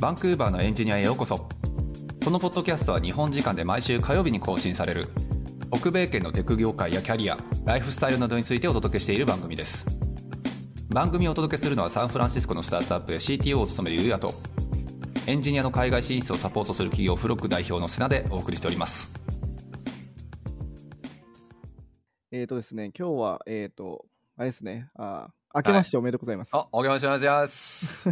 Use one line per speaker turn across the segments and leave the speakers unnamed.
バンクーバーのエンジニアへようこそこのポッドキャストは日本時間で毎週火曜日に更新される北米圏のテク業界やキャリアライフスタイルなどについてお届けしている番組です番組をお届けするのはサンフランシスコのスタートアップで CTO を務めるユーヤとエンジニアの海外進出をサポートする企業フロック代表のセナでお送りしております
えっ、ー、とですね、今日は、えっ、ー、と、あれですね、あー明けましておめでとうございます。
あ、おげましお願いし ます。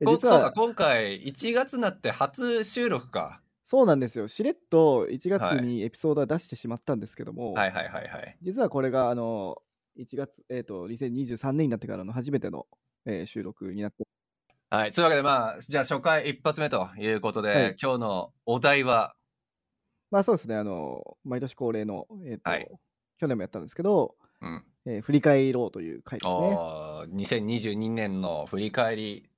え
こ
実
そうか
は、
今回1月になって初収録か。
そうなんですよ。しれっと1
は
月
い
にエピソードは出してしまったんですけども、
はいはいはいはい。
実はこれが、あの、1月、えっ、と、2023年になってからの初めての、えー収録になって、
はい。というわけでまあ、じゃあ初回一発目ということで、
はい
今日のお題は、
まあそうですね、あの、毎年恒例の、えっ、と、
はい
去年もやったんですけど、
うん。
えー振り返ろうという回ですね。
おー2022年の振り返り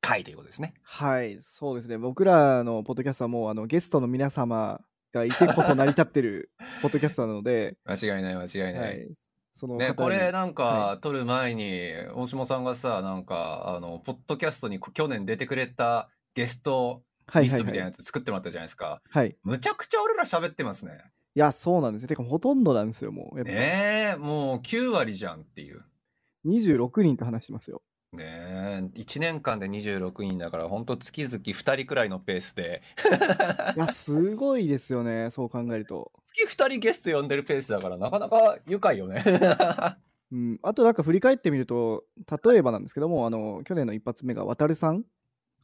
回ということですね。
はい、そうですね、僕らのポッドキャストはもう、あの、ゲストの皆様がいてこそ成り立ってるポッドキャストなので、
間違いない間違いない。
はい、その方
ね、
に
これなん
は
か撮る前に大島さんがさなんかあのポッドキャストに去年出てくれたゲスト
はい
リ
は
ス
い
トみ
は
たい
い
なやつ作ってもらったじゃないですか、
はい。い
むちゃくちゃ俺ら喋ってますね
や、そうなんですよ。てか、ほとんどなんですよ、もう。やっぱ
ねえもう9割じゃんっていう
26人と話して ますよ。
ねえ1年間で26人だからほんと月々2人くらいのペースで
いや、すごいですよね、そう考えると。
月2人ゲスト呼んでるペースだからなかなか愉快よね
うん、あと、なんか振り返ってみると、例えばなんですけども、あの、去年の一発目が、渡るさん、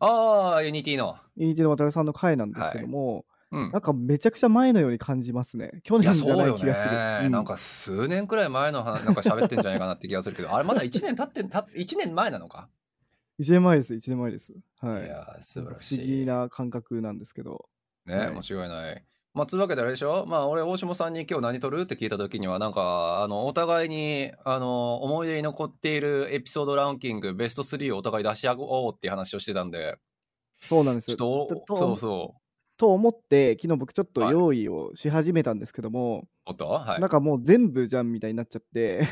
ああユニティの
イニティの渡るさんの回なんですけども、
うん
なんかめちゃくちゃ前のように感じますね。去
いや
年
そう
じゃない
よ
気がする。
ね、
うん
なんか数年くらい前の話なんか喋ってんじゃないかなって気がするけどあれまだ1年経ってた1年前なのか、
一年前です、一年前です。はい。
い、やー素晴ら
不
し
思議
い
な感覚なんですけど。
ね、
はい
間違いないまあつうわけであれでしょまあ俺大下さんに今日何撮るって聞いた時にはなんかあのお互いにあの思い出に残っているエピソードランキングベスト3をお互い出し合おうっていう話をしてたんで
そうなんです
ちょ
よ。
っと
と
おそうそう
と思って、昨日僕ちょっと
はい
用意をし始めたんですけども、
おっとはい
なんかもう全部じゃんみたいになっちゃって、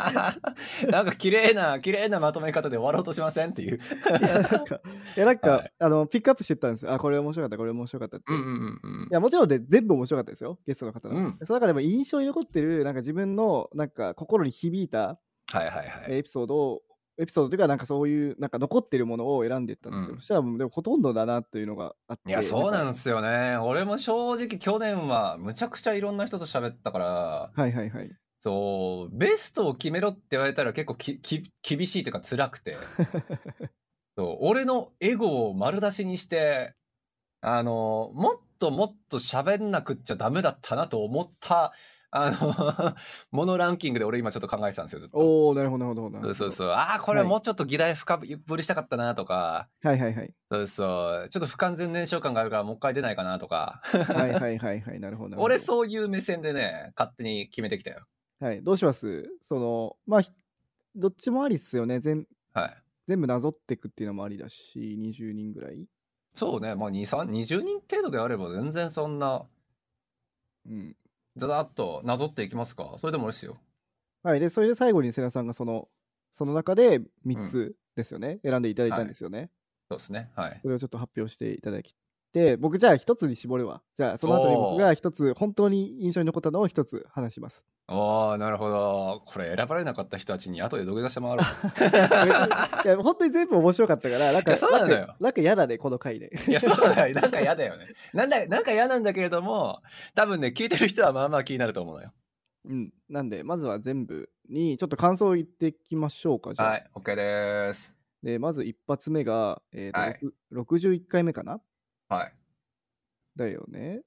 なんか綺麗な綺麗なまとめ方で終わろうとしませんっていう
いやなんか、いやなんか
はい
あのピックアップしてったんですよ。あ、これ面白かった、これ面白かったって。
うんう
い
んうんうん
や、もちろんで全部面白かったですよ、ゲストの方の。
うん
その中でも印象に残ってる、なんか自分のなんか心に響いた
はいはいはい
エピソードを、エピソードというか、なんかそういう、なんか残ってるものを選んでったんですけど、
うん
そしたらもうでもほとんどだなというのがあって。
いや、そうなん
か
ですよね。俺も正直去年はむちゃくちゃいろんな人と喋ったから、
はいはいはい。
そう、ベストを決めろって言われたら結構きき厳しいというか辛く て、そう俺のエゴを丸出しにして、あの、もっともっと喋んなくっちゃダメだったなと思った、あの、 ものランキングで俺今ちょっと考えてたんですよ、ずっと。
おおなるほど、なるほど、なるほ
そう
ど。
そうそう。ああ、これもうちょっと議題深掘りしたかったなとか、
はいはいはい。
そうそう。ちょっと不完全燃焼感があるからもう一回出ないかなとか。
はいはいはいはい、なるほど。なるほ ど
俺そういう目線でね勝手に決めてきたよ
はい、どうしますその、まあ、ひどっちもありっすよね。全
はい
全部なぞっていくっていうのもありだし20人ぐらい、
そうねまあ2320人程度であれば全然そんな
うん
ざざっとなぞっていきますかそれでも俺ですよ
はい、でそれで最後に世良さんがそのその中で3つですよね、選んでいただいたんですよね、
そうですねはい
それをちょっと発表していただきて僕じゃあ1つに絞るわじゃあその後に
おー
僕が1つ本当に印象に残ったのを1つ話します
おーなるほどこれ選ばれなかった人たちに後で土下座して 回ろう
いや本当に全部面白かったからなん
い
か
やそうなのよ
んかなんか嫌だねこの回で
いやそうだよなんか嫌だよねなんだなんか嫌なんだけれども多分ね聞いてる人はまあまあ気になると思うのよ
うんなんでまずは全部にちょっと感想を言っていきましょうかじゃあ、
はい OK でーす
でまず一発目が、えーと
はい
六61回目かな
はい
だよね。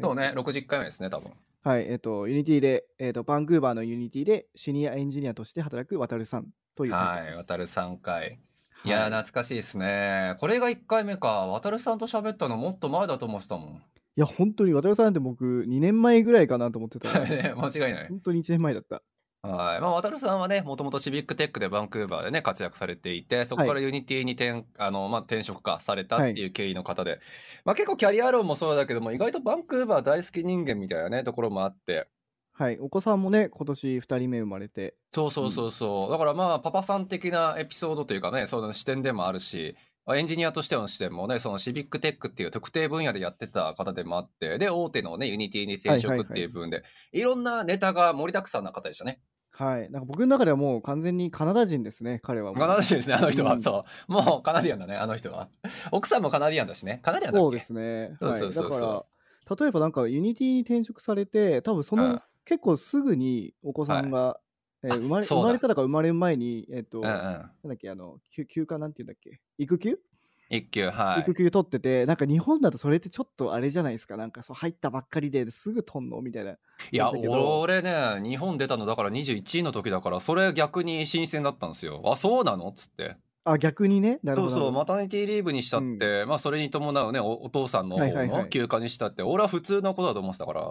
そうね60回目ですね多分
えー。はい、えっ、と、ユニティで、えっ、と、バンクーバーのユニティでシニアエンジニアとして働く渡るさんというタイトル
はい
です。
渡る3回いやー
はい、い
懐かしいですね。これが1回目か。渡るさんと喋ったのもっと前だと思ってたもん。。
や、本当に渡るさんって僕、2年前ぐらいかなと思ってた
ね 間違いない。
本当に1年前だった。
はい。まあ、渡るさんはね、もともとシビックテックでバンクーバーでね、活躍されていて、そこからユニティに転、あの、まあ、転職かされたっていう経緯の方で、まあ、結構キャリア論もそうだけども、意外とバンクーバー大好き人間みたいなね、ところもあって、
はい、お子さんもね、今年2人目生まれて、
そうそうそうそう。だからまあ、パパさん的なエピソードというかね、その視点でもあるし、エンジニアとしての視点もね、そのシビックテックっていう特定分野でやってた方でもあって、で、大手のね、ユニティに転
はい
職
はい
っ
はい
ていう部分で、いろんなネタが盛りだくさんな方でしたね。
はい。なんか僕の中ではもう完全にカナダ人ですね、彼はもう。
カナダ人ですね、あの人は。
うん
そう。もうカナディアンだね、あの人は。奥さんもカナディアンだしね。カナディアンだっけ
そうですね。
そう
はい。
そう
だ
そうそう
から、例えばなんかユニティに転職されて、多分そ
うん
の結構すぐにお子さんが、えー
あ
生まれ
そうだ
生まれただか生まれる前に、えっ、と、
うんう
なん
ん。
だっけ、あの、休休暇なんていうんだっけ、育休、
一級、はい
育。休取ってて、なんか日本だとそれってちょっとあれじゃないですか、なんかそう入ったばっかりですぐ取んのみたいな。
いや、
だけど
俺ね、日本出たのだから21位の時だから、それ逆に新鮮だったんですよ。あ、そうなのっつって。
あ、逆にね、なる
そ
ほ
う
ど。
そう、マタニティリーブにしたって、まあ、それに伴うねお、お父さんの方
はいはいは
の
い
休暇にしたって、俺は普通のことだと思ってたから。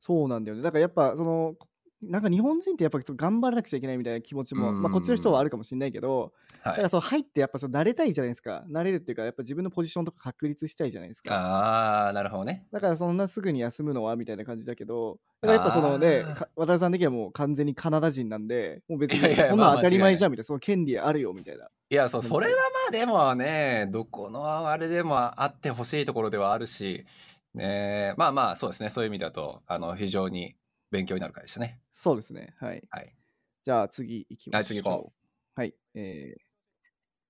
そうなんだよね。だからやっぱそのなんか日本人ってやっぱちょっと頑張らなくちゃいけないみたいな気持ちも、
うん
まあ、こっちの人はあるかもしれないけど、だか
は
ら
い。
その入ってやっぱその慣れたいじゃないですか慣れるっていうかやっぱ自分のポジションとか確立したいじゃないですか
あー、なるほどね。
だからそんなすぐに休むのはみたいな感じだけどだからやっぱそのね
あー
か渡辺さん的にはもう完全にカナダ人なんでもう別に
いやいや
そんな
まあ
ん当たり前じゃんみたいなその権利あるよみたいない
や、そう、
うん
それはまあ、でもね、どこのあれでもあってほしいところではあるし、ねえまあまあ、そうですね、そういう意味だと、あの、非常に勉強になるからでしたね。
そうですねはい
はい。
じゃあ次いき
は
ましょう。
い次行こ
はいえー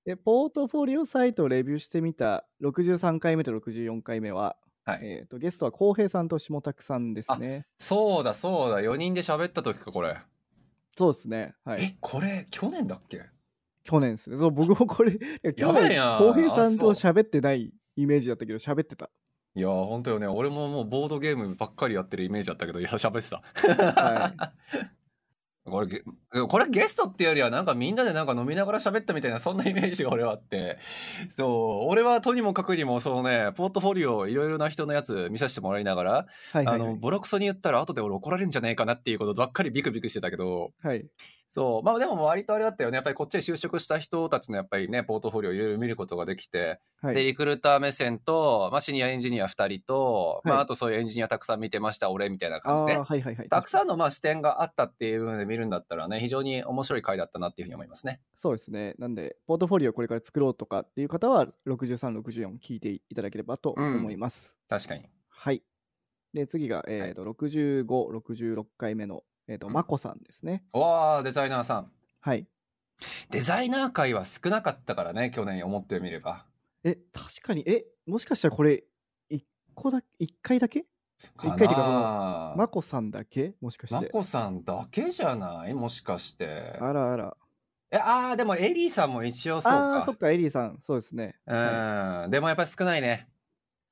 でポートフォリオサイトをレビューしてみた63回目と64回目は、
はい。
えー、とゲストは浩平さんと下拓さんですね。
そうだ、そうだ、4人で喋った時か、これ。
そうですね。はい、
え、これ、去年だっけ
去年ですね。そう僕もこれ、いや
や
去
ばい
年
な
浩平さんと
あそ
喋ってないイメージだったけど、喋ってた。
いやー、本当よね。俺ももうボードゲームばっかりやってるイメージだったけど、いや、喋ってた。
は
これゲ、これゲストっていうよりは、なんかみんなでなんか飲みながら喋ったみたいな、そんなイメージが俺はあって。そう、俺はとにもかくにも、そのね、ポートフォリオ、いろいろな人のやつ見させてもらいながら、
はいは
あ
い、は
の、
い。
ボロクソに言ったら後で俺怒られるんじゃねえかなっていうことばっかりビクビクしてたけど、
はい、
そう、まあでも割とあれだったよね。やっぱりこっちで就職した人たちのやっぱりね、ポートフォリオいろいろ見ることができて、
は
で、
い、
リクルーター目線と、まあ、シニアエンジニア2人と、まあ、
はい
あとそういうエンジニアたくさん見てました、俺みたいな
あ
感じ
ー
で。
はいはいはい。
たくさんのまあ視点があったっていう部分で見るんだったらね、非常に面白い回だったなっていうふうに思いますね。
そうですね。なんで、ポートフォリオこれから作ろうとかっていう方は、63、64聞いていただければと思います。
確かに。
はい。で、次が、えっ、と、65、66回目の、えっ、と、
うん
まこさんですね。
わあデザイナーさん。
はい。
デザイナー界は少なかったからね、去年思ってみれば。
え、確かに、え、もしかしたらこれ、一個だ、一回だけ
かな
一回っていう
あ
まこさんだけもしかし
ま
て。
こさんだけじゃないもしかして。
あらあら。
え、ああでもエリーさんも一応そう
ああー、
か。
そっか、エリーさん。そうですね。
うん。でもやっぱり少ないね。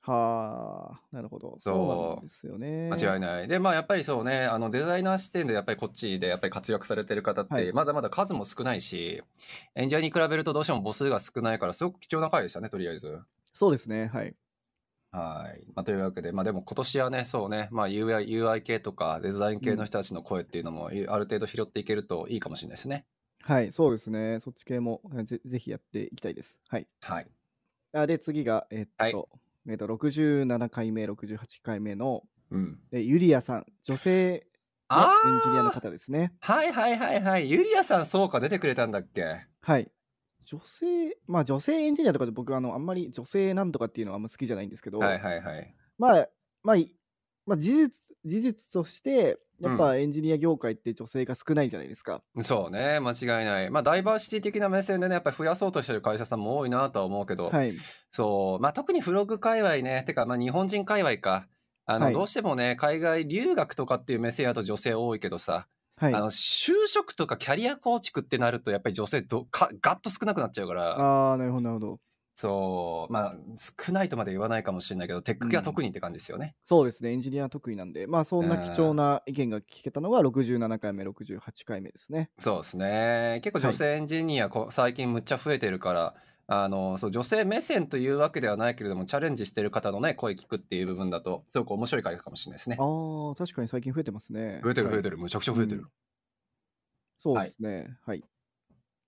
はあ、なるほ
そ
ど。
う
そうなんですよね。
間違いない。で、まあやっぱりそうね、あのデザイナー視点でやっぱりこっちでやっぱり活躍されてる方っ
は
て、
い
まだまだ数も少ないし、演者に比べるとどうしても母数が少ないから、すごく貴重な回でしたね、とりあえず。
そうですね。はい。
はい。まあ、というわけで、まあでも今年はね、そうね、まあ UI, UI 系とかデザイン系の人たちの声っていうのも、いある程度拾っていけるといいかもしれないですね。
はい、そうですね。そっち系もえぜぜひやっていきたいです。はい。
はい。
あで、次が、えっと、
はい
えっと、67回目、68回目の、
うん。
えユリアさん、女性の
あ
エンジニアの
ー
方ですね。
はいはいはいはい。ユリアさん、そうか、出てくれたんだっけ
はい。女性、まあ女性エンジニアとかで僕あの、あんまり女性なんとかっていうのはあんま好きじゃないんですけど、
はいはいはい。
まあ、まあ、いまあ、事実、事実として、やっ
う
ぱエンジニア業界って女性が少ないじゃないですか。
そうね、間違いない。まあ、ダイバーシティ的な目線でね、やっぱり増やそうとしてる会社さんも多いなとは思うけど、
はい。
そう、まあ、特にフログ界隈ね、てか、まあ、日本人界隈か。あの、
はい
どうしてもね、海外留学とかっていう目線やと女性多いけどさ、
はい。
あ
あ
の、就職とかキャリア構築ってなると、やっぱり女性どか、ガッと少なくなっちゃうから、
あー、なるほど、なるほど。
そう、まあ、少ないとまで言わないかもしれないけど、テック系は特にって感じですよね。
そうですね、エンジニア得意なんで、まあそんな貴重な意見が聞けたのが67回目、68回目ですね。
そうですね。結構女性エンジニア、こ最近むっちゃ増えてるから、あの、そう、女性目線というわけではないけれども、チャレンジしてる方のね、声聞くっていう部分だと、すごく面白い回かもしれないですね
あ。あ、確かに最近増えてますね。
増えてる
はい
増えてる、むちゃくちゃ増えてる。
うんそうですね。はい。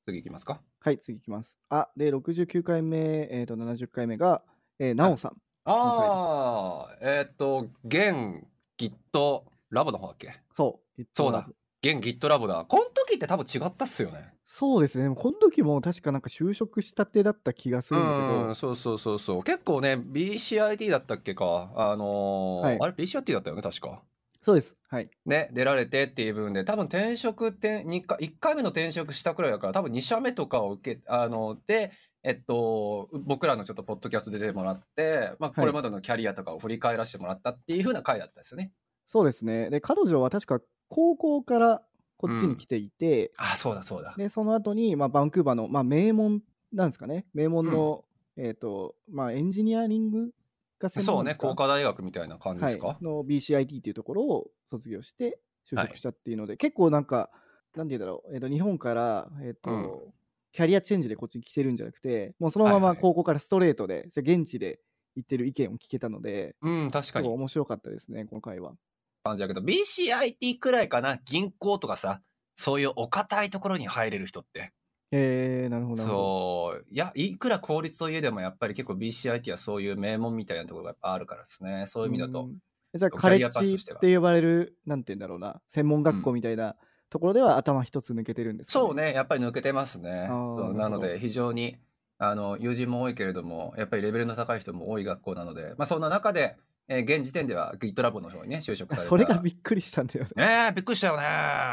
次いきますか。
はい、次いきます。あ、で、69回目、えっ、と、70回目が、えー、なおさん。
ああ、えーっと、現、Git、ラボの方だっけ
そう。
そうだ。現 GitLab だこの時って多分違ったっすよね
そうですねでもこの時も確かなんか就職したてだった気がするんだけど、
うんそうそうそうそう結構ね BCIT だったっけかあのー
はい
あれ BCIT だったよね確か
そうですはい
ね出られてっていう部分で多分転職って2回1回目の転職したくらいだから多分2社目とかを受けあのでえっと僕らのちょっとポッドキャストで出てもらって、まあ、これまでのキャリアとかを振り返らせてもらったっていう風な回だったですよね、
そうですねで彼女は確か高校からこっちに来ていて、
あそうだそうだ
でその後にまあバンクーバーの、まあ、名門なんですかね名門の、えっ、とまあエンジニアリングが専
そう
門で
ね
すか
工科大学みたいな感じですか、
はい、の BCIT っていうところを卒業して就職したっていうので、結構なんかなんて言うんだろう、えっと日本から、えっと
うん
キャリアチェンジでこっちに来てるんじゃなくてもうそのま
はいは
ま
い
高校からストレートで、それ現地で言ってる意見を聞けたので
うん確か
結構
に
面白かったですねこの回は。
感じだけど BCIT くらいかな銀行とかさそういうお堅いところに入れる人って
えー、なるほどなるほど。
そういやいくら公立といえどもやっぱり結構 BCIT はそういう名門みたいなところがやっぱあるからですねそういう意味だと
んえじゃあ
キ
カ
ャ
レ
リアパス
ッ
と
ジ
しては
って呼ばれるなんて言うんだろうな専門学校みたいなところでは頭一つ抜けてるんですか、
そうねやっぱり抜けてますね
あー
そうな
なる
の
ほど
で非常にあの友人も多いけれどもやっぱりレベルの高い人も多い学校なので、まあ、そんな中で、えー現時点では GitLab の方にね就職された
それがびっくりしたんだよね。
ねえ、びっくりしたよね。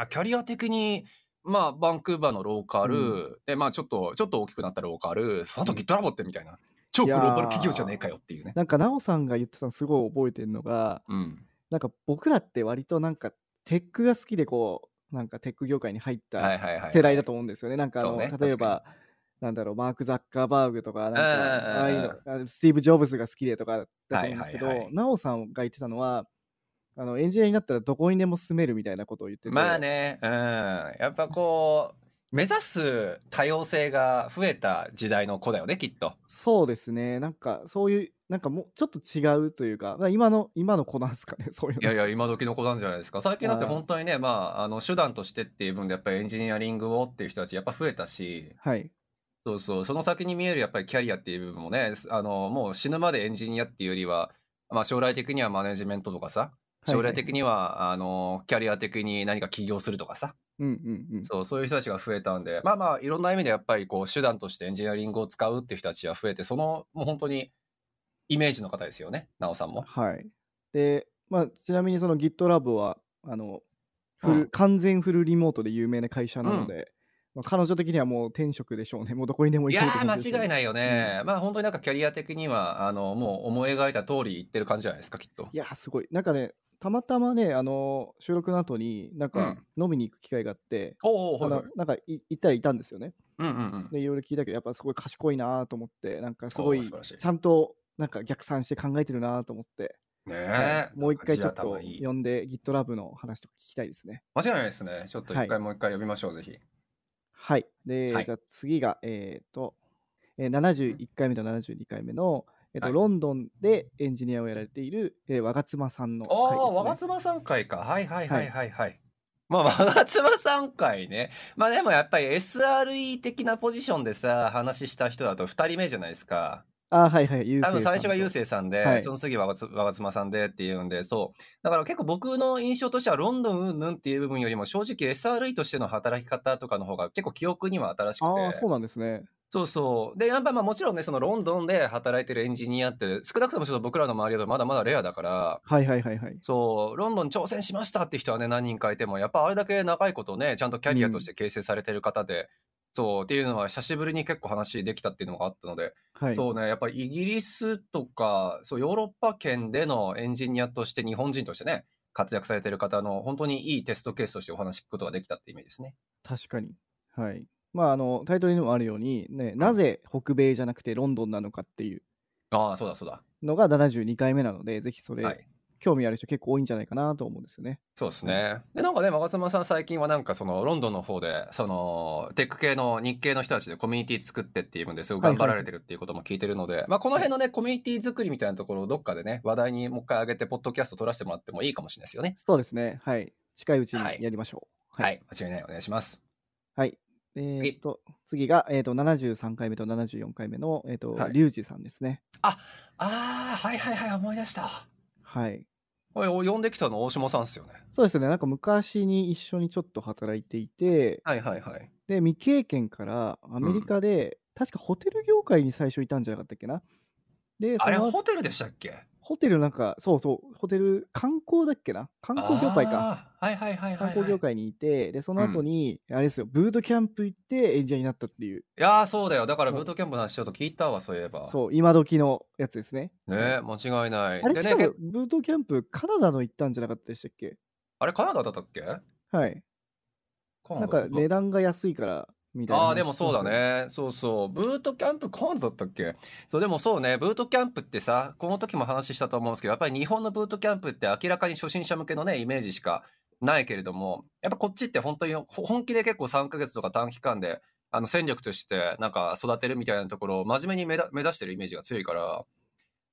キャリア的に、まあ、バンクーバーのローカル、
う
で、まあ、ちょっと、ちょっと大きくなったローカル、その後
うん
ギトラボってみたいな、超グローバル企業じゃねえかよっていうね。
なんか奈緒さんが言ってたのすごい覚えてるのが
うん。
なんか僕らって割となんかテックが好きでこうなんかテック業界に入っ
は
た
いはいはい。
世 代だと思うんですよね。なんかあ
そ
の、
うね
例えばなんだろうマーク・ザッカーバーグとかなん
うん
かああいうのあのスティーブ・ジョブズが好きでとかだと思うんですけど
はいはい
奈緒
は、い
さんが言ってたのはあのエンジニアになったらどこにでも住めるみたいなことを言ってて、
まあね、うん。やっぱこう、目指す多様性が増えた時代の子だよね、きっと。
そうですねなんかそういうなんかもうちょっと違うというかまあ今の 今の子なんですかねそういうの
いやいや、今時の子なんじゃないですか。最近だって本当にね、まあ、あの、手段としてっていう分で、やっぱりエンジニアリングをっていう人たち、やっぱ増えたし、
はい
そうそう、その先に見えるやっぱりキャリアっていう部分もね、あの、もう死ぬまでエンジニアっていうよりは、まあ将来的にはマネジメントとかさ、将来的
に
には、あの、キャリア的に何か起業するとかさ、
うんうんうん
そう、そういう人たちが増えたんで、まあまあ、いろんな意味でやっぱりこう、手段としてエンジニアリングを使うっていう人たちは増えて、その、もう本当に、イメージの方ですよね、なおさんも。
はい。で、まあ、ちなみにその GitLab は、あの、
う
フル
ん
完全フルリモートで有名な会社なので、まあ、彼女的にはもう転職でしょうね。もうどこにでも
い
行
や
けるって
ー、
感じです
間違い
い。
ないよね。まあ本当になんかキャリア的には、あの、もう思い描いた通り言ってる感じじゃないですか、きっと
い。やー、すごい。なんかね、たまたまね、あの収録の後に、なんか飲みに行く機会があって、
おうおう、
あ
ほいほ
の
い。
なんかい行ったらいたんですよね。
うんうんうん。
で、いろいろ聞いたけど、やっぱすごい賢いなーと思って、なんかすご
お
い、
ー素
ち
晴らしい
ゃんと、なんか逆算して考えてるなーと思って、
ね
は
え
い。もう一回ちょ
な
っ
んか字頭
と
いい
呼んで GitLab の話とか聞きたいですね。
間違いないですね。ちょっと一
は
回もう一回呼びましょう、ぜひ。
はい。で、
はい
じゃあ次が、えっ、と、えー71回目と72回目の、えーと
はい
ロンドンでエンジニアをやられている、えー、我妻さんの回
おお、
で
我
すね。
妻さん会か。はいはいはいはいはい。まあ、我妻さん会ね。まあでもやっぱり SRE 的なポジションでさ、話した人だと2人目じゃないですか。
あーはいはい、ゆう
多分最初が優勢さんで、
はい
その次は我妻我妻さんでっていうんで、そう。だから結構僕の印象としてはロンドンうんぬんっていう部分よりも正直 SRE としての働き方とかの方が結構記憶には新しくて。
ああ、そうなんですね。
そうそう。で、やっぱまあもちろんね、そのロンドンで働いてるエンジニアって、少なくともちょっと僕らの周りだとまだまだレアだから、
はいはいはいはい。
そう、ロンドン挑戦しましたって人はね、何人かいても、やっぱあれだけ長いことね、ちゃんとキャリアとして形成されてる方で、そう、っていうのは久しぶりに結構話できたっていうのがあったので、
はい。
そうね、やっぱりイギリスとか、そう、ヨーロッパ圏でのエンジニアとして、日本人としてね、活躍されてる方の本当にいいテストケースとしてお話聞くことができたって意味ですね。
確かに。はい。まあ、あの、タイトルにもあるように、ね、なぜ北米じゃなくてロンドンなのかっていう
ああ、そうだそうだ。
のが72回目なので、ぜひそれ、
はい。
興味ある人結構多いんじゃないかなと思うんですよね。
そうですね。で、なんかね、マ妻さん最近はなんかそのロンドンの方で、そのテック系の日系の人たちでコミュニティ作ってっていうのですごい頑張られてるっていうことも聞いてるので、まあこの辺のね、コミュニティ作りみたいなところをどっかでね、話題にもう一回上げて、ポッドキャスト撮らせてもらってもいいかもしれないですよね。
そうですね。はい。近いうちに
はい
やりましょう。
はい。間違いない。お願いします。
はい。えーっと、次が、えーっと、73回目と74回目の、えーっと、
はい
リュウジさんですね。
ああ、はいはいはい、思い出した。
はい。
これを呼んできたの大島さんですよね
そうですねなんか昔に一緒にちょっと働いていて
はいはいはい
で未経験からアメリカで、確かホテル業界に最初いたんじゃなかったっけなでそ
あれ
の
ホテルでしたっけ
ホテルなんかそうそうホテル観光だっけな観光業界か
あーはいはいはいはい、
観
はい、
光業界にいてでその後に、あれですよブートキャンプ行って演者になったっていう
いやーそうだよだから
そ
ブ
う
ートキャンプの話ちょっと聞いたわそういえば
そう今時のやつですね
ね間違いない
あれ
で
し
ね
か
け
もブートキャンプカナダの行ったんじゃなかったでしたっけ
あれカナダだったっけ
はい
カナ
な
ダ
んか値段が安いからみたいな
あ
話
あーでもそうだねそうそうブートキャンプコーンズだったっけそうでもそうねブートキャンプってさこの時も話したと思うんですけどやっぱり日本のブートキャンプって明らかに初心者向けのねイメージしかないけれどもやっぱこっちって本当にほ本気で結構3ヶ月とか短期間であの戦力としてなんか育てるみたいなところを真面目に目だ目指してるイメージが強いから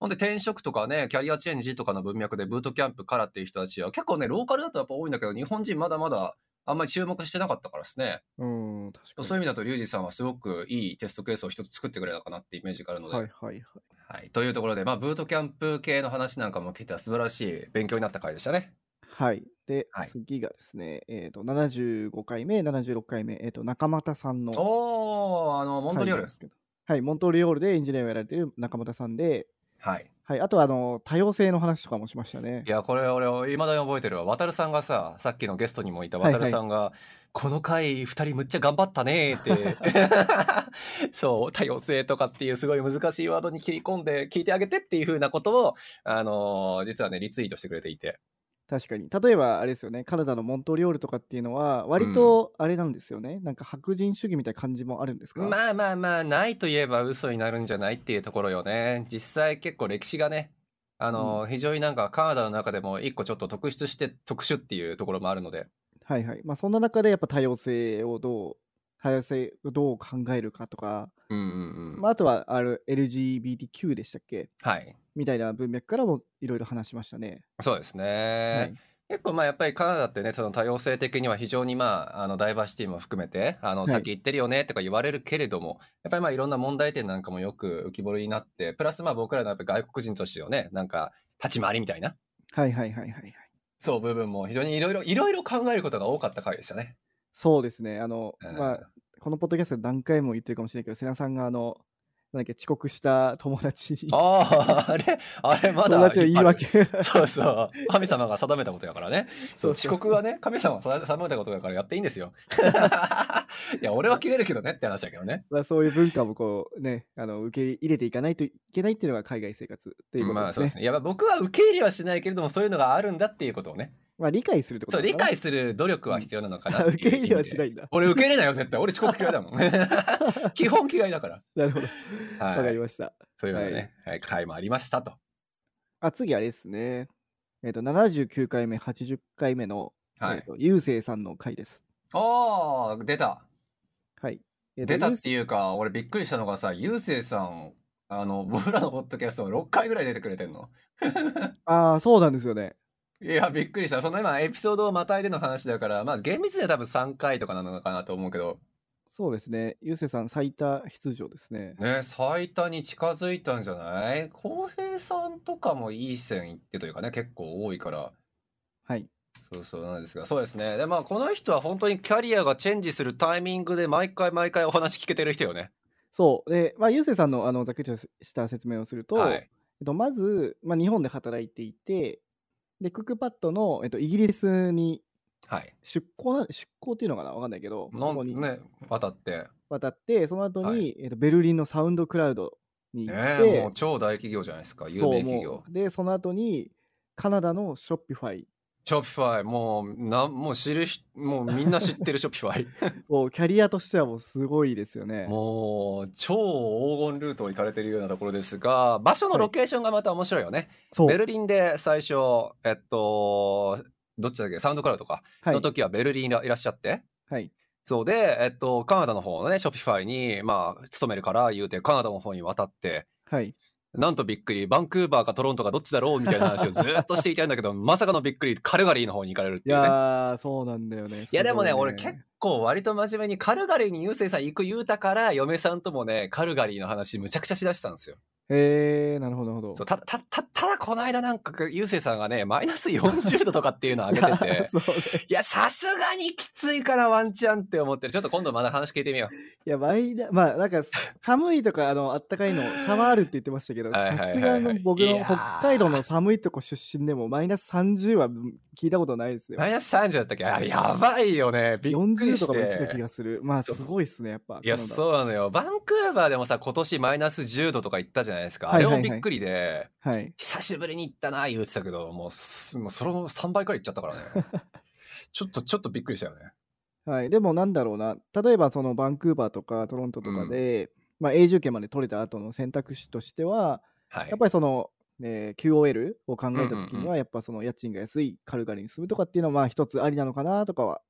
ほんで転職とかねキャリアチェンジとかの文脈でブートキャンプからっていう人たちは結構ねローカルだとやっぱ多いんだけど日本人まだまだあんまり注目してなかったからですね。
うん確かに
そういう意味だと、リュウジさんはすごくいいテストケースを一つ作ってくれたかなってイメージがあるので。
は
はいい、
はいはい
というところで、まあ、ブートキャンプ系の話なんかも聞いた素晴らしい勉強になった回でしたね。
はいで、
はい
次がですねえっ、と75回目76回目えっ、と中俣さんの
おー、あの、モントリオール
回なんで。すけどはいモントリオールでエンジニアをやられてる中俣さんで
はい。
はいあとはあの多様性の話とかもしましたね
いや、これ俺、未だに覚えてるわ。渡るさんがさ、さっきのゲストにもいた
はいはい
渡るさんが、この回二人むっちゃ頑張ったねーって。 そう、多様性とかっていうすごい難しいワードに切り込んで聞いてあげてっていうふうなことを、あのー実はね、リツイートしてくれていて。
確かに例えばあれですよねカナダのモントリオールとかっていうのは割とあれなんですよね、なんか白人主義みたいな感じもあるんですか、
まあまあまあないといえば嘘になるんじゃないっていうところよね実際結構歴史がねあの、非常になんかカナダの中でも一個ちょっと特殊して特殊っていうところもあるので
はいはいまあそんな中でやっぱ多様性をどう多様性をどう考えるかとか、
うんうんうん、
まあ、あとはある LGBTQ でしたっけ
はい
みたいな文脈からもいろいろ話しましたね、
そうですね、
はい
結構まあやっぱりカナダってねその多様性的には非常にまああのダイバーシティも含めてあの
はい
さっき言ってるよねとか言われるけれども、やっぱりまあいろんな問題点なんかもよく浮き彫りになってプラスまあ僕らのやっぱ外国人としてのねなんか立ち回りみたいな
はいはいはいはいはい
そう部分も非常にいろいろいろいろ考えることが多かった回でしたね。
そうですねあの、
うん
まあこのポッドキャストで何回も言ってるかもしれないけど瀬名さんがあのなんだっけ遅刻した友達 に
ああ、あれ、あれ、まだ。
友達の言い訳。
そうそう。神様が定めたことやからね。そう、遅刻はね、神様が定めたことやからやっていいんですよ。 いや、俺は切れるけどねって話だけどね。
まあ、そういう文化もこうねあの受け入れていかないといけないっていうのが海外生活っていうこと
ま
で
あ、
す
そう
ね
で。すね。いや、まあ僕は受け入れはしないけれども、そういうのがあるんだっていうことをね。
まあ理解するってこと
そう、
な
理
のかな
解する努力は必要なのかなっていう
受け入れはしな
意味で。
いん だ。
俺受け入れないよ、絶対。俺遅刻嫌いだもん。基本嫌いだから。
なるほど。わ、
は
か
い
り。ました。
そういうのでね、はい、会もありましたと。
あ次あれですね。えっ、と79回目80回目の、
は
え
い
ー。とゆうせいさんの回です。
ああ、出た。
はい。えーと
出たっ
ゆうせ
ていうか、俺びっくりしたのがさ、ゆうせいさん、あの、 僕らのポッドキャスト6回ぐらい出てくれてんの。
ああそうなんですよね。
いや、びっくりした。その今、エピソードをまたいでの話だから、まあ、厳密には多分3回とかなのかなと思うけど、
そうですね。ゆうせいさん最多出場ですね。
ね、最多に近づいたんじゃない浩平さんとかもいい線いってというかね、結構多いから。
はい。
そうそうなんですが、そうですね。で、まあ、この人は本当にキャリアがチェンジするタイミングで毎回毎回お話聞けてる人よね。
そう。で、まあ、ゆうせいさんのあのざっくりとした説明をすると、
はい。
えっと、まず、まあ、日本で働いていて、で、クックパッドの、えっと、イギリスに
はい。
出向な、出向っていうのかなわかんないけど、
な
そこ
ん
に
ね、渡って。
渡って、その後に、
は
えっと、ベルリンのサウンドクラウドに行
ね
っ
え
て、
もう超大企業じゃないですか、有
そう
名企業
も。うで、その後に、カナダのショッピファイ
ショッピファイ、もう、なん、もう知る人、もうみんな知ってるショッピ ファイ。
をキャリアとしてはもうすごいですよね。
もう、超黄金ルートを行かれてるようなところですが、場所のロケーションがまた面白いよね。
そう
ベルリンで最初、えっと、どっちだっけ、サウンドクラウドか、
はい
の時はベルリンにいらいらっしゃって、
はい
そうで、えっと、カナダの方のね、ショッピファイに、まあ、勤めるから言うて、カナダの方に渡って、
はい
なんとびっくり、バンクーバーかトロントかどっちだろうみたいな話をずっ としていたいんだけど、まさかのびっくり、カルガリーの方に行かれるって
い
いうね。
やー、そうなんだよね。
いやでもね、
すご
俺結構割と真面目にカルガリーにゆうせいさん行く言うたから、嫁さんともね、カルガリーの話むちゃくちゃしだしたんですよ。
へえなるほどなるほ
そう
ど。
たたたただこの間なんかゆうせいさんがねマイナス40度とかっていうのを上げてて
そうね
いやさすがにきついからワンチャンって思ってるちょっと今度まだ話聞いてみよ
いやマイナ まあなんか寒いとかあのあったかいの差はあるって言ってましたけど
はいはいはいはい
さすがの僕
い
の
やー
北海道の寒いとこ出身でもマイナス30は聞いたことないです
う
よ
マイナス30だったっけあれやばいよねびっくり
40
し
とかも言ってた
て
気がするまあす
そう
ごいっすねやっぱ
いや
カナダ
そうなのよバンクーバーでもさ今年マイナス10度とか行ったじゃないですかあ
はい
れ
はいは
も
い
びっくりで
はい
久しぶりに行ったな言ってたけどもうすもうその3倍くらい行っちゃったから ねちょっとちょっとびっくりしたよね
はい、でもなんだろうな、例えばそのバンクーバーとかトロントとかで、まあ、永住権まで取れた後の選択肢としては、
はい
やっぱりその、えー QOL を考えた時
うん
に
うんう
は、やっぱその家賃が安いカルガリーに住むとかっていうのは、まあ一つありなのかなとかは、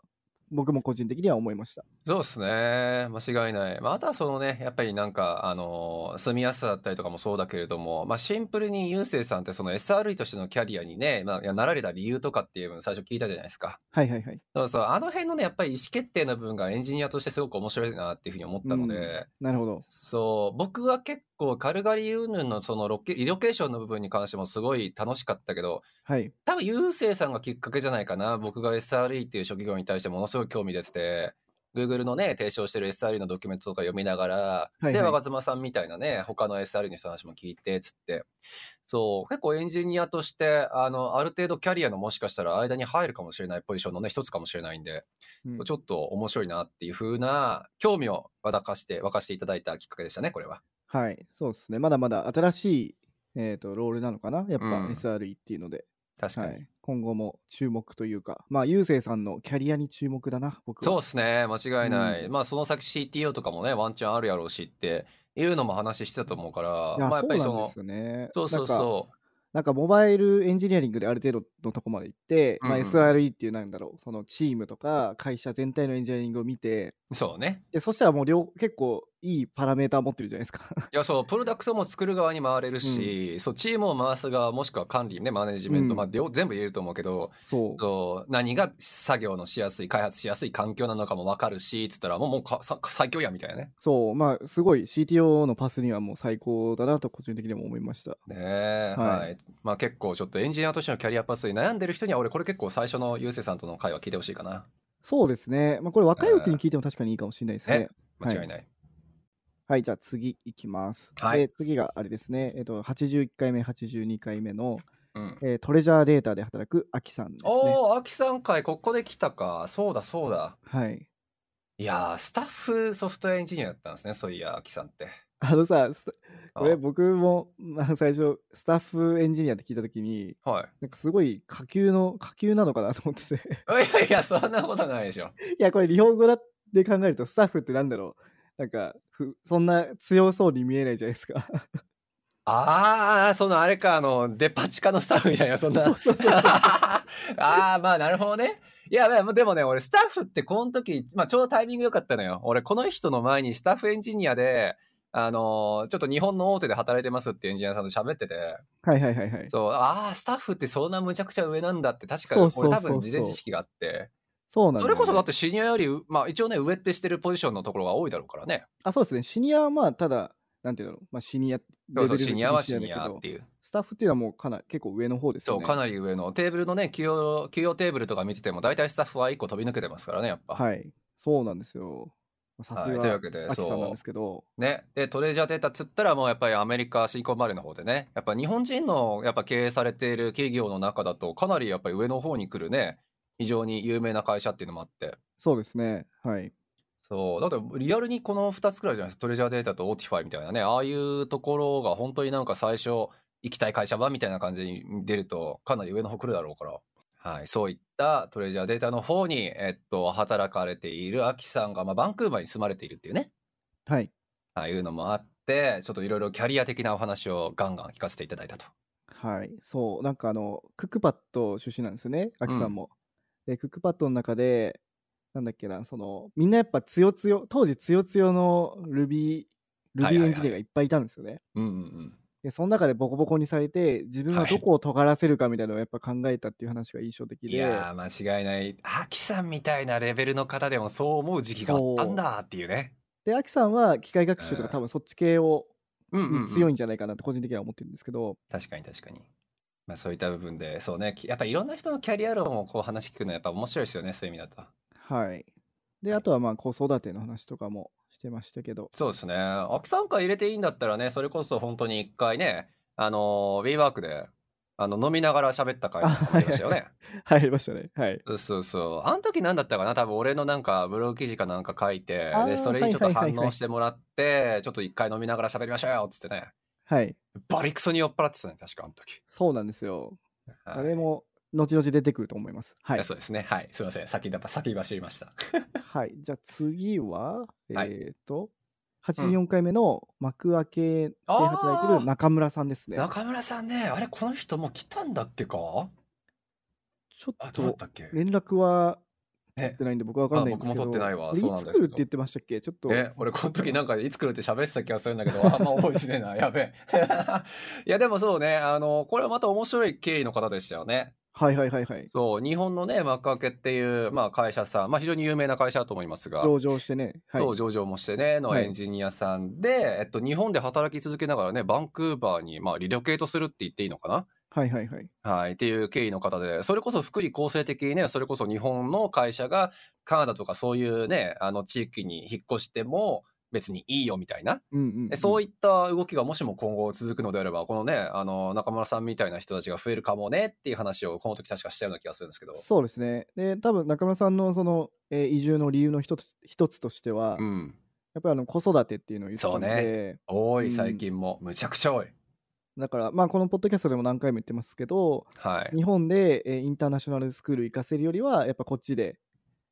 僕も個人的には思いました。
そうですね。間違いない。まあ、あとはそのね、やっぱりなんか、あのー住みやすさだったりとかもそうだけれども、まあ、シンプルにユンセイさんってその SRE としてのキャリアにね、まあ、いやなられた理由とかっていうのを最初聞いたじゃないですか。
はいはいはい。
そうそう。あの辺のね、やっぱり意思決定の部分がエンジニアとしてすごく面白いなっていうふうに思ったので、
なるほど。
そう、僕は結構カルガリー云々のそのロケ、ロケーションの部分に関してもすごい楽しかったけど、
はい。
多分ユーセイさんがきっかけじゃないかな。僕が SRE っていう職業に対してものすごい興味出てて、Google のね、提唱してる SRE のドキュメントとか読みながら、
いはい
で、若妻さんみたいなね、他の SRE の人の話も聞いて、つって。そう、結構エンジニアとして、あの、ある程度キャリアのもしかしたら間に入るかもしれないポジションのね、一つかもしれないんで、
うん
ちょっと面白いなっていう風な興味をわだかして、沸かしていただいたきっかけでしたね、これは。
はい、そうですね。まだまだ新しい、えー、とロールなのかな、やっぱ
うん
SRE っていうので、
確か
は
に。
い、今後も注目というか、まあ、ゆうせいさんのキャリアに注目だな、僕は。
そうですね、間違いない。
う
まあ、その先 CTO とかもね、ワンチャンあるやろうしっていうのも話してたと思うから、
いや
まあ、やっぱりそ
そうなん
の、
ですよね。
そうそう
なんか
そ
なんかモバイルエンジニアリングである程度のとこまで行って、まあ、
うんうん
SRE っていうなんだろうそのチームとか会社全体のエンジニアリングを見て
う、そうね。
でそしたらもう両結構いいパラメーター持ってるじゃないですか
いや、そう、プロダクトも作る側に回れるし、そう、チームを回す側、もしくは管理ね、マネジメント、
うん
まあ、両全部言えると思うけど、
そう
そう、何が作業のしやすい、開発しやすい環境なのかも分かるし、つったら、もう、もうかさ最強や、みたいなね。
そうまあすごい CTO のパスにはもう最高だなと個人的にも思いました
ねえ、はい、
はい
まあ、結構、ちょっとエンジニアとしてのキャリアパスに悩んでる人には、俺、これ結構最初のゆうせいさんとの会話聞いてほしいかな。
そうですね、まあ、これ若いうちに聞いても確かにいいかもしれないですね、
ね間違いない。
はい、じゃあ次いきます。
はい
で次があれですね、えっと、81回目、82回目の、
うん。
えートレジャーデータで働くアキさんですね。
おー、秋さん会、ここで来たか。そうだ、そうだ。
はい、
いやー、スタッフソフトウェアエンジニアだったんですね、そういや、秋さんって。
あのさ、スタ
あ
これ僕も、まあ、最初スタッフエンジニアって聞いた時に
はい。
なんかすごい下級の下級なのかなと思ってて
いやいや、そんなことないでしょ。
いやこれ日本語だって考えるとスタッフってなんだろうなんかふそんな強そうに見えないじゃないですか
あー、そのあれか、あの、デパ地下のスタッフみたいな、そんな。
そうそ うそうそう
あー、まあ、なるほどね。いや、まあでもね、俺、スタッフってこの時、まあ、ちょうどタイミング良かったのよ。俺、この人の前にスタッフエンジニアで、あのーちょっと日本の大手で働いてますってエンジニアさんと喋ってて、
はいはいはいはいそ
そう、ああ、スタッフってそんなむちゃくちゃ上なんだって、確か
そ
に
うそう
俺多
そうそ
分
う
事前知識があって、そ
うなんだ
れ
よね、
こそだってシニアより、まあ一応ね、上ってしてるポジションのところが多いだろうからね。
あそうですねシニアはまあただなんていうの、まあ、シニアレベ
そ
ル
うそう、シニアはシ
だけ
ニアっ
ど
ていう。
スタッフっていうのはもうかなり結構上の方です
そ
よ
う、
ね
かなり上の。テーブルのね、給与、給与テーブルとか見てても、大体スタッフは1個飛び抜けてますからね、やっぱ。
はいそうなんですよまあさす
はいというわ
が
けで、
アキさんなん
そ
ですけど
う。ね。で、トレジャーデータっつったら、もうやっぱりアメリカ、シリコンバレーの方でね、やっぱ日本人の、やっぱ経営されている企業の中だと、かなりやっぱり上の方に来るね、非常に有名な会社っていうのもあって。
そうですねはい
そう。だって、リアルにこの2つくらいじゃないですか。トレジャーデータとオーティファイみたいなね。ああいうところが本当になんか最初、行きたい会社はみたいな感じに出ると、かなり上の方来るだろうから。はい。そういったトレジャーデータの方に、えっと、働かれているアキさんが、まあ、バンクーバーに住まれているっていうね。
はい
ああいうのもあって、ちょっといろいろキャリア的なお話をガンガン聞かせていただいたと。
はい、そう、なんかあの、クックパッド出身なんですよね、アキさ
うん
んも。で、クックパッドの中で、なんだっけな、その、みんなやっぱ強強、当時強強の Ruby、
はいは
Ruby
いはい
エンジニアがいっぱいいたんですよね。
うんうんうん。
で、その中でボコボコにされて、自分は
はい
どこを尖らせるかみたいなのをやっぱ考えたっていう話が印象的
い
で、
やー、間違いない。アキさんみたいなレベルの方でもそう思う時期があったんだっていうね。
で、アキさんは機械学習と
うん
か多分そっち系を
うんうんうん
に強いんじゃないかなと個人的には思ってるんですけど、
確かに確かに。まあそういった部分で、そうね、きやっぱいろんな人のキャリア論をこう話聞くのはやっぱ面白いですよね、そういう意味だと。
はい。で、あとはまあ子育ての話とかもしてましたけど、
そうですね。秋さん会入れていいんだったらね、それこそ本当に一回ね、あの、WeWork で、あの、飲みながら喋った回とかも ありましたよね。
入りましたね。はい。
そうそうそう。あの時何だったかな多分俺のなんかブログ記事かなんか書いて
あ、ー
で、それにちょっと
はいはいは
反
いはい
応してもらって、ちょっと一回飲みながら喋りましょうよっつってね。
はい。
バリクソに酔っ払ってたね、確かあの時。
そうなんですよ。
はい
あれも後々出てくると思います。はい。
そうですね。はい。すいません。先だ、先走りま した。
はい。じゃあ次は、えっ、
はい
と、84回目の幕開けで働いて
あー
る中村さんですね。
中村さんね、あれ、この人もう来たんだっけか
ちょ
あ、
っ
どうだ
と
ったっけ
連絡は取
ね
ってないんで僕は分かんないんですけど。
あ僕も取ってないわ
これ
そうなん
つ
ですけど
来るって言ってましたっけちょっと。
え、俺この時なんかいつ来るって喋ってた気がするんだけど、あんま覚えてねえな。 やべえ。いや、でもそうね、あの、これはまた面白い経緯の方でしたよね。
はいはいはいはい。
そう、日本のね、幕開けっていう、まあ会社さん、まあ非常に有名な会社だと思いますが、
上場してね。はい。
そう上場もしてね、の
はい
エンジニアさんで、えっと、日本で働き続けながらね、バンクーバーに、まあ、リロケートするって言っていいのかな
はいはいはい。
はい、っていう経緯の方で、それこそ福利厚生的にね、それこそ日本の会社がカナダとかそういうね、あの地域に引っ越しても別にいいよみたいな、
うんうん、うん。
そういった動きがもしも今後続くのであれば、このね、あの中村さんみたいな人たちが増えるかもねっていう話をこの時確かしたような気がするんですけど。
そうですね。で、多分中村さんのその、えー移住の理由の一つ一つとしては、
う
や
ん。
っぱりあの子育てっていうのを言ってたので、
そう多
う
い、
ん
最近も。むちゃくちゃ多い。
だから、まあ、このポッドキャストでも何回も言ってますけど、
はい。
日本で、えーインターナショナルスクール行かせるよりは、やっぱこっちで、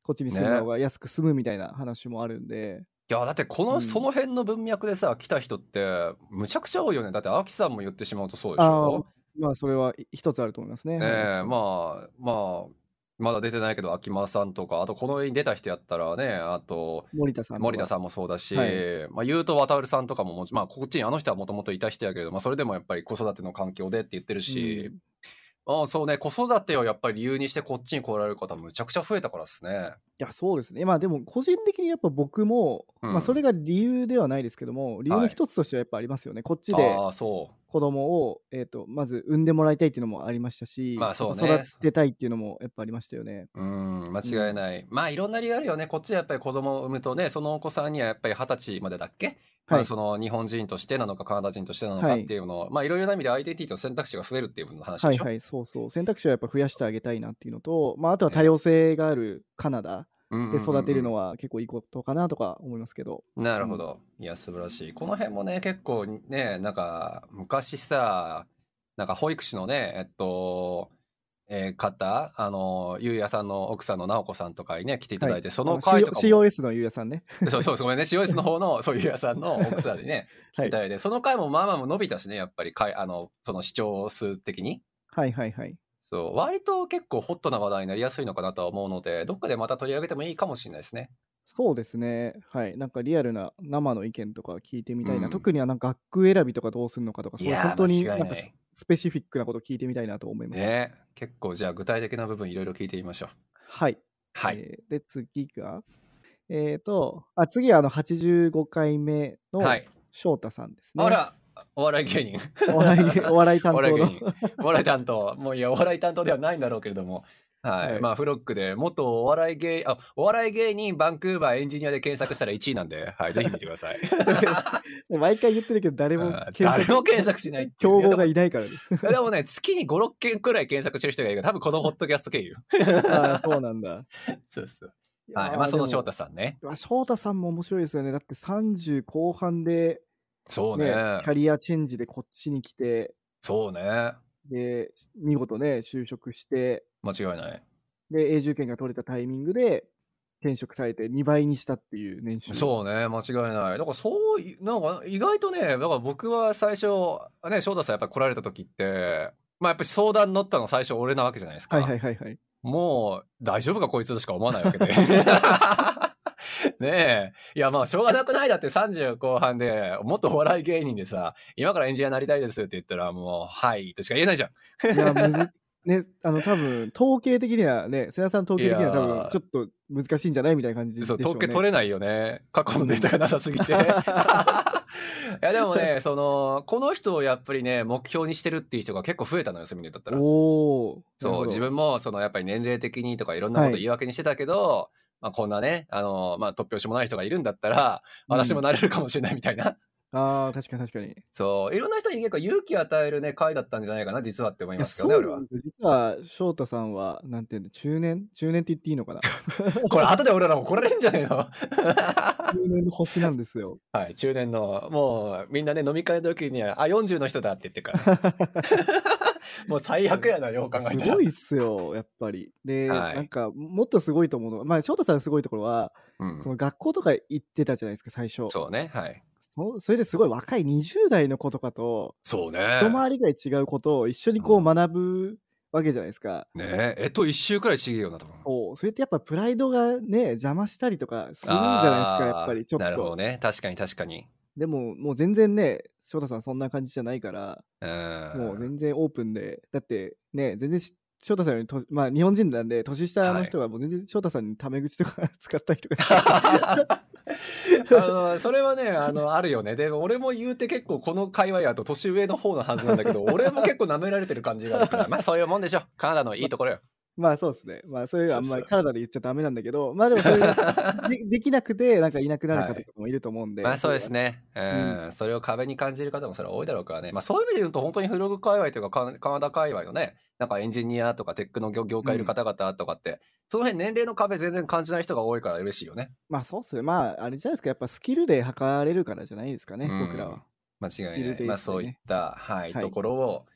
こっちに住んだ方が安く済むみたいな話もあるんで、
いや、だってこの、
うん
その辺の文脈でさ、来た人って、むちゃくちゃ多いよね。だって、アキさんも言ってしまうとそうでし
あ
ょ
ー。まあ、それはい一つあると思いますね。
ねえ、
あ、
まあ、まあ、まだ出てないけど、秋間さんとか、あとこの世に出た人やったらね、あと、
森田さんとか。
森田
ん。
さんもそうだし、
はい
まあ、言うと渡るさんとかももち、まあ、こっちにあの人はもともといた人やけれど、まあ、それでもやっぱり子育ての環境でって言ってるし、ああそうね、子育てをやっぱり理由にしてこっちに来られる方、むちゃくちゃ増えたからですね。
いや、そうですね。まあ、でも、個人的にやっぱ僕も、
うん
まあ、それが理由ではないですけども、理由の一つとしてはやっぱありますよね。こっちで
ああ、そ
子供を、えっ、と、まず産んでもらいたいっていうのもありましたし、
まあそうね
やっぱ育てたいっていうのもやっぱありましたよね。
う。うん、間違いない。まあ、いろんな理由あるよね。こっちはやっぱり子供を産むとね、そのお子さんにはやっぱり二十歳までだっけま
は
あ、
い。
その日本人としてなのかカナダ人としてなのか
は
っ
い
ていうのを、まあいろいろな意味でアイデンティティと選択肢が増えるっていう部分の話
は
で
い
しょ、
はい、そうそう。選択肢はやっぱ増やしてあげたいなっていうのと、まあ、あとは多様性があるカナダで育てるの
は、
は結構いいことかなとか思いますけど。
なるほどいや素晴らしいこの辺もね結構ねなんか昔さなんか保育士のねえっとえー方あのゆうやさんの奥さんの直子さんとかにね来ていただいて、その
あ
回
の
とか
C-
も
COS のゆうやさんね。
そうそうごめんね COS の方のそうゆうやさんの奥さんにね
はい
いただいてその回もまあまあ伸びたしねやっぱりかいあのその視聴数的に
はいはいはい。
そう割と結構ホットな話題になりやすいのかなとは思うのでどっかでまた取り上げてもいいかもしれないですね。
そうですね。はい。なんかリアルな生の意見とか聞いてみたいな。
うん
特にはなんか学区選びとかどうするのかとか、そういう本当になんか
間違
ス
い
スペシフィックなこと聞いてみたいなと思います。
ね結構じゃあ具体的な部分いろいろ聞いてみましょう。
はい。
はい。
えーで、次が、えっ、と、あ、次はあの85回目の
はい、
翔太さんですね。
あらお笑い芸人。
お笑い、お笑い担
お笑
当
い芸
の。
人。お笑い担当。もういや、お笑い担当ではないんだろうけれども。はい。
はい
まあ、フロックで、元お笑い芸、あ、お笑い芸人、バンクーバーエンジニアで検索したら1位なんで、はい、ぜひ見てください。
毎回言ってるけど、誰も
あー
検
誰
索
も検索しないっていう
競合が
い
いないからです。
やでもでもね、月に5、6件くらい検索してる人がいるから、多分このホットキャスト経由。
ああ、そうなんだ。
そうそう。
や
はい、まあその翔
で
太さんね。
もうわ翔太さんも面白いですよね。だって30後半で、
そう
ね
ね。
キャリアチェンジでこっちに来て、
そうね。間
で、見事ね、就職して、
違いない。
で、永住権が取れたタイミングで、転職されて2倍にしたっていう年収。
そうね、間違いない。だからそうい、なんか意外とね、だから僕は最初、ね、翔太さんやっぱり来られた時って、まあやっぱり相談乗ったの最初俺なわけじゃないですか。
はいはいはいはい。
もう大丈夫かこいつとしか思わないわけ で。ねえ。いやまあしょうがなくないだって30後半で、もっとお笑い芸人でさ、今からエンジニアになりたいですって言ったらもう、はいとしか言えないじゃん。
いや、むずね、あの多分統計的にはね、瀬谷さん統計的にはい
やー
多分ちょっと難しいんじゃないみたいな感じでし
そ
ょ
う
う、ね。
統計取れないよね過去のデータがなさす ぎていやでもねそのこの人をやっぱりね目標にしてるっていう人が結構増えたのよそういう意味でだったら
おお。なる
そ
ほ
う
ど
自。分もそのやっぱり年齢的にとかいろんなことを言い訳にしてたけど、まあ、こんなねあの、まあ、突拍子もない人がいるんだったら私もなれるかもしれないみたいな、
ああ、確かに確かに。い
そういろんな人に結構勇気を与えるね回だったんじゃないかな実はって思い
や
ますけ
そ
ど
う
ね
な
俺は
んですよ実は翔太さんは、なんていうの、中年中年って言っていいの かな
これ後で俺ら怒られるんじゃねえの
中年の星なんですよ。
はい中年のもうみんなね飲み会の時には「あ40の人だ」って言ってるから もう最悪やなよう考え
す
たら
ごいっすよ、やっぱり。で、
はい
なんか、もっとすごいと思うのが、まあ、翔太さんのすごいところは、
うん
その学校とか行ってたじゃないですか、最初。
そうねはい
そそれですごい若い20代の子とかと、
そうね
一回りぐらい違うことを一緒にこ
う
うん学ぶわけじゃないですか。
ねええっと1週くらい違えよなと思う
そうそれってやっぱプライドがね、邪魔したりとかするんじゃないですか、やっぱりちょっ
あーなるほど
と。
ね確かに確かに
でも、もう全然ね、翔太さんそんな感じじゃないから、
うん
もう全然オープンで、だってね、全然し翔太さんよりと、まあ日本人なんで、年下の人がもう全然翔太さんにタメ口とか 使ったりとかして
あのそれはねあのあるよねで俺も言うて結構この界隈やと年上の方のはずなんだけど 俺も結構舐められてる感じがあるからまあそういうもんでしょカナダのいいところよ
まあそうですね。まあそういうのはあんま
そうそ
り
う
カナダで言っちゃダメなんだけど、まあでもそれがでできなくて、なんかいなくなる方とかもいると思うんで。
まあそうです
ね。
ねうん、それを壁に感じる方もそれは多いだろうからねまあそういう意味で言うと本当にフログ界隈というかカナカナダ界隈のねなんかエンジニアとかテックの業業界いる方々とかって、その辺年齢の壁全然感じない人が多いから嬉しいよね
まあそうですね。まああれじゃないですか、やっぱスキルで測れるからじゃないですかね、
うん
僕らは。
間違いな
スキ
い、
ルベースでね
まあそういった、はい
はい
ところを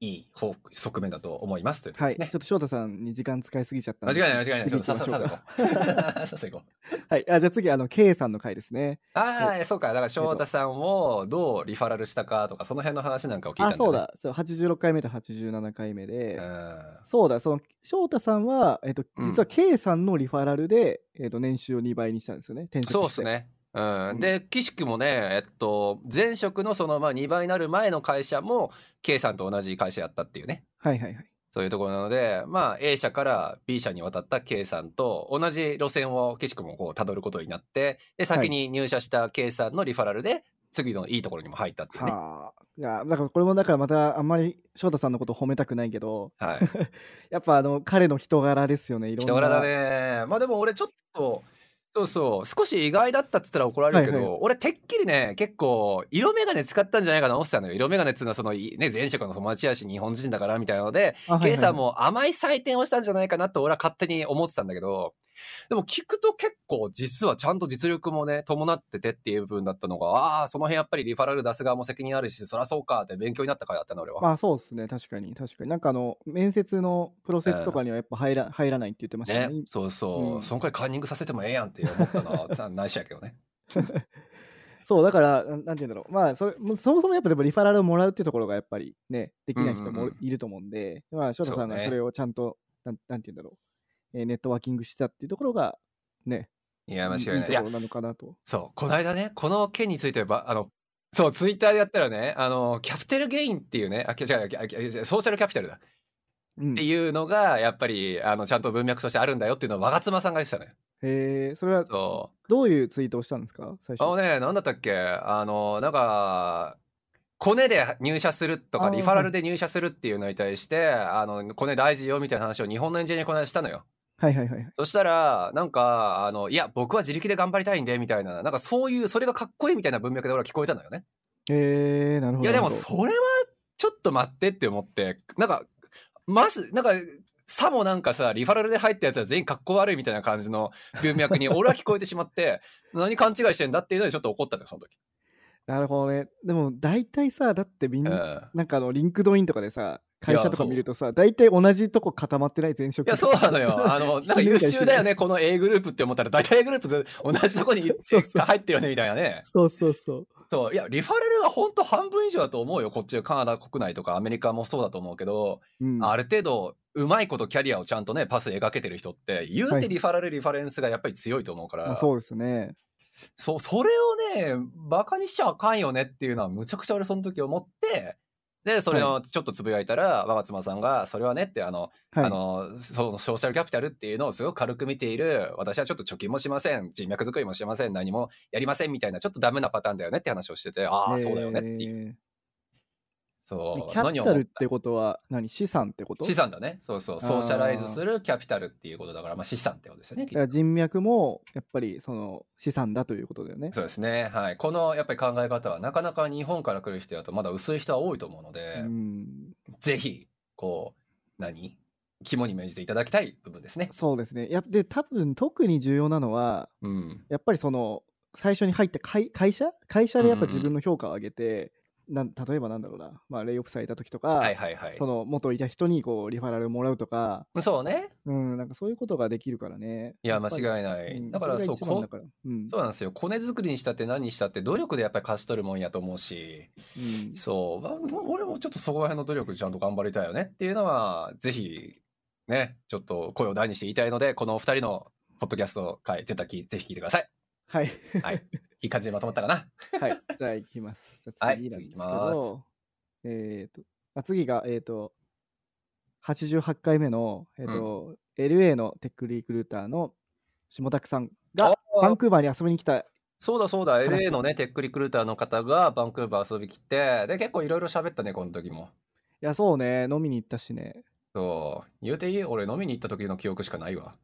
いい方側面だと思いますということ
は
で
い。
す
ちょ
ね
っと翔太さんに時間使いすぎちゃったん
間違い
で
ない間違いない。ちょ
次
っ
行
と
き
さ
ま
さ
しょう
さ
か。
さささ行こう。
はい。あじゃあ次、あの、K さんの回ですね。
ああ、そうか。だから翔太さんをどうリファラルしたかとか、その辺の話なんかを聞いたん
あ、
だ、ね。
そう。だ。そう86回目と87回目で。
うん。
そうだ、その翔太さんは、えっと
うん
実は K さんのリファラルで、えっと年収を2倍にしたんですよね、転職して
そうですね。う、
うんん
で岸君もね、えっと、前職のそのまあ2倍になる前の会社も K さんと同じ会社やったっていうね
はいはいはい。
そういうところなので、まあ、A 社から B 社に渡った K さんと同じ路線を岸君もこう辿ることになってで先に入社した K さんのリファラルで次のいいところにも入ったっていうね。
はあ。いや、だからこれもだからまたあんまり翔太さんのこと褒めたくないけど、
はい
やっぱあの彼の人柄ですよね、いろんな。
人柄だ。ねまあでも俺ちょっとそうそう少し意外だったっつったら怒られるけど、
はいは
俺てっきりね結構色眼鏡使ったんじゃないかな思ってたのよ色眼鏡っつうのはその、いね、前職の友達やし日本人だからみたいなので、
あはいはい
K さんも甘い採点をしたんじゃないかなと俺は勝手に思ってたんだけどでも聞くと結構実はちゃんと実力もね伴っててっていう部分だったのがああーその辺やっぱりリファラル出す側も責任あるしそりゃそうかって勉強になった回だったの俺は。
まあそうですね、確かに確かに。なんかあの、面接のプロセスとかにはやっぱ入ら,、入らないって言ってました
ね
ね。、
そうそう、
うん
そんくらいカンニングさせてもええやんって思ったのは 内緒やけどね。
そう、だから、ななんて言うんだろう。まあそれ、もうそもそもやっぱでもリファラルをもらうっていうところがやっぱりね、できない人
うんうん
も
うん
いると思うんで、まあ、翔太さん
そう
が
ね
それをちゃんと、なんなんて言うんだろう、えーネットワーキングしたっていうところが、ね、
いや、間違い
い
ない。
い
い
とこ
や
ろ、なのかなと。
そう、この間ね、この件についてば、あの、そう、ツイッターでやったらね、あの、キャピタルゲインっていうね、あ、違う違う、違う違うソーシャルキャピタルだっ
うん
ていうのが、やっぱり、あの、ちゃんと文脈としてあるんだよっていうのを、我妻さんが言ってたね。
えーそれは
そ
どういうツイートをしたんですか最
う。あの
初。
ね、なんだったっけ、あの、なんか、コネで入社するとか、
あー
リファラルで入社するっていうのに対して、あの、コネ大事よみたいな話を日本のエンジニアにこの間したのよ。
はいはいはいはい。
そしたら、なんか、あの、いや、僕は自力で頑張りたいんで、みたいな、なんかそういう、それがかっこいいみたいな文脈で俺は聞こえたのよね。
えー、なるほど。
いや、でも
なるほ
それは、ちょっと待ってって思って、なんか、まず、なんか、さもなんかさ、リファラルで入ったやつは全員かっこ悪いみたいな感じの文脈 に俺は聞こえてしまって、何勘違いしてんだっていうのにちょっと怒ったのよ、その時。
どなるほどね。でも、大体さ、だってみん
う
な、
ん。
なんかあの、リンクドインとかでさ、会社と
そ
か
う
見るとさ、大体同じとこ固まってない前職
いや、そうなの よ。あの、なんか優秀だよね、この A グループって思ったら、大体 A グループ同じとこに
そうそう
入ってるよね、みたいなね。
そうそうそう。
そう、いや、リファレルは本当半分以上だと思うよ。こっちのカナダ国内とかアメリカもそうだと思うけど、
うん、
ある程度、うまいことキャリアをちゃんとね、パス描けてる人って、言う
は
て
い
リファラル、リファレンスがやっぱり強いと思うから、
まあ、そうですね。
そうそれをね、バカにしちゃあかんよねっていうのは、むちゃくちゃ俺その時思って、で、それをちょっとつぶやいたら、我が妻さんが、それはねって、あの、
はい、
あの、そのソーシャルキャピタルっていうのをすごく軽く見ている、私はちょっと貯金もしません、人脈作りもしません、何もやりませんみたいな、ちょっとダメなパターンだよねって話をしてて、ああ、そうだよねっていう。
えー
そう。
キャピタルって
何を
ことは何資産ってこと
資産だね。そうそう。
あー
ソーシャライズするキャピタルっていうことだから、まあ資産ってことですよね。き
だ
っと
から人脈もやっぱりその資産だということだよね。
そうですね。はい。このやっぱり考え方は、なかなか日本から来る人だとまだ薄い人は多いと思うので、
うん
ぜひ、こう、何肝に銘じていただきたい部分ですね。
そうですね。やっで多分特に重要なのは
うん。
やっぱりその最初に入った会会社会社でやっぱ
うんうん
自分の評価を上げて、なん例えばなんだろうな、まあ、レイオフされた時とか、
はいはいはい
そ。の元いた人にこうリファラルもらうとか、
そうね。
うん、なんかそういうことができるからね。
いや、間
い
違いない。だから、
そ
そ
れが
う、こ
一番だからうん
そうなんですよ。コネ作りにしたって何にしたって努力でやっぱり勝ち取るもんやと思うし、
うん
そう、まあもう俺もちょっとそこら辺の努力ちゃんと頑張りたいよねっていうのは、ぜひ、ね、ちょっと声を大にして言いたいので、このお二人のポッドキャスト回、絶対聞いぜひ聞いてください。
はい、
いい感じにまとまったかな。
はい、じゃあ行きます。じゃ
は
あ
い
次なんですけ
次行
ど、えっ、と、あ次が、えっ、と、88回目の、えっ、と、LA のテックリクルーターの下拓さんが、
あ
バンクーバーに遊びに来た。
そうだそうだ、
話
LA のね、テックリクルーターの方がバンクーバー遊び来て、で、結構いろいろ喋ったね、この時も。
いや、そうね、飲みに行ったしね。
そう、言うていい俺飲みに行った時の記憶しかない わ。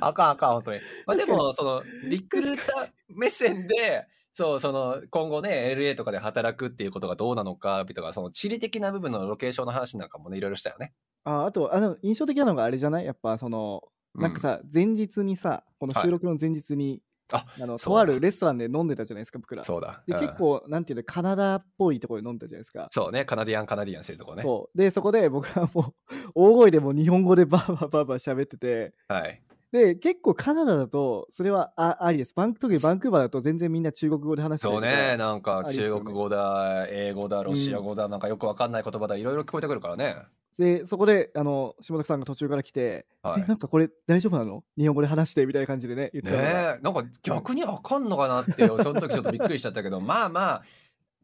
あかんあかん、本当に。まあ、でも、その、リクルーター目線で、そう、その、今後ね、LA とかで働くっていうことがどうなのか、とか、その、地理的な部分のロケーションの話なんかもね、いろいろしたよね。
ああとあの、印象的なのがあれじゃないやっぱ、その、なんかさ、前日にさ、この
はい
収録の前日に、
あ
あの
そう
と
だ
あるレストランで飲んでたじゃないですか、僕
う
ら
ん、。そうだ。
で、
うん
結。構、なんていうの、カナダっぽいところで飲んでたじゃないですか。
そうね、カナディアン、カナディアンしてるとこね。
そうでそこで僕はもう 大声でもう日本語でバーバーバーバー喋ってて
はい。
で結構カナダだとそれはあありですバンク特にバンクーバーだと全然みんな中国語で話してる
そう
とか
ね、なんか
ありです
中
よね
国語だ、英語だ、ロシア語だ、なんかよくわかんない言葉だ、いろいろ聞こえてくるからね。
でそこであの下田さんが途中から来て、
はい
え。なんかこれ大丈夫なの日本語で話してみたいな感じでね言って
ね
たのが
えなんか逆にあかんのかなって その時ちょっとびっくりしちゃったけどまあまあ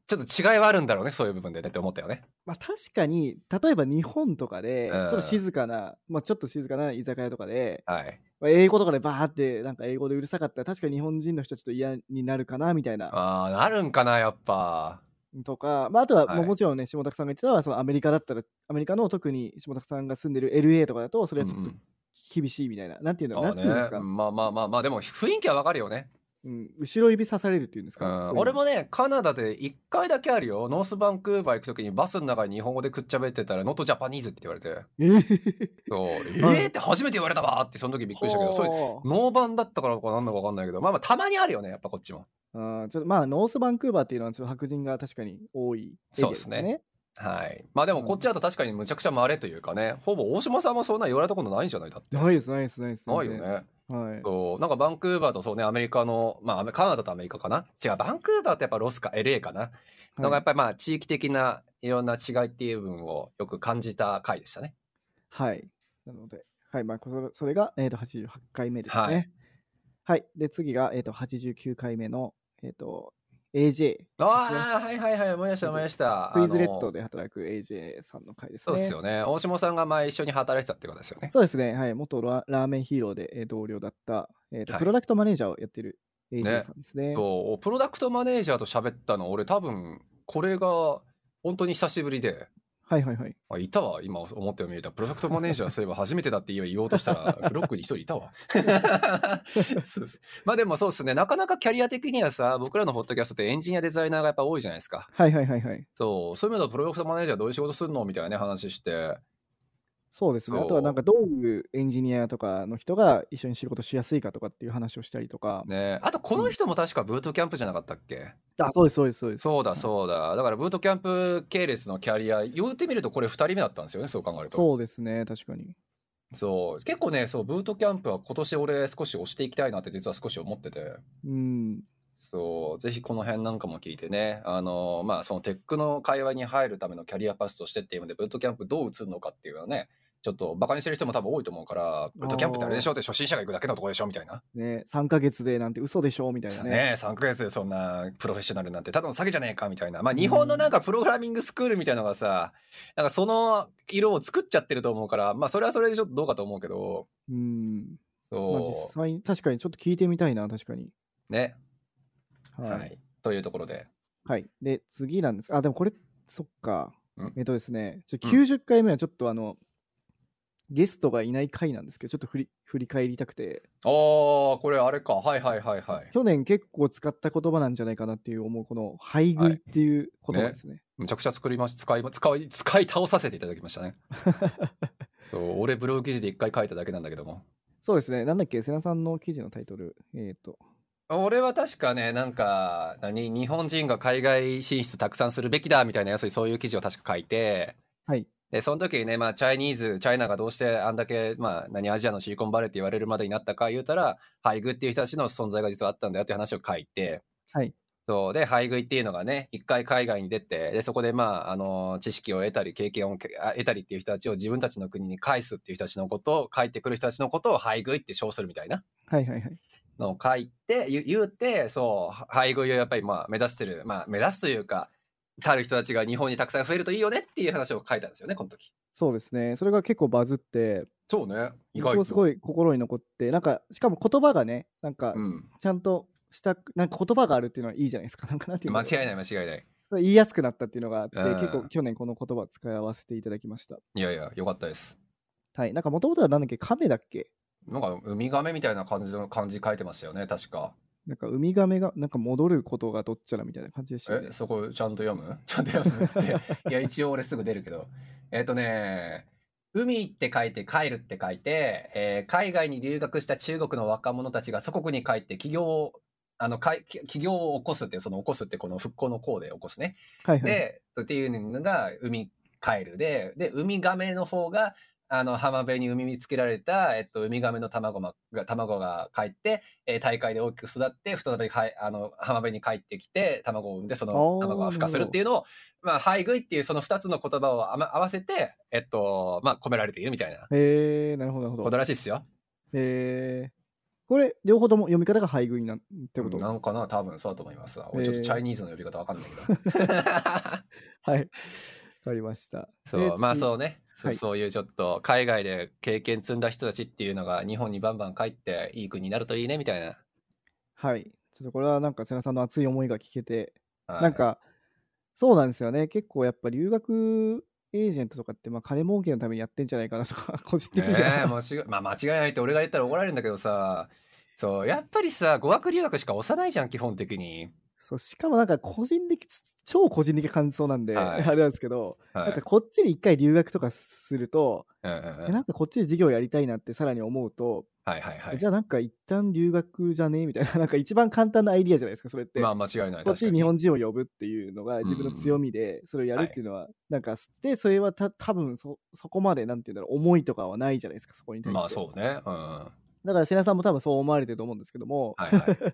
ちょっと違いはあるんだろうねそういう部分でねって思ったよね。
まあ、確かに例えば日本とかでち
う
ょ
ん
っと静かな、まあ、ちょっと静かな居酒屋とかで、
はい、
まあ英語とかでバーってなんか英語でうるさかったら確かに日本人の人はちょっと嫌になるかなみたいな
あーなるんかなやっぱ。
とか、まあ、あとは、
はい
もうもちろんね下田さんが言ってたのはそのアメリカだったらアメリカの特に下田さんが住んでる LA とかだとそれはちょっと
うん
厳しいみたいな、なんていう
うん
のなん
あ
ていうんです
ー
か、
ねまあまあまあまあでも雰囲気はわかるよね。
うん、後ろ指さされるっていうんです
う
か、そ
ん、
ういう
俺もねカナダで1回だけあるよノースバンクーバー行く時にバスの中に日本語でくっちゃべってたら「ノートジャパニーズ」って言われて
えー
「そうえ
はい
ー!」って初めて言われたわーってその時びっくりしたけどそういう
ほう
ノーバンだったからかなんだかわかんないけどまあまあたまにあるよねやっぱこっちも。
あーちょっとまあノースバンクーバーっていうのはちょっと白人が確かに多いエリアです
そうですね
ね。
はい。まあでもこっちだと確かにむちゃくちゃ稀れというかね、ほぼ大島さんもそんな言われたことないんじゃないだって。
ないですないですないです。
ないよ。ね。
はい。
そう。なんかバンクーバーとそうね、アメリカの、まあアメカナダとアメリカかな違う、バンクーバーってやっぱロスか、LA かなのが
は
やっ
い、
ぱりまあ地域的ないろんな違いっていう部分をよく感じた回でしたね。
はいなので、はいまあ、こそれそれが、えー、と88回目ですね。
は
はいい。で、次が、えー、と89回目の、えっ、と、AJ。
ああ、はいはいはい、思い出した思い出した。
クイズレッ
あ
ド
の
で働く AJ さんの回です
そう
ね。
ですよね。大島さんが前一緒に働いてたってことですよね。
そうですね。はい。元ララーメンヒーローでえー同僚だった、えーと
はい
プロダクトマネージャーをやってる
ね
AJ さんですね。
そう、プロダクトマネージャーと喋ったの、俺多分、これが本当に久しぶりで。
はいはいはい。
あいたわ、今思ったように見えた。プロジェクトマネージャー、そういえば初めてだって言おうとしたら、 ブロックに一人いたわ。 そうですまあでもそうですね、なかなかキャリア的にはさ、僕らのホットキャストってエンジニアデザイナーがやっぱ多いじゃないですか。
はいはいはいはい。
そう、そういう意味ではプロジェクトマネージャーどういう仕事するのみたいなね、話して。
そうですね。
そう
あとはなんかどういうエンジニアとかの人が一緒に仕事しやすいかとかっていう話をしたりとか。
ね、あとこの人も確かブートキャンプじゃなかったっけ
あ、そうですそうですそうです。
そうだそうだ。だからブートキャンプ系列のキャリア、言うてみるとこれ2人目だったんですよね、そう考えると。
そうですね。確かに。
そう結構ね、そう、ブートキャンプは今年俺少し押していきたいなって実は少し思ってて。
うん。
そう、ぜひこの辺なんかも聞いてね、あの、まあ、そのテックの会話に入るためのキャリアパスとしてっていうので、ブートキャンプどう映るのかっていうのをね、ちょっとバカにしてる人も多分多いと思うから、ブートキャンプってあれでしょって初心者が行くだけのとこでしょみたいな。
ね、3ヶ月でなんて嘘でしょみたい
さ
な
あね
ね。
3ヶ月でそんなプロフェッショナルなんてただの詐欺じゃねえかみたいな。まあ日本のなんかプログラミングスクールみたいなのがさ、なんかその色を作っちゃってると思うから、まあそれはそれでちょっとどうかと思うけど、
うん。まあ、実
そ
際に、確かにちょっと聞いてみたいな、確かに。
う。ね。
はい。
はい。というところで。
はいで、次なんですあ、でもこれ、そっか
うん。
えっとですね、ちょ
うん
90回目はちょっとあの、ゲストがいない回なんですけど、ちょっと振り振り返りたくて、
ああ、これあれか。はいはいはいはい。
去年結構使った言葉なんじゃないかなっていう思う、この、配食いっていう言葉ですね。
むちゃくちゃ作りまし使いま使い使い倒させていただきました ね。そう俺ブログ記事で一回書いただけなんだけども。
そうですね、なんだっけ、瀬名さんの記事のタイトル、えっ、と、
俺は確かね、なんか、何、日本人が海外進出たくさんするべきだみたいなやつにそういう記事を確か書いて、
はい。
で、その時にね、まあ、チャイニーズ、チャイナがどうしてあんだけ、まあ、何、アジアのシリコンバレーって言われるまでになったか言うたら、ハイグっていう人たちの存在が実はあったんだよって話を書いて、
はい。
そう、で、ハイグイっていうのがね、一回海外に出て、で、そこでまあ、あの、知識を得たり、経験をけあ得たりっていう人たちを自分たちの国に返すっていう人たちのことを、帰ってくる人たちのことをハイグイって称するみたいな。
はいはいはい。
のを書いて、言言うて、そう、は配偶をやっぱりまあ目指してる、まあ目指すというか、たる人たちが日本にたくさん増えるといいよねっていう話を書いたんですよね、この時。
そうですね、それが結構バズって、
そうね、
僕もすごい心に残って、なんか、しかも言葉がね、なんか
う、ん、
ちゃんとした、なんか言葉があるっていうのはいいじゃないですか、 なんかなんていうの
間違いない間違いない。
言いやすくなったっていうのがあって、
うん
結構去年この言葉を使い合わせていただきました。
いやいや、よかったです。
はい。なんかもともとはなんだっけ、亀だっけ
なんか、ウミガメみたいな感じの漢字書いてましたよね、確か。
なんかウミガメが、なんか戻ることがどっちゃらみたいな感じでしたよね
え、。そこちゃんと読むちゃんと読むっつ って。いや、一応俺すぐ出るけど。えっ、とね、海って書いて帰るって書いて、えー海外に留学した中国の若者たちが祖国に帰って起業を、あの、かい起起業を起こすっていう、その起こすってこの復興の項で起こすね。
はいはい。
で、っていうのが海帰るで、で、ウミガメの方が、あの、浜辺に産みつけられた、えっと、ウミガメの卵まが、卵が帰って、えー大海で大きく育って、再びはい、あの、浜辺に帰ってきて、卵を産んで、その
おー
卵が孵化するっていうのを、まあ、配偶っていうその二つの言葉をあま合わせて、えっと、まあ、込められているみたいな
へえー、なるほどなる
こ
ほ
と
ど。
らしいですよ。
えー、これ、両方とも読み方が配偶になってこと、
なんかな、多分そうだと思いますわ。俺ちょっと
えー
チャイニーズの呼び方わかんないけど。
はい。わかりました。
そう、まあそうね。そう
はい
そういうちょっと海外で経験積んだ人たちっていうのが日本にバンバン帰っていい国になるといいねみたいな。
う。はい。ちょっとこれはなんか瀬名さんの熱い思いが聞けて、
はい
なん、か、そうなんですよね。結構やっぱ留学エージェントとかって、まあ金儲けのためにやってんじゃないかなと か、個人的
ね
には。
え、間違い まあ間違いないって俺が言ったら怒られるんだけどさ、そう、やっぱりさ、語学留学しか押さないじゃん、基本的に。
そうしかもなんか個人的超個人的な感想なんで、
はい
あれなんですけど、
はい
なんかこっちに一回留学とかすると、
うんうんうん
えなんかこっちで授業やりたいなってさらに思うと、
はいはいはい
じゃあなんか一旦留学じゃねみたいななんか一番簡単なアイディアじゃないですかそれって、
まあ間違いない。
こっち
確か
に
に
日本人を呼ぶっていうのが自分の強みで、それをやるっていうのは、なんかでそれはた多分そそこまでなんていうんだろう思いとかはないじゃないですかそこに対して、
まあそうね。うん。は
だから瀬名さんも多分そう思われてると思うんですけども、
い は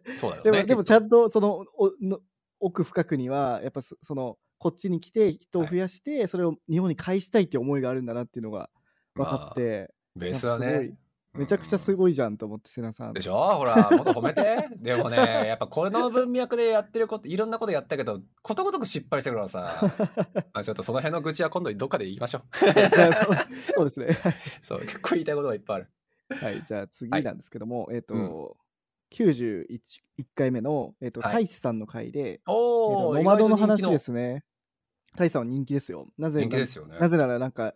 い。そうだよ
で
ね。
も、でもち
ゃ
ゃんとそのおの奥深くにはやっぱそそのこっちに来て人を増やして、それを日本に返したいっていう思いがあるんだなっていうのが分かっ、
まあ
て、
ベース
な
は
んかすごい
ね。
めちゃくちゃす
い。
ごいじゃんと思って瀬名さん
でしょほら、もっと褒めて。でもね、やっぱこの文脈でやってること、いろんなことやったけど、ことごとく失敗してるからさ、 まあちょっとその辺の愚痴は今度どっかで言いましょう。
じゃあそうそうですね
そう、結構言いたいことがいっぱいある。
はいじゃあ次
はい
なんですけども、えっ、と、
うん
91回目の、えっと
はい
大志さんの回で、えっ
お
と
お、
ノマドの
意外と人気
話ですね大志さんは人気ですよなぜ
人気ですよね。
なぜならなんか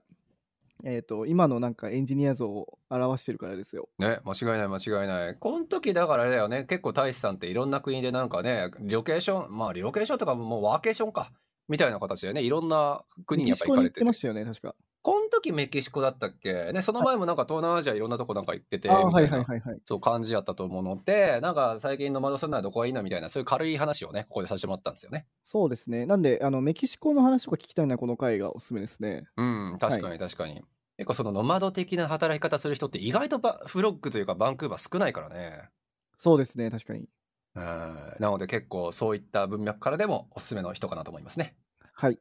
えっ、と今のなんかエンジニア像を表してるからですよ
ね、間違いない間違いない。この時だからあれだよね、結構大使さんっていろんな国でなんかね、ロケーション、まあロケーションとかもうワーケーションか、みたいな形でね、いろんな国に
メキ
やっ
シ
ぱ
コ
行かれ
に行ってて
て
ましたよね確か
この時メキシコだったっけね、その前もなんか東南アジアいろんなとこなんか行ってて、み
あーは
た
い
い
は
ない
はいはい
そう感じやったと思うので、なんか最近ノマドするならどこがいいなみたいな、そういう軽い話をね、ここでさせてもらったんですよね。
そうですね。なんで、あのメキシコの話とか聞きたいな、この回がおすすめですね。
うん、確かに確かに。結構そのノマド的な働き方する人って意外とバフロッグというかバンクーバー少ないからね。
そうですね、確かに。
うん、なので結構そういった文脈からでもおすすめの人かなと思いますね。
はい。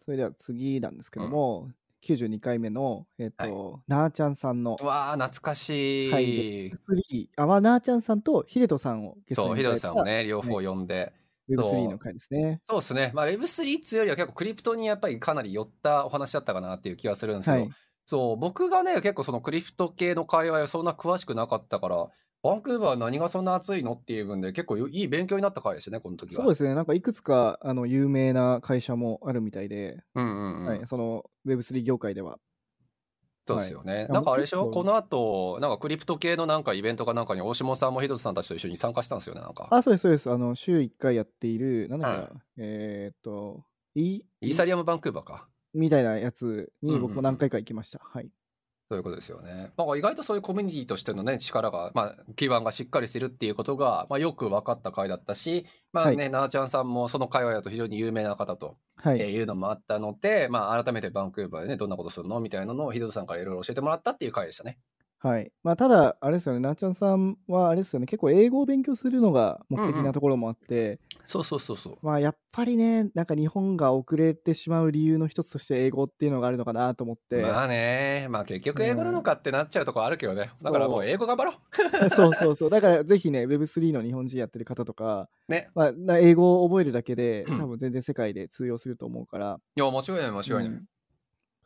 それでは次なんですけども、 92回目の、えっとなあちゃんさんの
うわー懐かしい、
はい3あまあなあちゃんさんとヒデトさんをゲス
そ
ト
う
に
ヒ
迎
ロ
え
シさ
た
んをね両方呼んで、
Web3 の回ですね。
そうですね、まあ、Web3 っつうよりは結構クリプトにやっぱりかなり寄ったお話だったかなっていう気がするんですけ
は
ど、
い、
そう僕がね結構そのクリプト系の界隈はそんな詳しくなかったからバンクーバーは何がそんな熱いのっていう分で結構いい勉強になった回でしたねこの時は。
そうですね、なんかいくつかあの有名な会社もあるみたいで、
うんうんうん
はい、その Web3 業界では。
そうですよね、
い
なんかあれでし
も
ょ
う結構
この後なんかクリプト系のなんかイベントかなんかに大下さんもヒロトさんたちと一緒に参加したんですよねなんか。
あ、そうです、そうです。あの週1回やっている、なんだっけな、えーっと、イ
イーサリアムバンクーバーか
みたいなやつに
うん
僕
うんうん
も何回か行きました。はい。
そういうことですよね。なんか意外とそういうコミュニティとしてのね、力が、まあ、基盤がしっかりしてるっていうことが、まあ、よく分かった回だったし、まあね、なあちゃんさんもその界隈だと非常に有名な方と
はい。
えーいうのもあったので、まあ、改めてバンクーバーでね、どんなことするのみたいなのを、ヒデトさんからいろいろ教えてもらったっていう回でしたね。
はいまあ、ただ、あれですよね、なっちゃんさんはあれですよね、結構英語を勉強するのが目的
うんうん
なところもあって、
そうそうそうそう。
まあ、やっぱりね、なんか日本が遅れてしまう理由の一つとして英語っていうのがあるのかなと思って、
まあね、まあ結局英語なのかってなっちゃうとこあるけどね。だからもう英語頑張ろう。
そうそうそう、だからぜひね、Web3 の日本人やってる方とか、
ね。
まあ、な英語を覚えるだけで、
うん
多分全然世界で通用すると思うから、
いや、間違いない、間違いない。
うん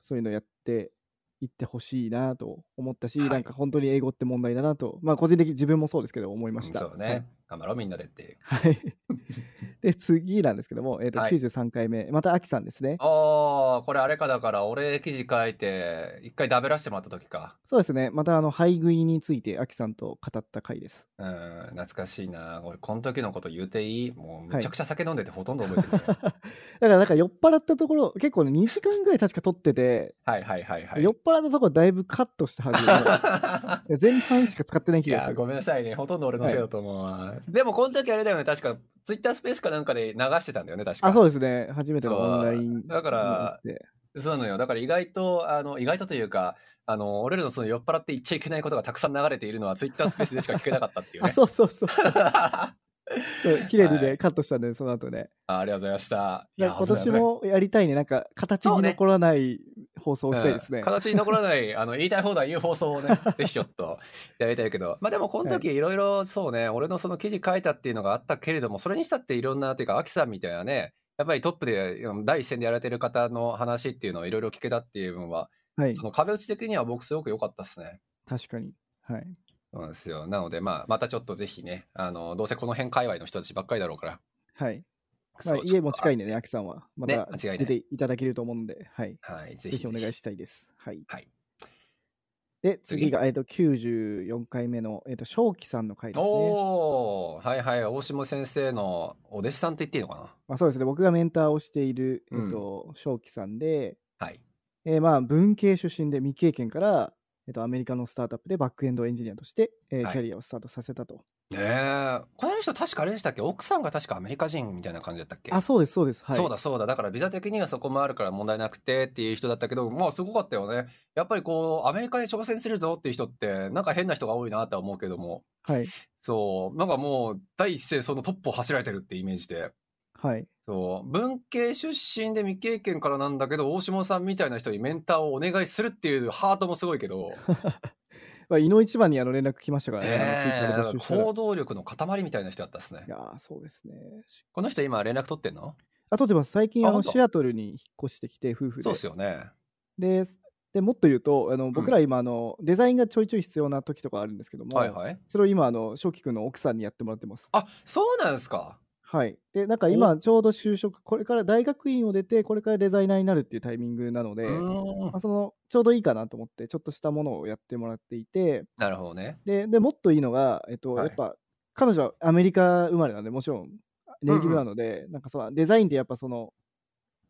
そういうのやっていってほしいなと思ったし、
はい
なんか本当に英語って問題だなと、まあ、個人的に自分もそうですけど、思いました。
そうね、
はい
頑張ろう、みんなでっていう。
はい。 で、次なんですけども、えっ、と、
はい
93回目、またアキさんですね。
ああ、これあれかだから、俺記事書いて、一回ダベらしてもらった時か。
そうですね。また、あの、配食いについて、アキさんと語った回です。
うん、懐かしいな。俺、この時のこと言うていいもう
は
め
い
ちゃくちゃ酒飲んでてほとんど覚えてない。
だ から、なんか酔っ払ったところ、結構ね、2時間ぐらい確か撮ってて、
はい、はいはいはい
酔っ払ったところだいぶカットしたはず。
はい。
前半しか使ってない
い
気がす
や、
る。
ごめんなさいね。ほとんど俺のせいだと思うわ。でも、この時あれだよね。確か、ツイッタースペースかなんかで流してたんだよね。確か。
あ、そうですね。初めてのオンライン。
だから
で、
そうなのよ。だから意外と、あの、意外とというか、あの、俺らのその酔っ払って言っちゃいけないことがたくさん流れているのは、ツイッタースペースでしか聞けなかったっていう
あ、
ね。
そうそ うそう。
あ
そう綺麗に
は
ね、カットしたんで、その後ね。
ありがとうございました。い
だ
や
から今年。もやりたいね。なんか、形に残らない放送をしたいです
う
ね
ん。形に残らない、 あの、言いたい放題言う放送を ね、ぜひちょっとやりたいけど。まあでも、この時いろいろ、そうね、俺のその記事書いたっていうのがあったけれども、それにしたっていろんな、というか、アキさんみたいなね、やっぱりトップで、うん第一線でやられてる方の話っていうのをいろいろ聞けたっていう分は、
はい
そ。の壁打ち的には僕すごく良かったですね。
確かに。はい。
そうなんですよ。なので、まあ、またちょっとぜひね、あの、どうせこの辺界隈の人たちばっかりだろうから。
はい。ま
そ
あ
う、
家も近い
ち
んでね、アキさんは。ま
ね
た
間違いない
出ていただけると思うんで、はい。
ょっと。はい、ぜ
ぜ
ひ
ひお願いしたいです。はい。
はい。
で、
次
次が、えっと、94回目の、えっと、正気さんの回ですね。
おーはいはい、大下先生のお弟子さんって言っていいのか
まあ、そうですね、僕がメンターをしている、
うん
えっと、正気さんで、
なはい。
えーまあ、文系出身で未経験から、えっと、アメリカのスタートアップでバックエンドエンジニアとして、えー
はい
キャリアをスタートさせたと。
ねえ、この人確かあれでしたっけ奥さんが確かアメリカ人みたいな感じだったっけ
あ、そうです、そうです。はい。
そうだそうだ。だからビザ的にはそこもあるから問題なくてっていう人だったけど、まあすごかったよね。やっぱりこう、アメリカで挑戦するぞっていう人って、なんか変な人が多いなとは思うけども、
はい。
そう、なんかもう第一声そのトップを走られてるってイメージで。
はい。
そう文系出身で未経験からなんだけど大下さんみたいな人にメンターをお願いするっていうハートもすごいけ ど、
まあ、井の一番にあの連絡来ましたからね、あのツイッタ
え
ー
え
で募集したら。
行動力の塊みたいな人だったですね
いやーそうですね。し
この人今連絡取ってんの
あとでも最近
あ
あの
本当
シアトルに引っ越してきて夫婦で
そうですよね
ででもっと言うとあの僕ら今あの、デザインがちょいちょい必要な時とかあるんですけども、
はいはい
それを今あの正輝くんの奥さんにやってもらってます。
あそうなんですか
はい、でなんか今ちょうど就職これから大学院を出てこれからデザイナーになるっていうタイミングなので、
う
ま
ーん
あ、そのちょうどいいかなと思ってちょっとしたものをやってもらっていて
なるほどね
ででもっといいのが、えっと
はい
やっぱ彼女はアメリカ生まれなんでもちろんネイティブなので、なんかそのデザインってやっぱその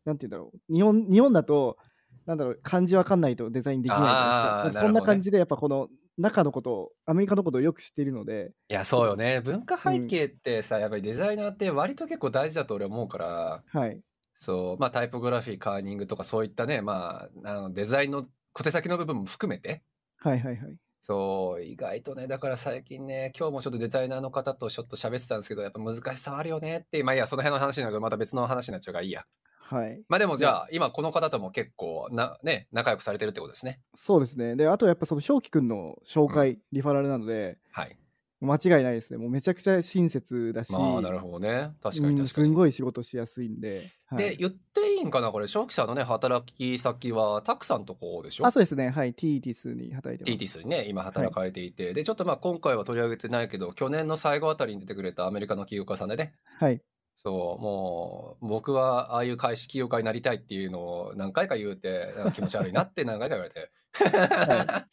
なんて言うんだろう日本日本だとなんだろう漢字わかんないとデザインできないじゃないですか
あー
なんかそ
な
ん
るほど
な
ね
感じでやっぱこの中のことをアメリカのことをよく知っているので
いやそうよね文化背景ってさ、やっぱりデザイナーって割と結構大事だと俺思うから
はい
そうまあタイポグラフィーカーニングとかそういったねまああのデザインの小手先の部分も含めて
はいはいはい
そう、意外とね、だから最近ね、今日もちょっとデザイナーの方とちょっと喋ってたんですけど、やっぱ難しさはあるよねって、まあいいや、その辺の話になるとまた別の話になっちゃうからいいや。
はい。
まあでもじゃあ、今この方とも結構な、ね、仲良くされてるってことですね。
そうですね。で、あとやっぱその正輝くんの紹介、リファラルなので、
はい。
間違いないですね。もうめちゃくちゃ親切だし、
まあ、なるほどね。確かに
うん
確か
すん
に。
ごい仕事しやすいんで。はい
で、言っていいんかなこれ、正規者のね、働き先は、たくさんとこでしょ
あ、そうですね。はい。ティーティスに働いてます。
TT スにね、今働かれていて、で、ちょっとまあ今回は取り上げてないけど、去年の最後あたりに出てくれたアメリカの起業家さんでね、
はい。
そう、もう、僕はああいう会社起業家になりたいっていうのを何回か言うて、なんか気持ち悪いなって何回か言われて。
は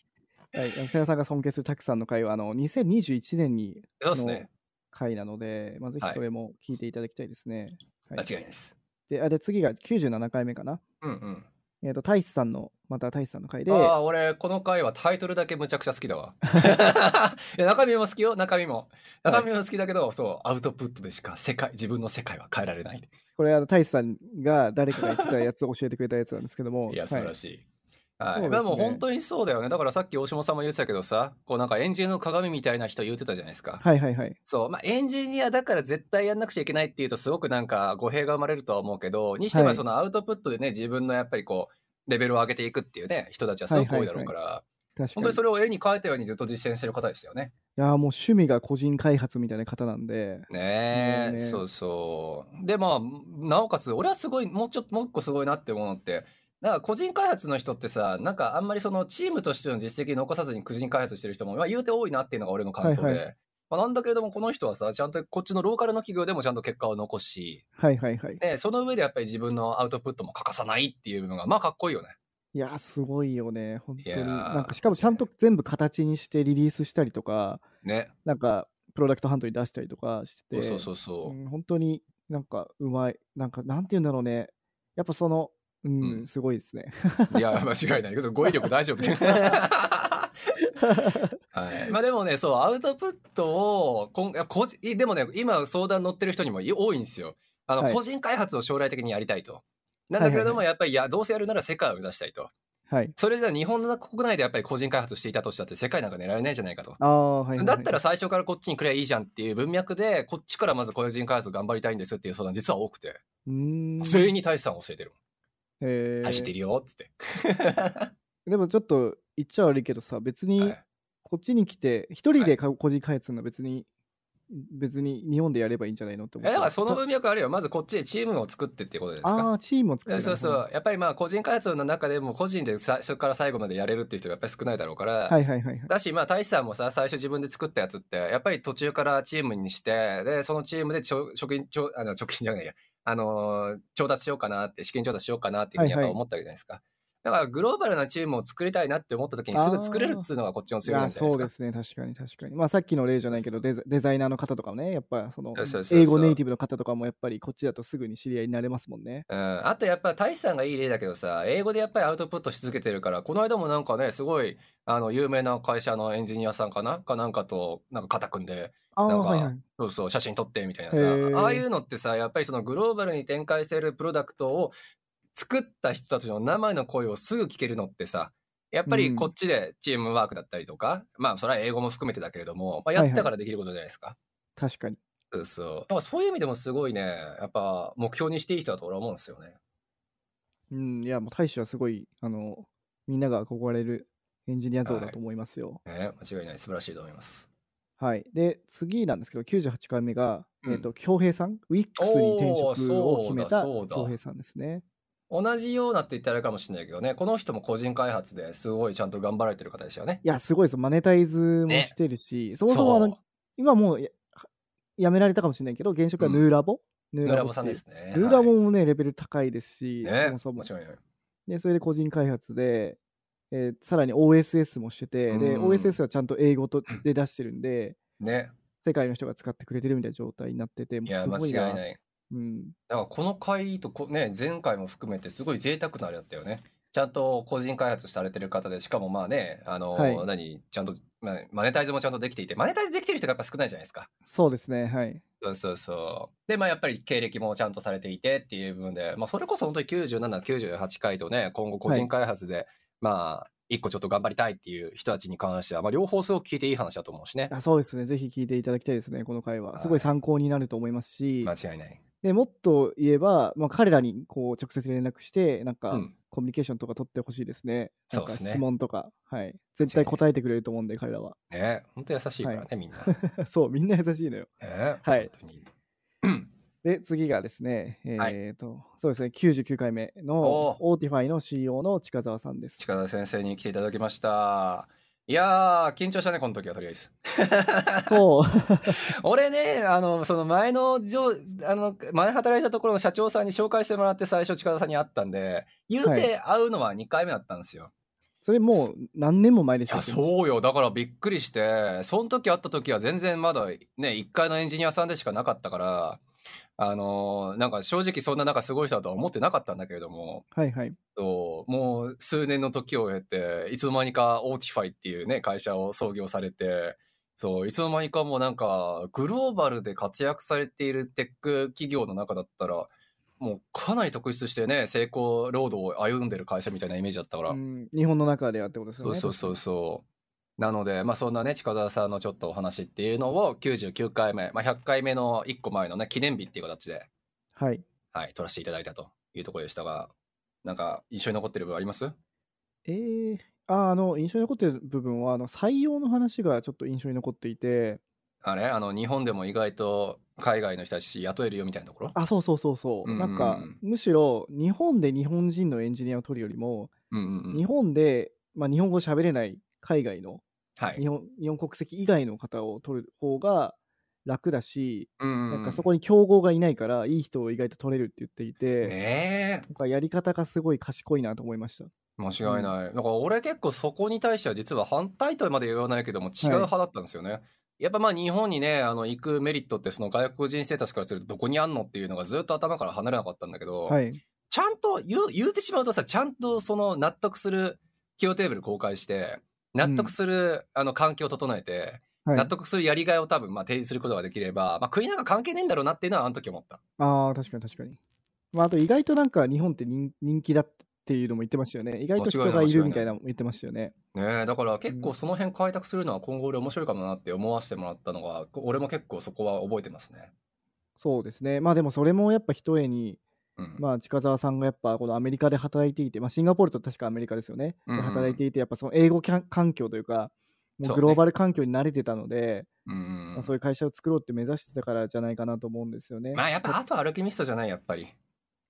い。瀬谷さんが尊敬するたくさんの会は、あの、2021年に
そう ですね。
会なので、まあ、ぜひ
はい
それも聞いていただきたいですね。はい
間違いないです。
であで次が97回目かな。
うんうん。
えっ、と、大志さんの、また大志さんの回で、
ああ、俺、この回はタイトルだけむちゃくちゃ好きだわ。いや中身も好きよ、中身も。中身も好きだけど、そう、アウトプットでしか世界、自分の世界は変えられない。
これ、あの大志さんが誰かが言ってたやつを教えてくれたやつなんですけども、
いや、素晴ら
い。
しい。はい、
そう
で
ですね
も本当にそうだよね。だからさっき大島さんも言ってたけどさ、こうなんかエンジニアの鏡みたいな人言ってたじゃないですか。
はいはいはい。
そう、まあエンジニアだから絶対やんなくちゃいけないっていうとすごくなんか語弊が生まれるとは思うけど、にして
は
も
い
そのアウトプットでね、自分のやっぱりこう、レベルを上げていくっていうね、人たちはすごく多いだろうから、
確か
本
に。
当に
い
それを絵に描いたようにずっと実践してる方でしたよね。
やー、もう趣味が個人開発みたいな方なんで、
ねえ、
ねえ
そうそう。で、まあ、なおかつ、俺はすごい、もうちょっと、もう一個すごいなって思うのって、なんか個人開発の人ってさ、なんかあんまりそのチームとしての実績残さずに個人開発してる人も、まあ言うて多いなっていうのが俺の感想で。
はいは
まあ、なんだけれども、この人はさ、ちゃんとこっちのローカルの企業でもちゃんと結果を残し、
はいはいはい。
で、その上でやっぱり自分のアウトプットも欠かさないっていうのが、まあかっこいいよね。
いやー、すごいよね、本当
い
に。
やー
なんかしかもちゃんと全部形にしてリリースしたりとか、
ね。
なんか、プロダクトハントに出したりとかしてて、
そうそうそう。
うん本当になんかうまいなんかなんて言うんだろうねやっぱそのうん、
うん
すごいですね
いや、間違いないけど、語彙力大丈夫はい、まあでもね、そう、アウトプットを、こんいや個人いでもね、今相談乗ってる人にもい多いんですよ。あの、
はい
個人開発を将来的にやりたいと。なんだけれども、
は
やっぱり、いや、どうせやるなら世界を目指したいと。
はい
それじゃあ日本の国内でやっぱり個人開発していたとしたって世界なんか狙えないじゃないかと。
ああはいはい、は
だ
い、
ったら最初からこっちにくればいいじゃんっていう文脈で、こっちからまず個人開発頑張りたいんですっていう相談実は多くて、
うーん
全員に大志さんを教えてる。
えー
大志っているよ、っつって。
でもちょっと言っちゃ悪いけどさ別に
はい
こっちに来て一人
は
でか個人開発するのは別に、別に日本でやればいいんじゃないのって思
え
っ
だ
て
からその文脈あるよ。まずこっちでチームを作ってっていうことじゃないです
あ
か。
あチームを作っ
え
て
そうそ
なる
う。やっぱりまあ個人開発の中でも個人で最初から最後までやれるっていう人がやっぱり少ないだろうから。
ほどはいはいはいはい
だし、まあ、大志さんもさ、最初自分で作ったやつって、やっぱり途中からチームにして、で、そのチームでちょ貯金、ちょあの貯金じゃないや、あのー調達しようかなって、資金調達しようかなっていうふうにやっ
はい
ぱ
はい
思ったわけじゃないですか。だから、グローバルなチームを作りたいなって思った時にすぐ作れるっつうのがこっちの
い
強みな
や
んじゃない
そう
で
で
か。
すすね確かに確かにまあさっきの例じゃないけどデザデザイナーの方とかもねやっぱその
そうそうそう
英語ネイティブの方とかもやっぱりこっちだとすぐに知り合いになれますもんね
うん、あとやっぱ大志さんがいい例だけどさ英語でやっぱりアウトプットし続けてるからこの間もなんかねすごいあの有名な会社のエンジニアさんかなかなんかとなんか肩組んで
あ
な
あ
んか
はいはい
そうそう写真撮ってみたいなさ
へー
ああいうのってさやっぱりそのグローバルに展開してるプロダクトを作った人たちの生の声をすぐ聞けるのってさやっぱりこっちでチームワークだったりとか、まあそれは英語も含めてだけれども、まあ、やったからできることじゃないですか。
確かに
そうそうだからそういう意味でもすごいねやっぱ目標にしていい人だと俺は思うんですよね。
うん、いや、もう大使はすごい、あの、みんなが憧れるエンジニア像だと思いますよ。
ね、間違いない、素晴らしいと思います。
はい。で、次なんですけど、98回目が、
うん
えっ、と、恭平さん、ウィックスに転
おー
職を決めた
そうだそうだ
恭平さんですね。
同じようなって言ったらあれかもしれないけどね、この人も個人開発ですごいちゃんと頑張られてる方でしたよね。
いや、すごいです。マネタイズも
ね
してるし、そもそもあの、今もうややめられたかもしれないけど、現職はヌーラボ、
そう、
ヌ
ヌーラボさん
って
で
いう
すね。
ヌーラボ
は
もね、レベル高いですし、
いね、
そもそも。
間違いない。
で、それで個人開発で、えーさらに OSS もしてて、で、
うん
OSS はちゃんと英語とで出してるんで、
ね、
世界の人が使ってくれてるみたいな状態になってて、もう
いや、
す
間
ご
違
い
い
な。
ない。
うん、
だからこの回とこ、ね、前回も含めてすごい贅沢なあれだったよね。ちゃんと個人開発されてる方で、しかもまあね、あの、
はい
何、ちゃんと、まあマネタイズもちゃんとできていて、マネタイズできてる人がやっぱ少ないじゃないですか。
そうですね、はい。
そうそうそう。で、まあやっぱり経歴もちゃんとされていてっていう部分で、まあそれこそ本当に97、98回とね、今後個人開発で、まあ、一個ちょっと頑張りたいっていう人たちに関しては、まあ両方すごく聞いていい話だと思うしね。
あそうですね、ぜひ聞いていただきたいですね、この回は。すご
はい
い参考になると思いますし、
間違いない。
でもっと言えば、まあ、彼らにこう直接連絡して、なん
う
か
ん
コミュニケーションとか取ってほしいですね。
そうですね
なんか質問とか、はい。絶対答えてくれると思うんで、彼らは。
ね本当優しいからね、みんな。
そう、みんな優しいのよ。
ね
はい
本当に
で、次がですね、
はい
えっ、と、そうですね、99回目のオーティファイの CEO の近澤さんです。
近田先生に来ていただきました。いやー、緊張したね、この時はとりあえず。
そう、
俺ね、あの、その前の上、あの、前働いたところの社長さんに紹介してもらって最初近田さんに会ったんで、言う
は
て会うのは2回目だったんですよ。
それもう何年も前でし
い
た
や、
っけ
そうよ。だからびっくりして、その時会った時は全然まだね、1階のエンジニアさんでしかなかったから、あの、なんか正直そんななんかすごい人だとは思ってなかったんだけれども、
はいはい。
そうもう数年の時を経ていつの間にかオーティファイっていうね会社を創業されてそういつの間にかもうなんかグローバルで活躍されているテック企業の中だったらもうかなり特出してね成功労働を歩んでる会社みたいなイメージだったから、
うん日本の中ではってことです
そ
よ
う
ね。
そうそうそうなのでまあそんなね近澤さんのちょっとお話っていうのを99回目、まあ、100回目の1個前のね記念日っていう形で、
はい。
はい、撮らせていただいたというところでしたがなんか印象に残ってる部分あります
えー、ああの印象に残ってる部分はあの採用の話がちょっと印象に残っていて
あれあの日本でも意外と海外の人たち雇えるよみたいなところ
あそうそうそうそう、
うんうんう
なんんかむしろ日本で日本人のエンジニアを取るよりも、
うんうんうん
日本で、まあ、日本語喋れない海外の
はい
日本日本国籍以外の方を取る方が楽だし、
な
なんかそこに競合がいないからいい人を意外と取れるって言っていて、
ねえ
なんかやり方がすごい賢いなと思いました。
間違いない、だから俺結構そこに対しては実は反対とまで言わないけども違う派だったんですよね、やっぱまあ日本にねあの行くメリットってその外国人ステータスからするとどこにあんのっていうのがずっと頭から離れなかったんだけど、
はい、
ちゃんと言う言うてしまうとさちゃんとその納得する企業テーブル公開して納得する、あの環境を整えて
はい、
納得するやりがいを多分まあ提示することができれば、まあ、国なんか関係ねえんだろうなっていうのはあの時思った。
ああ、確かに確かに。まあ、あと意外となんか日本って人人気だっていうのも言ってましたよね。意外と人
間違いな
が
い
いるみたいなのも言ってましたよね。
ねえだから結構その辺開拓するのは今後俺面白いかもなって思わせてもらったのがこ俺も結構そこは覚えてますね。
そうですね。まあでもそれもやっぱ一重に、
うん
まあ近澤さんがやっぱこのアメリカで働いていて、まあシンガポールと確かアメリカですよね。
うんうん
で働いていて、やっぱその英語きゃん環境というか、も
そうね
うグローバル環境に慣れてたので、
うん
まあそういう会社を作ろうって目指してたからじゃないかなと思うんですよね。
まあやっぱあとアルケミストじゃないやっぱり。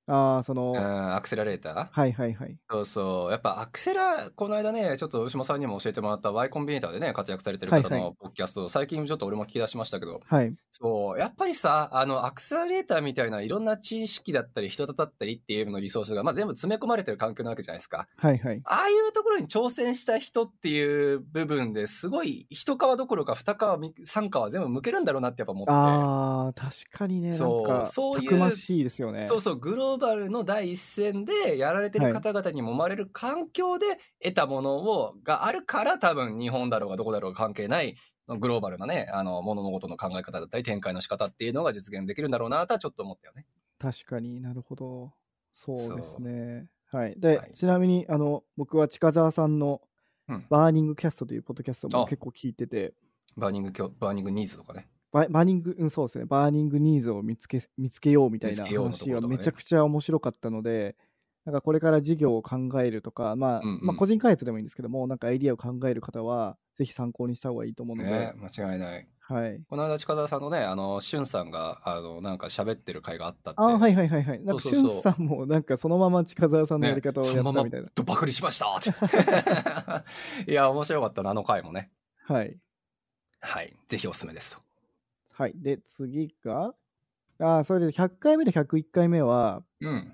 ああ、そうの、
んアクセラレーター
はいはいはい。
そうそうやっぱアクセラこの間ねちょっと牛島さんにも教えてもらった Y コンビネーターでね活躍されてる方
はいは
のポッドキャスト、最近ちょっと俺も聞き出しましたけど
はい。
そう、やっぱりさ、あの、アクセラレーターみたいないろんな知識だったり、人だったりっていうののリソースが、まあ、全部詰め込まれてる環境なわけじゃないですか。
はいはい。
ああいうところに挑戦した人っていう部分ですごい、一皮どころか二皮、三皮全部向けるんだろうなってやっぱ思って。
ああ、確かにね、な
そう
んか、
そういう
たくましいですよね。
そうそう、グローバルの第一線でやられてる方々に揉まれる環境で得たものを、があるから多分日本だろうがどこだろうが関係ない、グローバルなね、あの、物事の考え方だったり展開の仕方っていうのが実現できるんだろうなとはちょっと思ったよね。
確かになるほど。そうです
そう
ね。はい。で、
はい
ちなみに、あの、僕は近澤さんの
うん、
バーニングキャストというポッドキャスト
あ
も結構聞いてて、
バーニングきょバーニングニーズとかね。
ババーニング、うん、そうですね。バーニングニーズを見つけ見つけようみたいな
見つけようのとこ
話
ろと
が
かね
めちゃくちゃ面白かったので、なんかこれから事業を考えるとか、まあ、
うんうん
まあ個人開発でもいいんですけども、なんかアイディアを考える方は、ぜひ参考にした方がいいと思うので、
ね、間違いない。
はい。
この間、近田さんのね、あの、しゅんさんが、あの、なんか喋ってる回があったって。
あーはいはいはいはい。なんか、
そ
し
うそ
ゅ
うそうん
さんも、なんかそのまま近澤さん
ね
のやり方をや っ
そ
た
の
み
まま
たいな。
ドパクリしましたって。 いや、面白かったな、あの回もね。
はい。
はい。ぜひおすすめです。
はい。で、次が、あーそれで100回目と101回目は、
うん。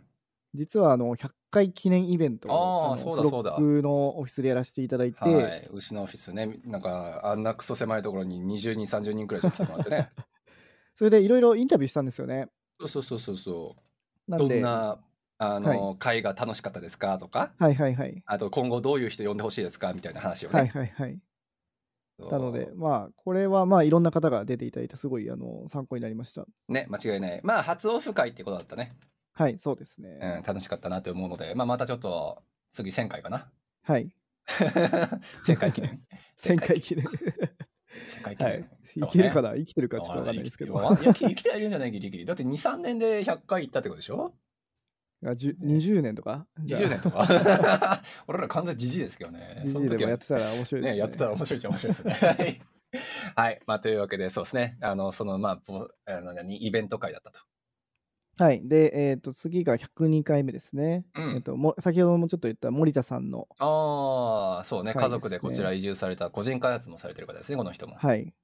実はあの100回記念イベント
あー
の
そうだ
フロ
そうだ
ックのオフィスでやらせていただいて、
はい。牛のオフィスね、なんか、あんなクソ狭いところに20人、30人くらい来てもらってね。
それでいろいろインタビューしたんですよね。
そうそうそうそうそ
な
う。ど
んで
んな、あの、回が楽しかったですかとか、
はいはいはい。
あと、今後どういう人呼んでほしいですかみたいな話をね。
はいはいはい。
そう
なので、まあ、これはまあ、いろんな方が出ていただいて、すごいあの参考になりました。
ね、間違いない。まあ、初オフ会ってことだったね。
はい、そうで
う
す
ん、
ね。
楽しかったなと思うので、まあ、またちょっと次1000回かな。
はい。
1000回記念。
1000回記念。
1000回記
は
念。
い。いけるかな生きてるかちょっとわかんないですけど。
わかんない生きていや生きてはいるんじゃないギリギリ。だって2、3年で100回行ったってことでしょ
あじゅ20年とかじゃあ
20年とか。 俺ら完全じじいですけどね。
じ
そ
じ
の
いで
時
も
は
やってたら面白いです
ね、
ね。
やってたら面白いっちゃ面白いです ね。はいはい。まあ、というわけで、そうですね。あの、その、まあ、ぼあの何イベント会だったと。
はい。で、えっ、と、次が102回目ですね。
うん
えっとも、先ほどもちょっと言った森田さんの、
ああ、そうね。
会ですね
家族でこちら移住された、個人開発もされてる方ですね、この人も。
はい。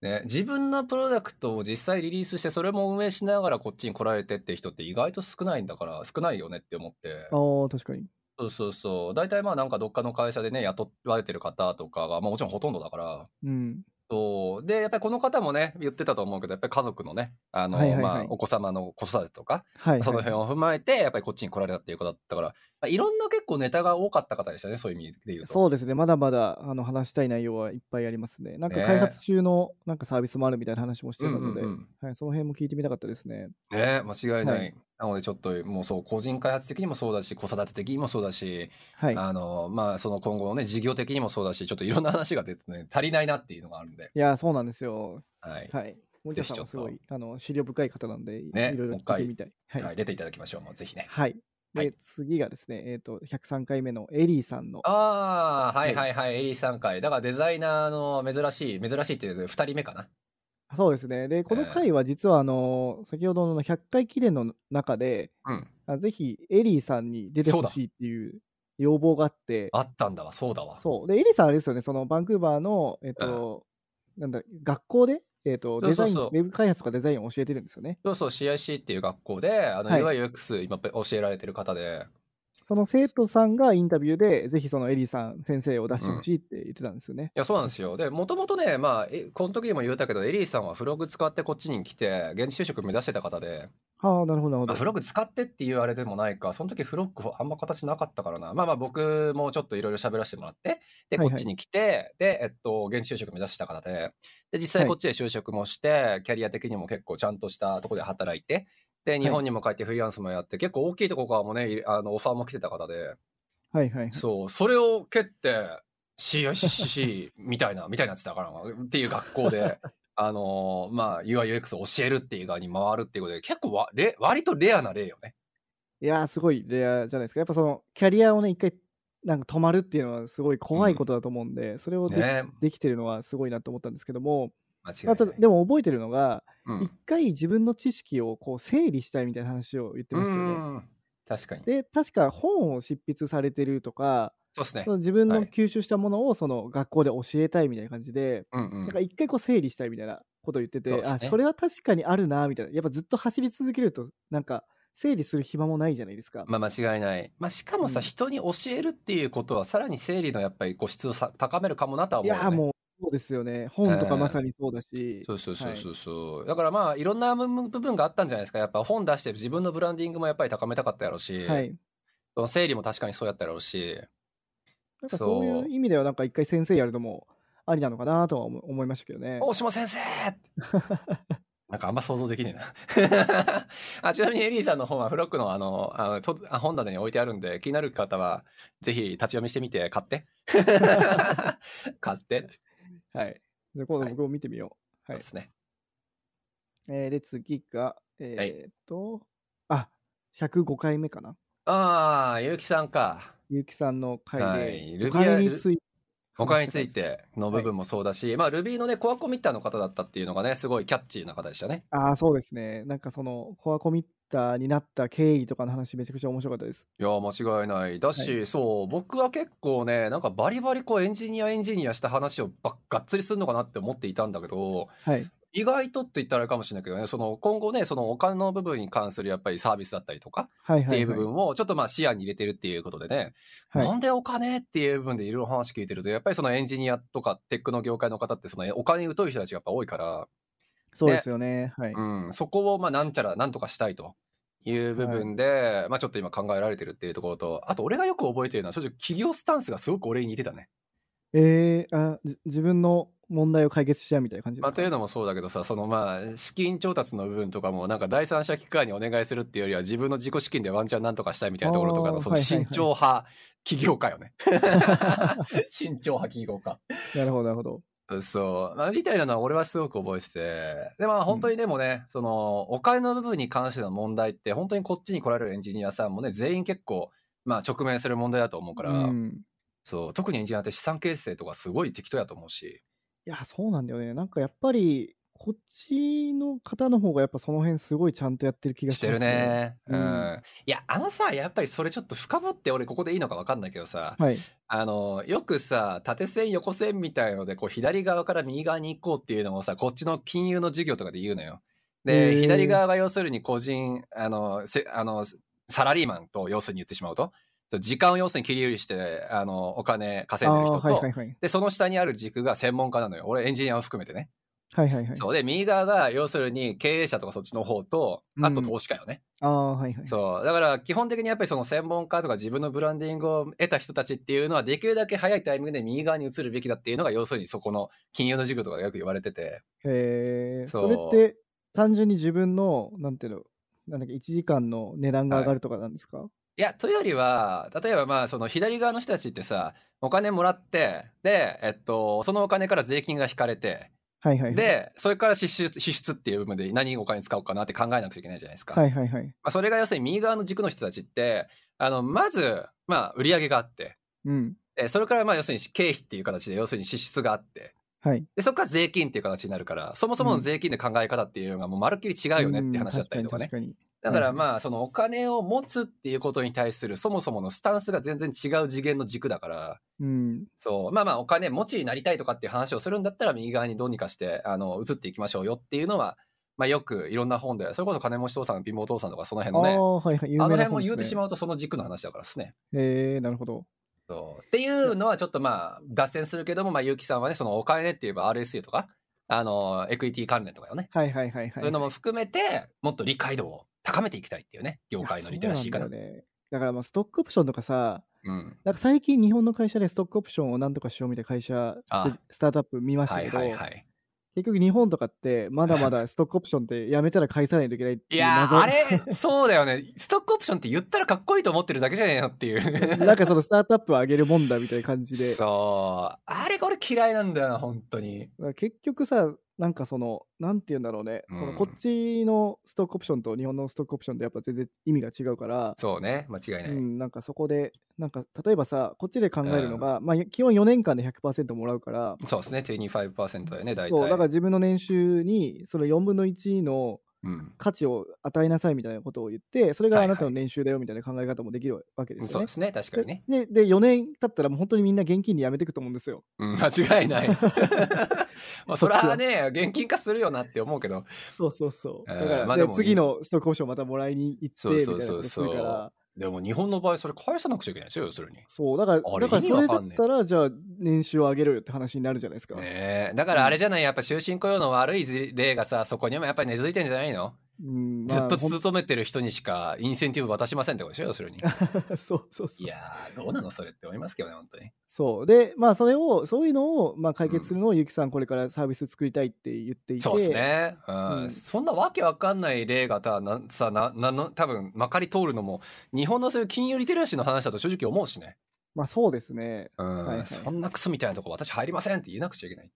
ね、自分のプロダクトを実際リリースして、それも運営しながらこっちに来られてって人って意外と少ないんだから、少ないよねって思って。
ああ、確かに。
そうそうそう。大体まあなんかどっかの会社でね、雇われてる方とかが、まあもちろんほとんどだから。
うん。
そう。で、やっぱりこの方もね、言ってたと思うけど、やっぱり家族のね、あの、
はいはいはい
まあお子様の子育てとか、
はい、はい。
その辺を踏まえて、やっぱりこっちに来られたっていうことだったから、まあ、いろんな結構ネタが多かった方でしたね、そういう意味で言うと。
そうですね。まだまだあの話したい内容はいっぱいありますね。なんか
ね
開発中のなんかサービスもあるみたいな話もして
う
た
んうん
の
うん
で、はい、その辺も聞いてみたかったですね。
ね間違いない。
はい
なのでちょっともうそう、個人開発的にもそうだし、子育て的にもそうだし、
はい。
あの、まあその今後のね、事業的にもそうだし、ちょっといろんな話が出てね、足りないなっていうのがあるんで。
いやー、そうなんですよ。
はい。
はい。森田さんはすご
ぜ
いあの資料深い方なんで、い
ね
ろいろ聞いてみたい。はい。
はい、出ていただきましょう、もうぜひね。
はい。で、
はい
次がですね、えっ、と、103回目のエリーさんの。
ああ、はいは
はい
はい、エリーさん会。だからデザイナーの珍しい、珍しいっていう2人目かな。
そうですね。で、この回は実は、あのー先ほどの100回記念の中で、
うん。
あぜひエリーさんに出てほしいっていう要望があって、
あったんだわ、そうだわ。
そう。で、エリさんあれですよね、そのバンクーバーの、えっと、なんだ、学校で、えっと、
そう
デ
そ
ザ
う
イン、
そう
ウェブ開発とかデザインを教えてるんですよね。
そうそう、CIC っていう学校で、あの、
はい
いわゆる UX 今教えられてる方で、
その生徒さんがインタビューで、ぜひそのエリさん先生を出してほしいって言ってたんですよね。
いや、そうなんですよ。で、もともとね、まあ、えこの時にも言ったけど、エリーさんはフログ使ってこっちに来て、現地就職目指してた方で、
ああ、なるほ
まあ、
ど、なるほ
フ
ど。
ログ使ってっていうあれでもないか、その時フログあんま形なかったからな。まあまあ、僕もちょっといろいろ喋らせてもらって、で、
は
こ
いはい
っちに来て、で、えっと、現地就職目指してた方で、で、実際
はい
こっちで就職もして、キャリア的にも結構ちゃんとしたとこで働いて、で、日本にも帰ってフリーランスもやって、結構大きいとこからもね、いあの、オファーも来てた方で、
はいはい。
そう、それを蹴って、CICC みたいな、みたいなやつだからなっていう学校 で、あのーまあ、UIUX を教えるっていう側に回るっていうことで、結構われ、割とレアな例よね。
いやー、すごいレアじゃないですか。やっぱその、キャリアをね、一回、なんか止まるっていうのはすごい怖いことだと思うんで、それをでき,、
ね
できてるのはすごいなと思ったんですけども、
間違い
ま
な
あ
い。
ちょっとでも覚えてるのが、
うん
一回自分の知識をこう整理したいみたいな話を言ってましたよね。
うん確かに。
で確か本を執筆されてるとか、
そうですね
そ。の自分
は
の
い
吸収したものをその学校で教えたいみたいな感じで、
うんうん
なんか一回こう整理したいみたいなことを言ってて
そうですね
あそれは確かにあるなみたいなやっぱずっと走り続けるとなんか整理する暇もないじゃないですか、
まあ間違いない。まあしかもさ、
うん
人に教えるっていうことは、さらに整理のやっぱりこう質をさ高めるかもなとは思
いう
よ、
や
ね。
ーもうそうですよね本と
え
か
え
まさにそうだし、
そうそうそう
はい
そうそう、だからまあいろんな部分部分があったんじゃないですかやっぱ本出して自分のブランディングもやっぱり高めたかったやろうし、
はい
その整理も確かにそうやったやろうし
なんかそういう意味ではなんか一回先生やるのもありなのかなとは思思いましたけどね
大島先生なんかあんま想像できねえな あちなみにエリーさんの本はフロックのあのあのとあ本棚に置いてあるんで気になる方はぜひ立ち読みしてみて買って買ってって
はいじゃあ今度
はい
僕も見てみよう、
こ
は
と
い
ですね、
えーで、次が、えーっと、あ、105回目かな。
ああ結城さんか
ゆうきさんの回で、
はい
お金
Ruby-
について。
お金についての部分もそうだし、まあ Ruby のねコアコミッターの方だったっていうのがねすごいキャッチーな方でしたね
ああ、そうですね。なんかその、コアコミッターになった経緯とかの話、めちゃくちゃ面白かったです。
いや間違いないだし、そう僕は結構ねなんかバリバリこうエンジニアエンジニアした話をばっがっつりするのかなって思っていたんだけど
はい。
意外とって言ったらあれかもしれないけどねその今後ねそのお金の部分に関するやっぱりサービスだったりとか
はいはい、はい。
っていう部分をちょっとまあ視野に入れてるっていうことでね、
はい
なんでお金っていう部分でいろいろ話聞いてるとやっぱりそのエンジニアとかテックの業界の方ってそのお金に疎い人たちがやっぱ多いから
そうですよね。はい。
うん、そこをまあなんちゃらなんとかしたいという部分で、まあちょっと今考えられてるっていうところとあと俺がよく覚えてるのは正直企業スタンスがすごく俺に似てたね。
えーあ、じ自分の問題を解決しちゃうみたいな感じです
ま
か、
あ、というのもそうだけどさそのまあ資金調達の部分とかもなんか第三者機関にお願いするっていうよりは自分の自己資金でワンチャンなんとかしたいみたいなところとか
あ
の
ー
その
はいはいは
慎
い
重 派企業家よね。慎重派企業家。
なるほど、なるほど。
そう、まあ、みたいなのは俺はすごく覚えてて、で、まあ本当にでもね、その、お金の部分に関しての問題って、本当にこっちに来られるエンジニアさんもね、全員結構、まあ直面する問題だと思うから、
うん、
そう、特にエンジニアって資産形成とかすごい適当やと思うし、
いや、そうなんだよね。なんかやっぱり、こっちの方の方がやっぱその辺すごいちゃんとやってる気が
し
してま
る
す、
ね。う
うん
ん。いや、あのさ、やっぱりそれちょっと深掘って俺ここでいいのかわかんないけどさ、
はい。
あの、よくさ、縦線横線みたいので、こう左側から右側に行こうっていうのをさ、こっちの金融の授業とかで言うのよ。
へ
で、
ー
左側が要するに個人、あの、せあのサラリーマンと要するに言ってしまうと、そう時間を要するに切り売りして、あの、お金稼いでる人
あーはい
と
はい、はい。
で、その下にある軸が専門家なのよ。俺エンジニアを含めてね。
はいはいはい。
そう。で、右側が要するに経営者とかそっちの方と、あと投資家よね。
ああ、はいはい。
そう。だから、基本的にやっぱりその専門家とか自分のブランディングを得た人たちっていうのは、できるだけ早いタイミングで右側に移るべきだっていうのが、要するにそこの金融の授業とかでよく言われてて。
へえ、
そ
そうれって単純に自分の、なんていうの、なんだっけ、1時間の値段が上がるとかなんですか、
いや、というよりは、例えばまあ、その左側の人たちってさ、お金もらって、で、えっと、そのお金から税金が引かれて、
はい、はいはい。、
で、それから支出支出っていう部分で何にお金使おうかなって考えなくちゃいけないじゃないですか。
はいはいはい。
まあ、それが要するに右側の軸の人たちって、あの、まず、まあ、売り上げがあって、
うん。
えそれからまあ、要するに経費っていう形で、要するに支出があって、
はい。
で、そこから税金っていう形になるから、そもそもの税金の考え方っていうのがもうまるっきり違うよねっていう話だったりとかね
うん。確に確
だからまあ、そのお金を持つっていうことに対するそもそものスタンスが全然違う次元の軸だから、
かにうん。
そう、まあまあお金持ちになりたいとかっていう話をするんだったら右側にどうにかして、あの、移っていきましょうよっていうのは、まあよくいろんな本で、それこそ金持ち父さん、貧乏父さんとかその
あ
辺のね、
あ、はいはい。有名
あの
な
辺も言うてし
う。
まうとその軸の話だからですね。
へえ、なるほど。
そうっていうのはちょっとまあ脱線するけども、まあ、結城さんはねそのお金って言えば RSU とかあのエクイティ関連とかよね、
はいはいはいはい。
そういうのも含めてもっと理解度を高めていきたいっていうね業界のリテラシーか
い
ら
やそうなんだよね。だからまあストックオプションとかさ、
うん
なんか最近日本の会社でストックオプションをなんとかしようみたいな会社
あ
で、スタートアップ見ました
はい
けど、
はいはい
結局日本とかってまだまだストックオプションってやめたら返さないといけないっ
い
ていう
や
謎
ーあれそうだよねストックオプションって言ったらかっこいいと思ってるだけじゃねえのっていう
なんかそのスタートアップを上げるもんだみたいな感じ で
そうあれこれ嫌いなんだよな本当に
結局さなんかそのなんて言うんだろうね、
うん
そのこっちのストックオプションと日本のストックオプションってやっぱ全然意味が違うから、
そうね間違いな
う
い、
ん、なんかそこでなんか例えばさこっちで考えるのが、まあ基本4年間で100%もらうから
そうですね25%だよね大体
そうだから自分の年収にその4分の1の
うん、
価値を与えなさいみたいなことを言ってそれが
は
あ
いはい
なたの年収だよみたいな考え方もできるわけです
そ
よ
う
ね
で。すね確かにね、
でで4年経ったらもう本当にみんな現金でやめていくと思うんですよ。
うん、間違い ない。まあ、そ
そっ
ら
ちは
ね、現金化するよなって思うけど、
そうそうそう。
えー
だから、
まあ
で
でもいい
次のストックオプションまたもらいに行って
そう
みた
そ
いうな
そ
こ
う
とす
そう
るから。
でも日本の場合、それ返さなくちゃいけないですよ、要するに。
そうだから
あれ
だから
意味
それ
わ
だ
か
っ
んねえ
たらじゃあ年収を上げろよって話になるじゃないですか。
ねえだからあれじゃない、やっぱ終身雇用の悪い例がさ、そこにもやっぱり根付いてんじゃないの、
うん
ずっと
ほん
勤めてる人にしかインセンティブ渡しませんってことでしょ、要するに。
そうそう そ。
いうやー、どうなの、それって思いますけどね、本当に。
そうでまあそれをそういうのをまあ解決するのをゆきさんこれからサービス作りたいって言っていて。
そうですね、うん
うん
そんなわけわかんない例がたなさななの多分まかり通るのも日本のそういう金融リテラシーの話だと正直思うしね、
まあそうですね。
うん
はいはい
そんなクソみたいなとこ私入りませんって言えなくちゃいけない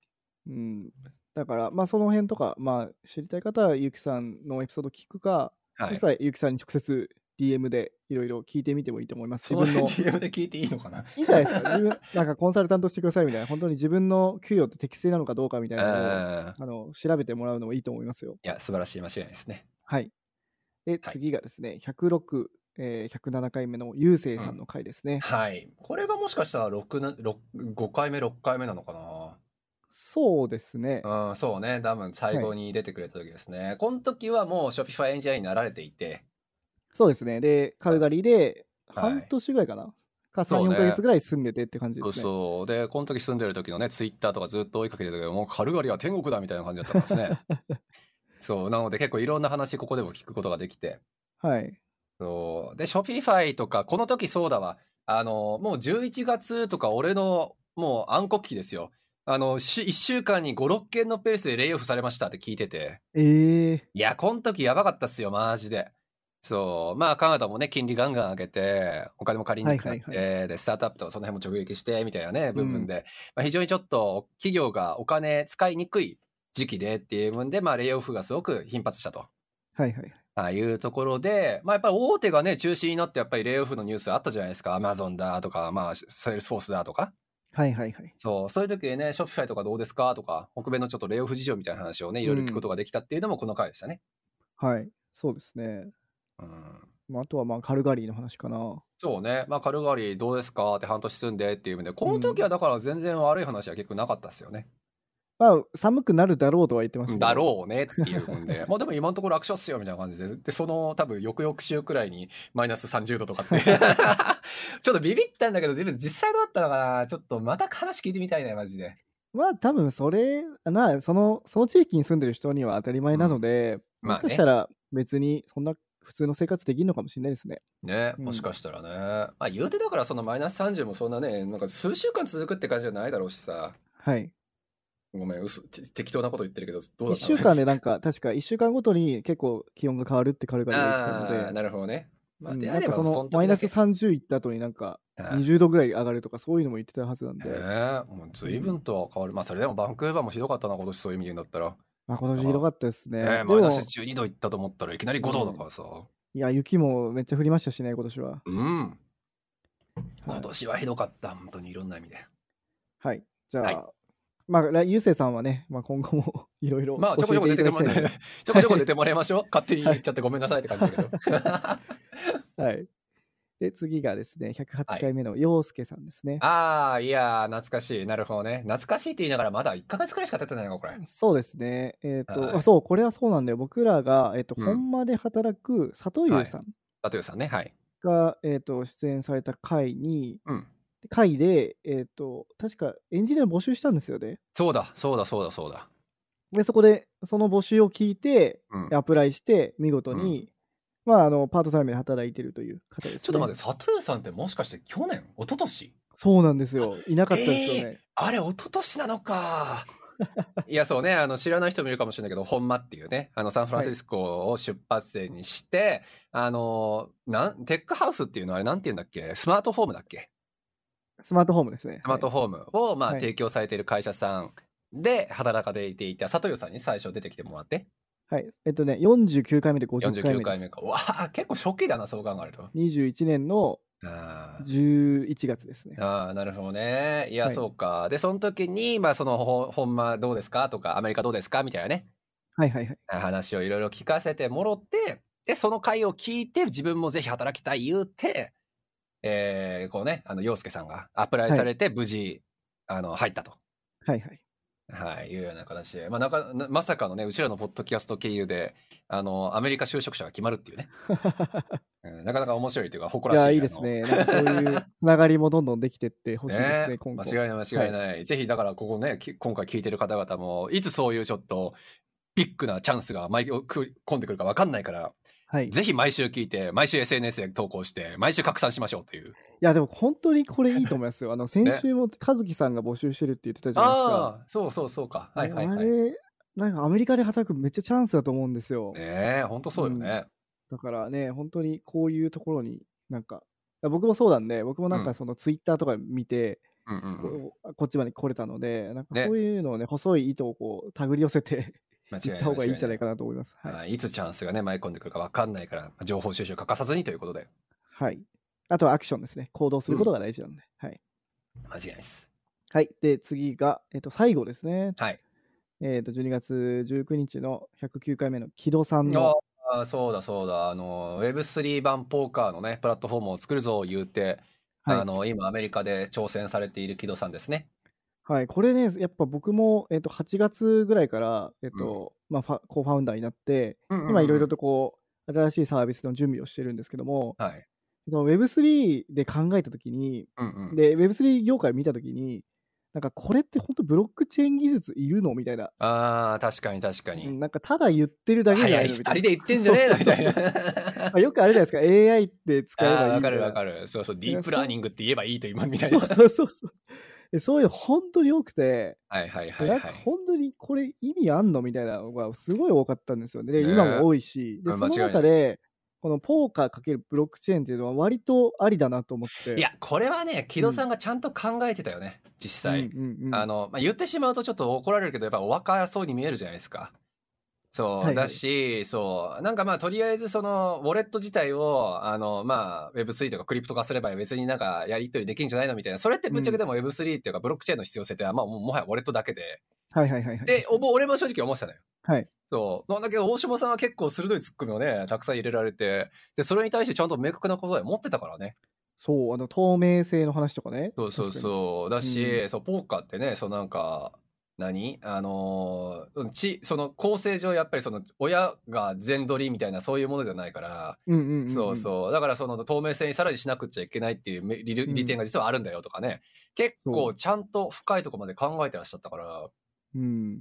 うん。だからまあその辺とかまあ知りたい方はゆきさんのエピソード聞くか、
は
もしくはゆきさんに直接 DM でいろいろ聞いてみてもいいと思います。自分の
DM で聞いていいの かない
いじゃないですか。自分、なんかコンサルタントしてくださいみたいな、本当に自分の給与って適正なのかどうかみたいなのを、
うん
あの、調べてもらうのもいいと思いますよ。
いや素晴らしい間違いないですね
はい。で、
はい
次がですね、106、えー、107回目のゆうせいさんの回ですね。
はいこれがもしかしたら六な六5回目6回目なのか
そうですね。
なうんそうね多分最後に出てくれた時ですね、この時はもう Shopify エンジニアになられていて
そうですね。で、カルガリーで
はい
半年ぐらいかな。か
そうね
3、4ヶ月ぐらい住んでてって感じで
そう
すね。
そうでこの時住んでる時のねツイッターとかずっと追いかけてたけどもうカルガリは天国だみたいな感じだったんです ねそうなので結構いろんな話ここでも聞くことができて
はい。
そう。で、Shopify とか、この時そうだわ。あの、もう11月とか、俺の、もう暗黒期ですよ。あの、1週間に5、6件のペースでレイオフされましたって聞いてて。
ええ
いや、この時やばかったっすよ、マジで。そう、まあ、カナダもね、金利ガンガン上げて、お金も借りにくくなって、
はいは
で、スタートアップとかその辺も直撃して、みたいなね、部分で、まあ、非常にちょっと企業がお金使いにくい時期でっていう分で、まあ、レイオフがすごく頻発したと。
はいはい。
ああいうところで、まあ、やっぱり大手がね、中止になって、やっぱりレイオフのニュースあったじゃないですか。アマゾンだとか、まあ、セールスフォースだとか。
はいはいはい。
そう、そういう時にね、ショッピファイとかどうですかとか、北米のちょっとレイオフ事情みたいな話をね、いろいろ聞くことができたっていうのもこの回でしたね。
はい。そうですね。
うん
まあ、あとはまあカルガリーの話かな。
そうね、まあ、カルガリーどうですかって半年住んでっていう意味で、この時はだから全然悪い話は結構なかったですよね。
まあ、寒くなるだろうとは言ってましたけど
だろうねっていうん で、まあでも今のところ楽勝っすよみたいな感じで、で、その多分翌々週くらいにマイナス30度とか って、ちょっとビビったんだけど、自分実際どうだったのかな、ちょっとまた話聞いてみたいね、マジで。
まあ多分それなそのその地域に住んでる人には当たり前なので、
うんまあ
も
ね
しかしたら別にそんな普通の生活できるのかもしれないですね。
ね、
うん
もしかしたらね。まあ言うてだからそのマイナス30もそんなね、なんか数週間続くって感じじゃないだろうしさ。
はい。
ごめん、嘘て適当なこと言ってるけど、どう
1
だったの
週間でなんか確か1週間ごとに結構気温が変わるってカルガリーが
あ
言ってた
ー
ので。
なるほどね。まあ、
うん
で
な
あ
ん
れ
か
ば
その
時だ
マ
け
イナス30行った後になんか
はい
20度ぐらい上がるとかそういうのも言ってたはずなんで、
ねえ、もう随分とは変わる。まあ、それでもバンクーバーもひどかったな、今年そういう意味で言うんだったら。
まあ、今年ひどかったですね。
ね
で
え、マイ
も
ナス12度いったと思ったらいきなり5度だからさ。
いや雪もめっちゃ降りましたしね今年は。
うん。
は
今
い
年はひどかった、本当にいろんな意味で。
はい。じゃあ、
はい
まあ来ゆうせいさんはね、まあ、今後も いろいろ
まあ、ちょこち
教
ょこ
え
出
て
て
いただ
も
きた
らっ
い
て、
な
ちょこちょこ出てもらいましょう。勝手に言っちゃってごめんなさいって感じだけど。
はい。で、次がですね、108回目の洋介さんですね。
ああ、いやー、懐かしい。なるほどね。懐かしいって言いながら、まだ1ヶ月くらいしか経ってないのか、これ。
そうですね。えっ、と、
はい
あ、そう、これはそうなんだよ。僕らが、えっ、と、
うん
本間で働く里優さん
タトゥーさんね、はい。
が、えっ、と、出演された回に、
うん。
回で、えっ、と、確かエンジニアを募集したんですよね。
そうだ、そうだ、そうだ、そうだ。
で、そこで、その募集を聞いて、
うん
アプライして、見事に、まあ、あの、パートタイムで働いてるという方です、ね。
ちょっと待って、サトゥーさんってもしかして去年、一昨年
そうなんですよ。いなかったですよね。
あれ、一昨年なのか。いや、そうね、あの、知らない人もいるかもしれないけど、本間っていうね、あの、サンフランシスコを出発点にして、あの、なん、テックハウスっていうのはあれ、なんて言うんだっけスマートフォームだっけ
スマートホームですね。
スマートフォームを、まあ、
はい
提供されている会社さんで働かれていた、サトゥーさんに最初出てきてもらって、
はい。はい。えっとね、49回目で50回
49
目で
回
す
目。か。わあ結構初期だな、そう考えると。
21年の
あー
11月ですね。
ああ、なるほどね。いや、
はい
そうか。で、その時に、まあ、その、ほほんまどうですかとか、アメリカどうですかみたいなね、
はいはいはい。
話をいろいろ聞かせてもろって、で、その回を聞いて、自分もぜひ働きたい言うて、えー、こうね、あの、洋介さんがアプライされて、無事、あの、入ったと。
はいはい。
はい、いうような形で。まあ、なか、なまさかのね、うちらのポッドキャスト経由で、あの、アメリカ就職者が決まるって いうね。うんなかなか面白いというか、誇
い
らしい。
や、いいですね。なんかそういうつながりもどんどんできてってほしいですね、
ね
今後。
間違いない間違いない、ぜひだからここねき今回聞いてる方々もいつそういうちょっとビッグなチャンスが舞い込んでくるか分かんないから、
はい。い
ぜひ毎週聞いて毎週 SNS で投稿して毎週拡散しましょうという
や、でも本当にこれいいと思いますよ。 あの、先週も和樹さんが募集してるって言ってたじゃないですか。
ああそうそうそうかはいはい
あ
はいね
れ、なんかアメリカで働くめっちゃチャンスだと思うんですよ。
え本当そうよね、
だからね、本当にこういうところになんか、僕もそうなんで、僕もなん
う
か
ん
そのツイッターとか見て、
うん、うんうん
こうこっちまで来れたので、なんか
ね
そういうのをね、細い糸をこう、手繰り寄せて
間違い
いっ
ない
た方がいいんじゃないか
な
なと思います。はい。
はい、いつチャンスがね舞い込んでくるか分かんないから情報収集欠かさずにということで
はい。あとはアクションですね。行動することが大事なんで。はい。
間違いないです
はい。で、次が、えっと、最後ですね。
はい
えっと、12月19日の109回目の木戸さん
あ
の。
あそうだそうだあの Web3 版ポーカーのねプラットフォームを作るぞ言うてあ
は
の今、アメリカで挑戦されている木戸さんですね。
い。はい。これね、やっぱ僕も、えっと、8月ぐらいから、えっと、まあファ、コーファウンダーになって、今いろいろとこう、新しいサービスの準備をしてるんですけども、
はい。
その Web3 で考えたときに、
うんうん
で、Web3 業界見たときに、なんかこれって本当ブロックチェーン技術いるのみたいな。
ああ、確かに確か
う
に。
んなんかただ言ってるだけじゃ
早
ないい
二
のみ
人
た
で
いな。
言ってんじゃねえのみたいな。
まあ、 よくあれじゃないですか、AI って使えばいい
あ
み
あ
たいな。
わかるわかる。そうそう、ディープラーニングって言えばいいと今みたいな。
そう
は
そうそうそう。でそういうの本当に多くて、
いはいはいは
ないんか。本当にこれ意味あんのみたいなのがすごい多かったんですよね。で
ね
今も多いし、で
うん
その
間違いない
中で、このポーカーかけるブロックチェーンっていうのは割とありだなと思って。
いやこれはね木戸さんがちゃんと考えてたよね、実際、
うんうんうん
あの、まあ、言ってしまうとちょっと怒られるけどやっぱお若そうに見えるじゃないですか。そう、
はいはい
だしそうなんかまあとりあえずそのウォレット自体をあのまあ Web3 とかクリプト化すれば別になんかやり取りできるんじゃないのみたいなそれってぶっちゃけでも Web3 っていうかブロックチェーンの必要性ってまあもうもはやウォレットだけで
はいはいはいはい。
でおぼ俺も正直思ってたのよ。
はい
そうなんだけど大島さんは結構鋭いツッコミをねたくさん入れられてでそれに対してちゃんと明確な答えを持ってたからね
そう、あの透明性の話とかね。
そうそう
確か
そうだし、
う
そうポーカーってねそうなんか何あのーちその構成上やっぱりその親が全取りみたいなそういうものではないから、
に。うんうんんん
そうそうだからその透明性にさらにしなくちゃいけないっていうめ利
うん
利点が実はあるんだよとかね、結
そ
構
う
ちゃんと深いとこまで考えてらっしゃったから
うん。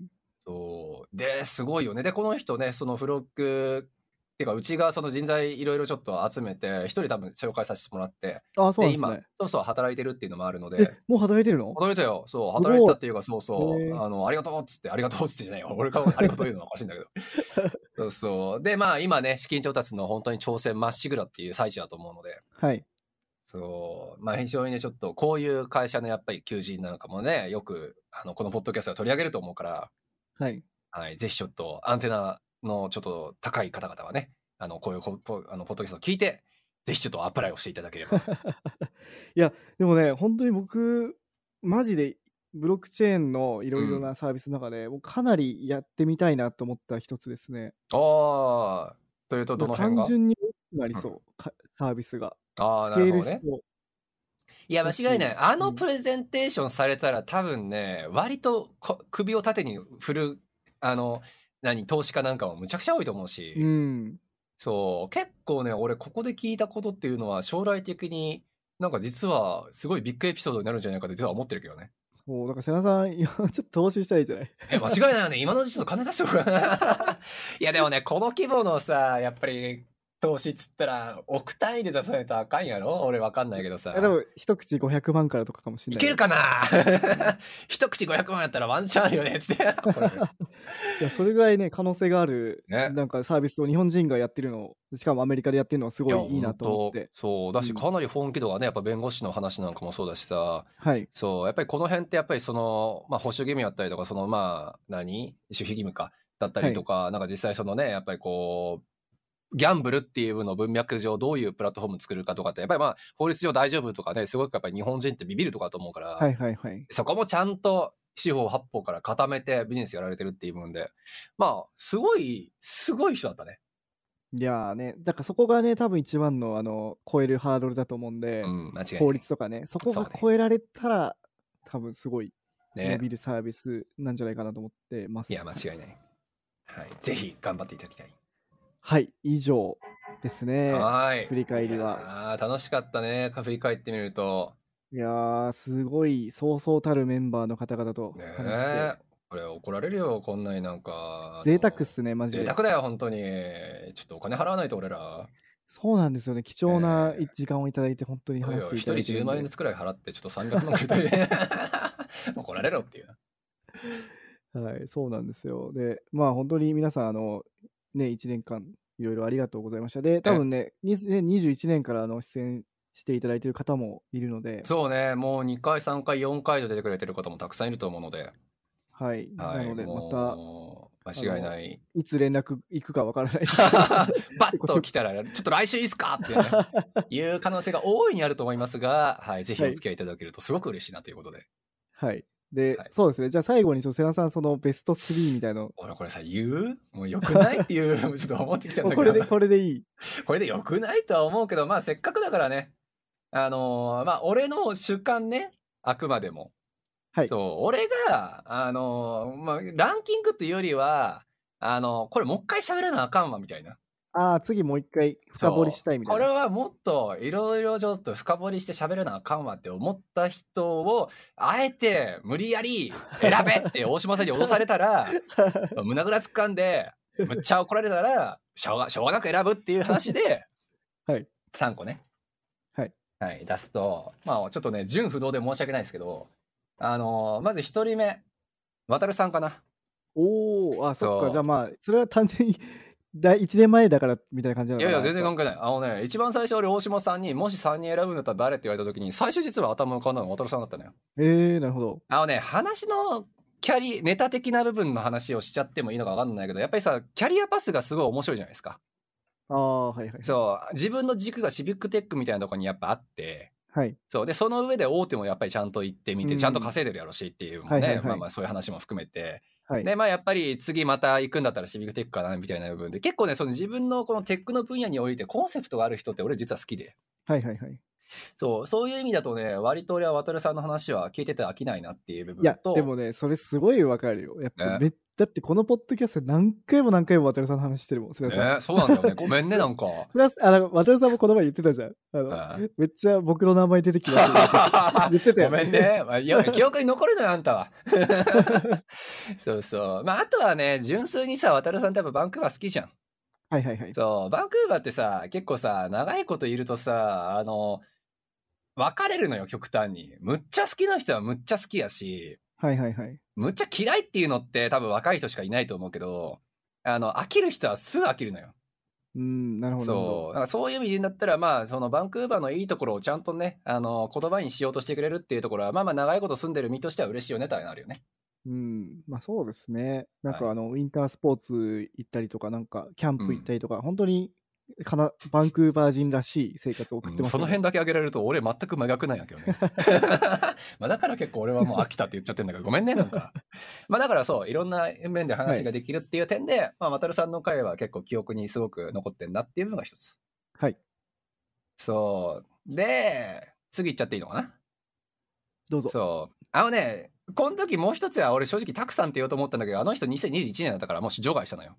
そうですごいよねでこの人ねそのフロックっていうかうちがその人材いろいろちょっと集めて一人多分紹介させてもらって
あ、そう
で
なん
今
ですね。
そうそう働いてるっていうのもあるので
え、もう働いてるの
働いたよ。そう、
ごい
働いたっていうか、そうそ
へ
う。
ー
あの、ありがとうっつって、ありがとうっつってじゃないよ。俺がありがとう言うのはおかしいんだけ ど。そうそう。で、まあ今ね、資金調達の本当に挑戦まっしぐらっていう最中だと思うので、
はい。
そう、まあ非常にね、ちょっとこういう会社のやっぱり求人なんかもね、よく、あの、このポッドキャストで取り上げると思うから、
はい。
はい、ぜひちょっとアンテナのちょっと高い方々はね、あの、こういうこポあのポッドキャストを聞いて、ぜひちょっとアプライをしていただけれ ば。
でもね、本当に僕、マジでブロックチェーンのいろいろなサービスの中で、もうかなりやってみたいなと思った一つですね。
ああ、というと、どの辺
単
が
純に大きくなりそう、かサービスが。
ああ、
ス
な
ケ
る
ー
ほ
ル
ど
し
ね。
そう。
いや、
だ
間違いない
し。
あの
うん
プレゼンテーションされたら、多分ね、割とこ首を縦に振る、あの、何、投資家なんかもむちゃくちゃ多いと思うし、
うん。
そう、結構ね、俺、ここで聞いたことっていうのは、将来的に、なんか実は、すごいビッグエピソードになるんじゃないかって、実は思ってるけどね。
そう、だから瀬名さん、いや、ちょっと投資したいじゃない。
え、間違いないよね。今のうちちょっと金出しておくから。 いや、でもね、この規模のさ、やっぱり、投資っつったら、億単位で出さないとあかんやろ俺わかんないけどさ。
あでも、一口500万からとかかもしれ
い
ない
け
よ。
るかな 一口500万やったらワンチャンあるよねっつって。
いや、それぐらいね、可能性がある、
ね
なんかサービスを日本人がやってるのを、しかもアメリカでやってるのはすごいいいなと思っ
いや本
て。
当そうだし、
うん
かなり本気度がね、やっぱ弁護士の話なんかもそうだしさ、
はい。
そう、やっぱりこの辺ってやっぱりその、まあ保守義務やったりとか、そのまあ、何守秘義務か、だったりとか、なんか実際そのね、やっぱりこう、ギャンブルっていうの文脈上どういうプラットフォーム作るかとかって、やっぱりまあ、法律上大丈夫とかね、すごくやっぱり日本人ってビビるとかだと思うから、
はいはいはい。
そこもちゃんと四方八方から固めてビジネスやられてるっていう部分で、まあ、すごい、すごい人だったね。
いやーね、だからそこがね、多分一番の、あの、超えるハードルだと思うんで、
うん、間違いない。
法律とかね、そこ
そう
が
ね
超えられたら、多分すごい伸
ね。
びるサービスなんじゃないかなと思ってます。
いや、間違いない。はい。ぜひ頑張っていただきたい。
はい、以上ですね。
はーい。
振り返りはい
やー。楽しかったね。振り返ってみると。
いやー、すごい、そうそうたるメンバーの方々と
ね
話して、
え。これ怒られるよ、こんなになんか。
贅沢っすね、マジ
贅
で。
沢だよ、本当に。ちょっとお金払わないと俺ら。
そうなんですよね、貴重な
ええ
時間をいただいて、本当に
いやい
話
や
して
一
い
人
ただいてるんで
10万円ずつくらい払って、ちょっと300万くらい で。怒られろっていう。
はい、そうなんですよ。で、まあ本当に皆さん、あの、ね、1年間、いろいろありがとうございました。で、多分ね、2021年からあの出演していただいている方もいるので、
そうね、もう2回、3回、4回と出てくれてる方もたくさんいると思うので、
はい、
は、
ないので、また、
もう間違いない。
いつ連絡行くかわからないですけど
バッと来たら、ちょっと来週いいっすか っていう,、ね、いう可能性が大いにあると思いますが、はい、ぜひお付き合いいただけるとすごく嬉しいなということで。
はい。で、
はい
そうですね、じゃあ最後に、ちょっと瀬名さん、そのベスト3みたいなの、
俺これさ、言うもう良くない っていう、ちょっと思ってきたん
もう
だ
こ
け
れ
ど、
で、これでいい。
これで良くないとは思うけど、まあせっかくだからね、あのーまあ俺の主観ね、あくまでも。
はい
そう、俺が、あのーまあランキングというよりは、あのーこれもう一回喋らなあかんわ、みたいな。
ああ、次もう一回深掘りしたいみたい
これ
な。
はもっといろいろちょっと深掘りして喋るなあかんわって思った人をあえて無理やり選べって大島さんに脅された ら胸ぐらつかんでむっちゃ怒られたらしょうがしょうがなく選ぶっていう話で、
はい、
3個ね、
はい
はい、出すとまあちょっとね純不動で申し訳ないですけどあのまず1人目渡るさんかな。
おおあ、そっ
そ
か。
う
じゃあまあ、それは単純にだ1年前だからみたいな感じなの
い
か
や
な
や、
い
全然
やっ
関係ない。あのね、一番最初俺、大島さんに、もし3人選ぶんだったら誰って言われた時に、最初実は頭浮かんだのが渡さんだったのよ。
ぱえー、なるほど。
あのね、話のキャリ、ネタ的な部分の話をしちゃってもいいのか分かんないけど、やっぱりさ、キャリアパスがすごい面白いじゃないですか。
ああ、はいはい。
そう、自分の軸がシビックテックみたいなとこにやっぱあって、
はい。
そう、で、その上で大手もやっぱりちゃんと行ってみて、
うん
ちゃんと稼いでるやろうしっていうのも
は
ね、
いはいはい
まあまあそういう話も含めて、
はい。
で、まあやっぱり次また行くんだったらシビックテックかなみたいな部分で、結構ね、その自分のこのテックの分野においてコンセプトがある人って俺実は好きで、
はいはいはい。
そう、そういう意味だとね、割と俺は渡るさんの話は聞いてて飽きないなっていう部
いや
分と、、
でもね、それすごいわかるよ。や
ね
っぱめ、だってこのポッドキャストで何回も何回も渡るさんの話してるもん、すみません。
ね、そうなんだよね。ごめんね、なんか。
プラス、あの、渡るさんもこの前言ってたじゃん。あの、
うん
めっちゃ僕の名前出てきま した。言ってた
ごめ
よ。
ん。ね。まあいや、記憶に残るのよ、あんたは。 そうそう。まあ、あとはね、純粋にさ、渡るさんってやっぱバンクーバー好きじゃん。
はいはいはい。
そう、バンクーバーってさ、結構さ、長いこといるとさ、あの、別れるのよ、極端に。むっちゃ好きな人はむっちゃ好きやし、
はいはいはい。
むっちゃ嫌いっていうのって多分若い人しかいないと思うけど、あの、飽きる人はすぐ飽きるのよ。
うん、なるほど。なるほど
そう。なんかそういう意味だったら、まあ、そのバンクーバーのいいところをちゃんとね、あの、言葉にしようとしてくれるっていうところは、まあまあ長いこと住んでる身としては嬉しいよね、とはなるよね。
うん、まあそうですね。なんか
はい
あの、ウィンタースポーツ行ったりとか、なんかキャンプ行ったりとか、本当にかなバンクーバー人らしい生活を送ってます、ね
その辺だけ挙げられると、俺全く真逆なんやけど ね。 まあだから結構俺はもう飽きたって言っちゃってんだけど、ごめんね、なんか。まあだからそう、いろんな面で話ができるっていう点で、まあ、渡るさんの回は結構記憶にすごく残ってんなっていう部分が一つ。
はい、
そう。で、次行っちゃっていいのかな
どうぞ。
そう。あのね、この時もう一つは俺正直たくさんって言おうと思ったんだけど、あの人2021年だったからもう除外したの よ。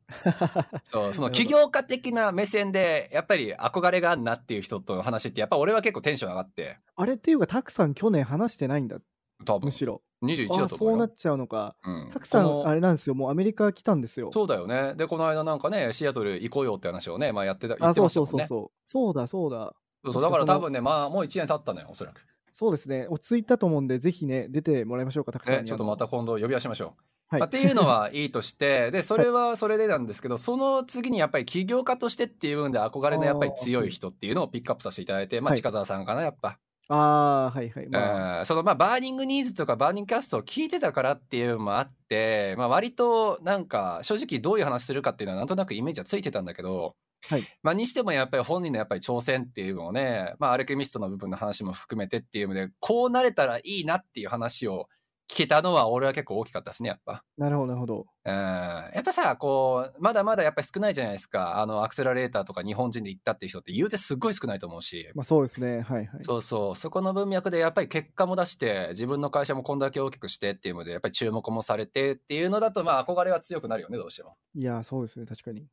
そう、その起業家的な目線で、やっぱり憧れがあんなっていう人との話って、やっぱ俺は結構テンション上がって、
あれっていうか、たくさん去年話してないんだ、
多分
むしろ。
21
あ
だ
あ、
と
そ
思
う
う
な
よ
っ。ちゃうのか。
うん
たくさ
こ
ん、
の
あれなんですよ、もうアメリカ来たんですよ。
そうだよね。で、この間なんかね、シアトル行こうよって話をね、まあやってた、言
あ
って
そ
ま
う
した
そう
もん
そう
ね。
そう。そうだ、そうだ。
そうそうだから多分ね、まあもう1年経ったのよ、おそらく。
そうですね。落ち着いたと思うんで、ぜひね、出てもらいましょうか、たくさん
ね、
に。
ちょっとまた今度呼び出しましょう。
はい
まあっていうのはいいと して、で、それはそれでなんですけど、その次にやっぱり起業家としてっていう部分で憧れのやっぱり強い人っていうのをピックアップさせていただいて、まあ
はい
近澤さんかな、やっぱ。
ああ、はいはい。まあ、
うんそのまあバーニングニーズとかバーニングキャストを聞いてたからっていうのもあって、まあ割となんか正直どういう話するかっていうのはなんとなくイメージはついてたんだけど、
はい
まあにしてもやっぱり本人のやっぱり挑戦っていうのをね、まあアルケミストの部分の話も含めてっていうので、こうなれたらいいなっていう話を聞けたのは俺は結構大きかったですね、やっぱ。
なるほど、なるほど。
うんやっぱさ、こう、まだまだやっぱり少ないじゃないですか。あの、アクセラレーターとか日本人で行ったっていう人って言うてすっごい少ないと思うし。
まあそうですね。はいはい。
そうそう、そこの文脈でやっぱり結果も出して、自分の会社もこんだけ大きくしてっていうので、やっぱり注目もされてっていうのだと、まあ憧れは強くなるよね、どうしても。
いや、そうですね、確かに。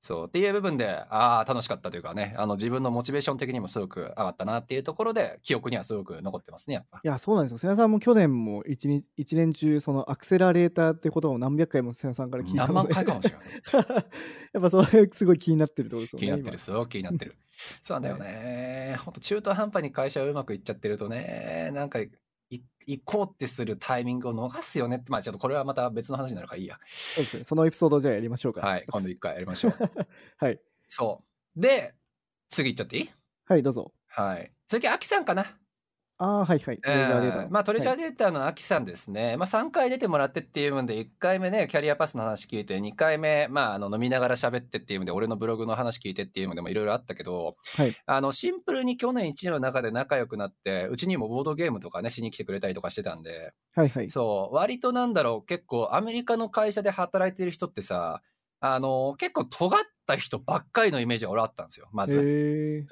そうっていう部分で、ああ、楽しかったというかね、あの自分のモチベーション的にもすごく上がったなっていうところで、記憶にはすごく残ってますね、やっぱ。
いや、そうなんですよ。瀬名さんも去年も一日一年中、そのアクセラレーターってことを何百回も瀬名さんから聞いた
何
の
万
で、
回かもしれない。
やっぱそれすごい気になってるってことですよ
気に
ね。
なってる、すごく気にな ってる。そうなんだよね。ほんと中途半端に会社がうまくいっちゃってるとね、なんかい行こうってするタイミングを逃すよねって、まあちょっとこれはまた別の話になるからいいや。
今そうですね。そのエピソードをじゃあやりましょうか。
はい、今度一回やりましょう。
はい。
そう。で、次行っちゃっていい
はい、どうぞ。
はい。次、アキさんかな。
ああ、はいはい。トレジャーデータ
うんまあ、トレジャー
はい
データのアキさんですね。まあ、3回出てもらってっていうので、1回目ね、キャリアパスの話聞いて、2回目、まあ、あの、飲みながら喋ってっていうので、俺のブログの話聞いてっていうのでもいろいろあったけど、
はい
あの、シンプルに去年1年の中で仲良くなって、うちにもボードゲームとかね、しに来てくれたりとかしてたんで、
はいはい。
そう、割となんだろう、結構アメリカの会社で働いてる人ってさ、あの、結構尖った人ばっかりのイメージが俺あったんですよ、まず。
へ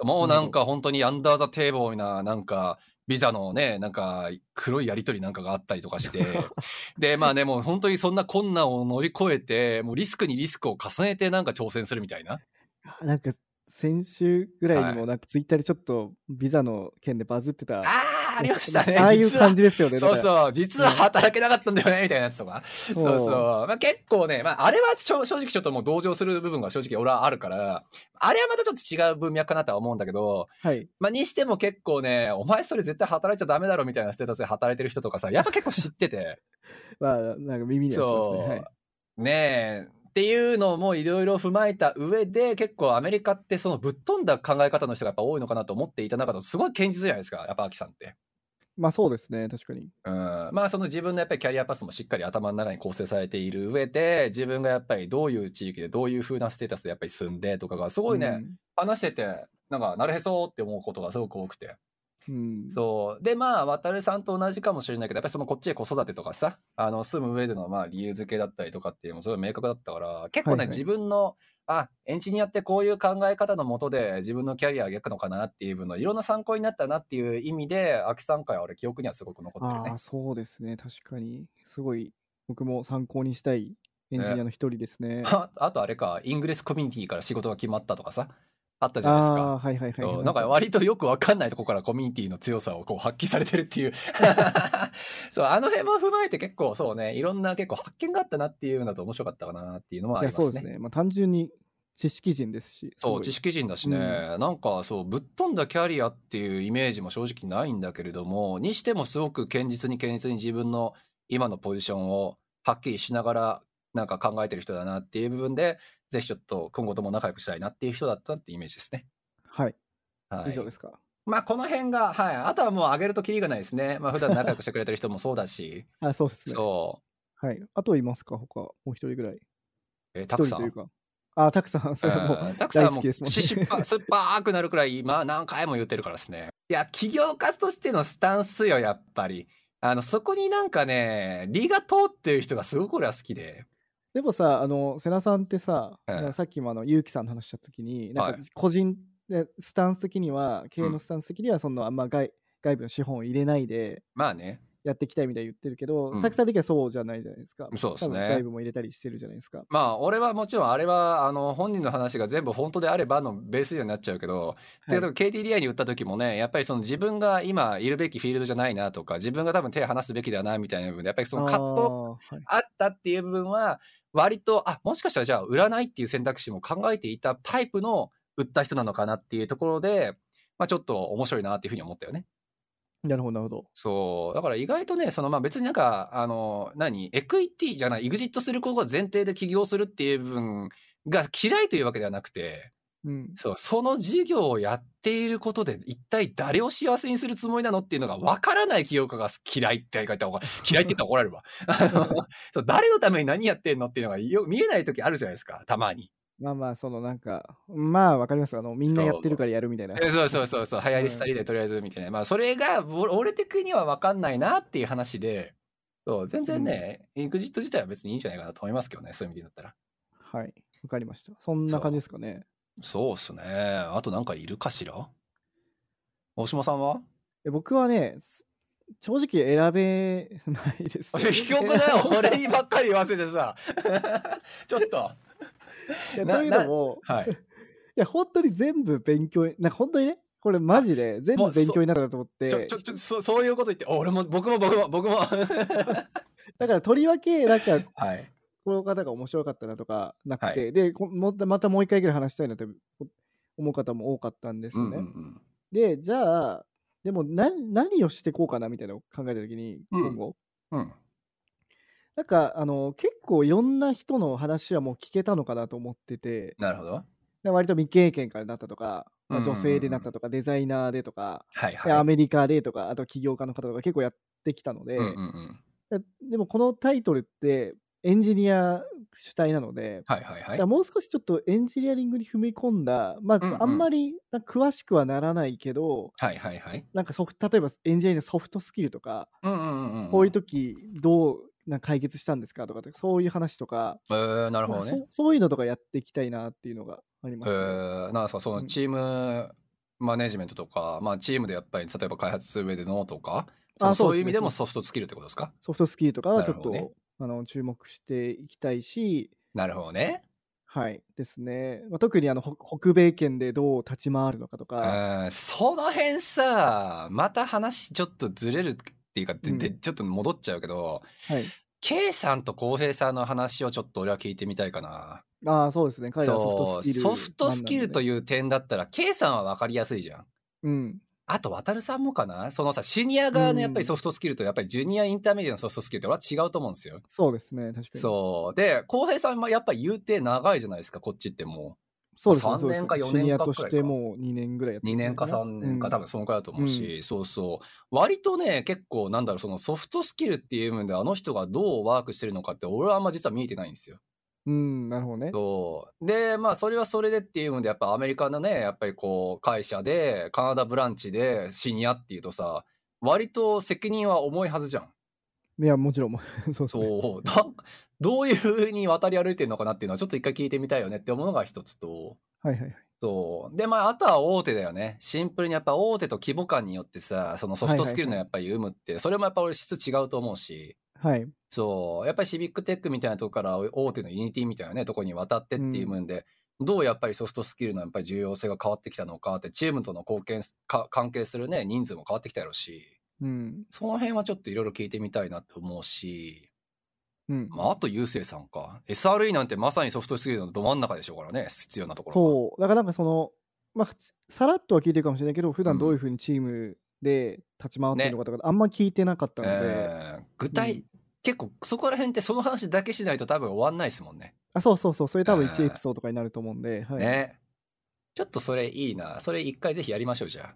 ー
もうなん、か本当にアンダーザテーブルな、なんか、ビザのね、なんか、黒いやりとりなんかがあったりとかして、 で、まあね、もう本当にそんな困難を乗り越えて、もうリスクにリスクを重ねてなんか挑戦するみたいな。
あなんか、先週ぐらいに
は
も、なんかツイッターでちょっとビザの件でバズってた。
ああ、ありました ね。
ああいう
実は
感じですよね。
そう
う。
そう、実は働けなかったんだよね、みたいなやつとか。そうそうまあ、結構ね、まあ、あれはちょ正直ちょっともう同情する部分が正直俺はあるから、あれはまたちょっと違う文脈かなとは思うんだけど、
はい。
まあ、にしても結構ね、お前それ絶対働いちゃダメだろみたいなステータスで働いてる 人とかさ、やっぱ結構知ってて、
まあ、なんか耳にはしますね。
そ、
はいう
ねえ、っっていうのもいろいろ踏まえた上で結構アメリカってそのぶっ飛んだ考え方の人がやっぱ多いのかなと思っていた中のすごい堅実じゃないですかやっぱアキさんって。
まあそうですね、確かに。
うんまあその自分のやっぱりキャリアパスもしっかり頭の中に構成されている上で自分がやっぱりどういう地域でどういう風なステータスでやっぱり住んでとかがすごいね、話しててなんかなるへそって思うことがすごく多くて。
うん。うん。
そう。で、まあ、渡るさんと同じかもしれないけど、やっぱりそのこっちへ子育てとかさ、あの、住む上での、まあ、理由付けだったりとかっていうのもすごい明確だったから、結構ね、
はいはい
自分の、あ、エンジニアってこういう考え方のもとで自分のキャリアを上げくのかなっていう分の、いろんな参考になったなっていう意味で、秋さん会は俺、記憶にはすごく残ってる
あ
ね
あ、。そうですね、確かに。すごい、僕も参考にしたいエンジニアの一人で すね。
ああとあれか、イングレスコミュニティから仕事が決まったとかさ、あったじゃないですか。
ああー、はいはいはい。
そうなんか割とよくわかんないとこからコミュニティの強さをこう発揮されてるっ ていうそうあの辺も踏まえて結構そうねいろんな結構発見があったなっていうのと面白かったかなっていうのもあり
いや
ます
そう
ね
ですね。まあ単純に知識人ですし。
そう
す
知識人だしね、なんかそうぶっ飛んだキャリアっていうイメージも正直ないんだけれどもにしてもすごく堅実に堅実に自分の今のポジションをはっきりしながらなんか考えてる人だなっていう部分でぜひちょっと今後とも仲良くしたいなっていう人だったってイメージですね。
ごい。はい。
はい、
以上ですか。
まあこの辺が、はい。あとはもう上げるとキリがないですね。まあ普段仲良くしてくれてる人もそうだし、
あ、 そうですね。
そ
はい。あといますか他、もう一人ぐらい。
う。えーた
一
く
人
さん。
と
うん
いうか。あ、たくさん。それ はもう
たくさん
大
は
好
も
き
う、
ですもん
ししっ
ね。
ぱ、すっぱーくなるくらい、まあ何回も言ってるからですね。いや、企業家としてのスタンスよ、やっぱり。あの、そこになんかね、理が通ってる人がすごく俺は好きで。
でもさ、あの、瀬名さんってさ、
ええ
なんかさっきもあの、ゆうきさんの話したときに、なん
は
か
い
個人で、スタンス的には、経営
う
の
ん
スタンス的には、その、あんま外外部の資本を入れないで
まあね。
やっていきたいみたいに言ってるけど、
うん
たくさん的にはそうじゃないじゃないですか。
そうですね
多分外部も入れたりしてるじゃないですか。
まあ俺はもちろんあれは、あの、本人の話が全部本当であればのベースになっちゃうけど、
は
で、
い
KTDI に売った時もね、やっぱりその自分が今いるべきフィールドじゃないなとか、自分が多分手離すべきだなみたいな部分で、やっぱりその葛藤
あーはい
あったっていう部分は、割と、あ、もしかしたらじゃあ売らないっていう選択肢も考えていたタイプの売った人なのかなっていうところで、まあちょっと面白いなっていうふうに思ったよね。
なるほど、なるほど。
そう。だから意外とね、そのまあ別になんか、あの、何、エクイティじゃない、エグジットすることが前提で起業するっていう部分が嫌いというわけではなくて、
うん。
そう、その事業をやっていることで、一体誰を幸せにするつもりなのっていうのが分からない起業家が嫌いって書いた方が、嫌いって言ったら怒られるわ。あのそう誰のために何やってんのっていうのがよ見えない時あるじゃないですか、たまに。
まあまあ、そのなんか、まあわかります。あの、みんなやってるからやるみたいな。
えそうそうそうそう、流行り廃りでとりあえずみたいな。まあ、それが、ぼ俺的には分かんないなっていう話で、そう、全然ね、エグジット自体は別にいいんじゃないかなと思いますけどね、そういう意味でだったら。
はい。わかりました。そんな感じですかね。
そうっすね。あとなんかいるかしら大島さんは
え僕はね、す正直選べないです、ね。
卑怯 くない俺にばっかり言わせてさ ちょっと
いや
な
というのも、
はい
いや、本当に全部勉強に、なんか本当にね、これマジで全
も
部
うそ
勉強になったと思っ
ちょ
て
ちょ、ちょそそういうこと言ってお俺も僕も僕も僕も
だからとりわけ、なんか、
はい
この方が面白かったなとかなくて、
は
でこもっと、またもう一回ぐらい話したいなって思う方も多かったんです
うん
よ
うん
ね。
うん
で、じゃあ、でも何何をしていこうかなみたいなのを考えたときに、
うん
今後、
うん
なんかあの結構いろんな人の話はもう聞けたのかなと思ってて、
なるほどは
で割と未経験からなったとか、まあ、
うんうんう
女
ん
性でなったとか、デザイナーでとか、
い
でア
はい
メリカでとか、あと起業家の方とか結構やってきたので、
うんうんうん
ででもこのタイトルってエンジニア主体なので、
はいはいは
だ
い
からもう少しちょっとエンジニアリングに踏み込んだ、まあ、
うんうん
あんまりなんか詳しくはならないけど、
はいはいはい
なんかソフ例えばエンジニアのソフトスキルとか、
うんうんうんん
こういう時どうなんか解決したんですかとか、そういう話とか、
えー、なるほど
なん
ね
かそそういうのとかやっていきたいなっていうのがありま
え
すね。
ー、なんですかそのチームマネジメントとか、まあ、チームでやっぱり例えば開発する上でのとかそ
あ
の
そ
そ
う
うい
ですね
う意味でも
そ
ソフトスキルってことですか
ソフトスキルとかはちょっと、
なるほどね
あの注目していきたいし、
なるほどね
はいですね、まあ、特にあのほ北米圏でどう立ち回るのかとか、
うんその辺さまた話ちょっとずれるっていうかで、で
う
ちょっと戻っちゃうけど
はい、
K さんと浩平さんの話をちょっと俺は聞いてみたいかな
ああそうですね彼らはソフトスキル
そうソフトスキルと
いう、
いう点だったら K さんは分かりやすいじゃん
うん
あと、渡るさんもかなそのさ、シニア側のやっぱりソフトスキルと、やっぱりジュニアインターメディアのソフトスキルって俺は違うと思うんですよ。
そうですね、確かに。
そう。で、浩平さんもやっぱり言うて長いじゃないですか、こっちっても
そうですね
3
そうです
年か4年
シニア
かく
と
らいか
してもう2年ぐらいやっ
う。
て
2年か3年か、多分そのくらいだと思うし、そうそう。割とね、結構なんだろう、そのソフトスキルっていう面であの人がどうワークしてるのかって、俺はあんま実は見えてないんですよ。
うん、うん、なるほどね。
そう。で、まあ、それはそれでっていうので、やっぱアメリカのね、やっぱりこう、会社で、カナダブランチでシニアっていうとさ、割と責任は重いはずじゃん。
いや、もちろん、もう そうですね。
そう。 だどういうふうに渡り歩いてるのかなっていうのは、ちょっと一回聞いてみたいよねって思うのが一つと、
はいはいはい。
そう。で、まあ、あとは大手だよね。シンプルにやっぱ大手と規模感によってさ、そのソフトスキルのやっぱり有無って、それもやっぱ俺質違うと思うし、
はい。
そう。やっぱりシビックテックみたいなとこから大手のユニティみたいなね、とこに渡ってっていう面で、どうやっぱりソフトスキルのやっぱり重要性が変わってきたのかって、チームとの貢献すか、関係するね、人数も変わってきたやろうし、
うん。
その辺はちょっといろいろ聞いてみたいなと思うし、
うん。
まあ、あと、ゆうせいさんか。SRE なんてまさにソフトスキルのど真ん中でしょうからね、必要なところは。
そう。だからなんかその、まあ、さらっとは聞いてるかもしれないけど、普段どういうふうにチームで立ち回ってるのかとか、あんま聞いてなかったので、
えー具体、
うん
結構そこら辺ってその話だけしないと多分終わんないですもんね。
あ、そうそうそう、それ多分
えー
1エピソードとかになると思うんで、はい。
ね。ちょっとそれいいな。それ一回ぜひやりましょう、じゃ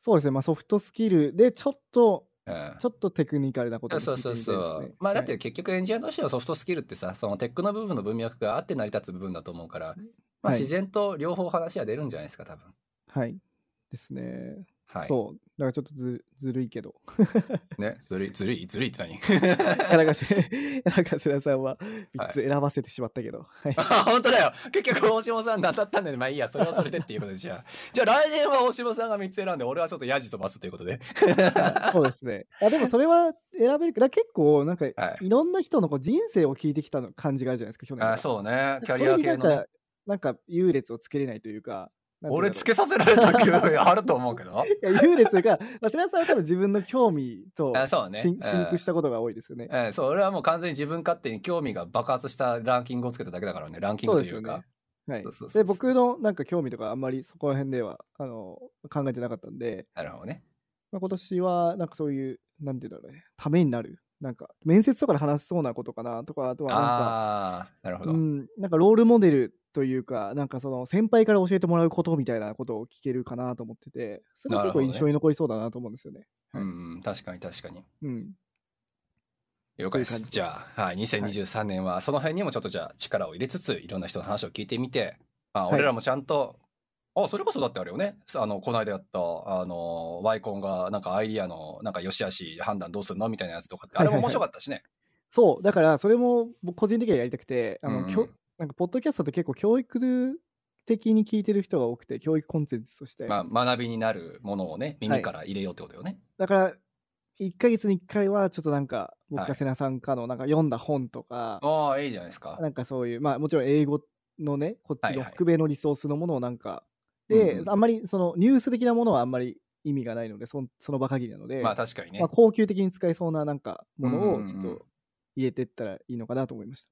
そうですね、まあ、ソフトスキルでちょっと、
あ。うん
ちょっとテクニカルなことも
そう
聞いて
そう
みた
そ
いですね
う。。まあだっ
は
て
い、
結局エンジニアとしてのソフトスキルってさ、そのテックの部分の文脈があって成り立つ部分だと思うから、まあ
はい
自然と両方話は出るんじゃないですか、多分。
はい。ですね。
はい。
そう。だからちょっとずずるいけど。
ね。ずるい、ずるい、ずるいって何
なんかせ、なんか世良さんは3つ選ばせてしまったけど。 はい。
あ本当だよ結局大島さん当たったんで、まあいいや、それはそれでっていうことでじゃあ。じゃあ来年は大島さんが3つ選んで、俺はちょっとヤジ飛ばすということで。
そうですね。あでもそれは選べるから結構なんかい
はい
ろんな人のこう人生を聞いてきたの感じがあるじゃないですか去年は
あそうね。キャ
そ
リ
れ
ア
に
系
なん
のね。
かなんか優劣をつけれないというか。なんていうん
俺
だろう
つけさせられた気分あると思うけど。
いや優劣というか、まあ、世良さんは多分自分の興味と
あそうね
シン
うん
シンクしたことが多いですよね。
ええ、そう、俺はもう完全に自分勝手に興味が爆発したランキングをつけただけだからね、ランキン
そう
グと
です
い
よ
う
ね。
か。
はい
そうそうそう。そう
で、僕のなんか興味とかあんまりそこら辺ではあの考えてなかったんで、
なるほどね。
まあ、今年はなんかそういう、なんていうんだろうね、ためになる。なんか面接とかで話しそうなことかなとか、あとはなんか、
ああー、なるほど。
うん、なんかロールモデルというか、なんかその先輩から教えてもらうことみたいなことを聞けるかなと思ってて、それ
な
が結構
るほどね
印象に残りそうだなと思うんですよね。
うんうん、確かに確かに。
うん。
了解で
という
す。
感じ
じ
で
ゃ
す
あ、はい、2023年はその辺にもちょっとじゃあ力を入れつつ、いろんな人の話を聞いてみて、まあ、
はい
俺らもちゃんと、あ、それこそだってあれよね。あの、この間やった、あの、ワイコンが、なんかアイディアの、なんか良し悪し判断どうするのみたいなやつとかって、あれも面白かったしね。
そう、だからそれも僕個人的にはやりたくて、あ
うんう
の、
ん
きょなんかポッドキャストって結構教育的に聞いてる人が多くて、教育コンテンツとして。
まあ、学びになるものをね、耳から入れようってことよね。
だから、1ヶ月に1回はちょっとなんか、僕
はい
が瀬名さんかのなんか読んだ本とか、
ああ、いいじゃないですか。
なんかそういう、まあもちろん英語のね、こっ
は
ち
いは
の
い
北米のリソースのものをなんか、
うんうん
で、あんまりそのニュース的なものはあんまり意味がないので、そんその場限りなので、
まあ、確かにね
まあ。高級的に使えそうななんかもの
うんうんう
を
ん
ちょっと入れてったらいいのかなと思いまし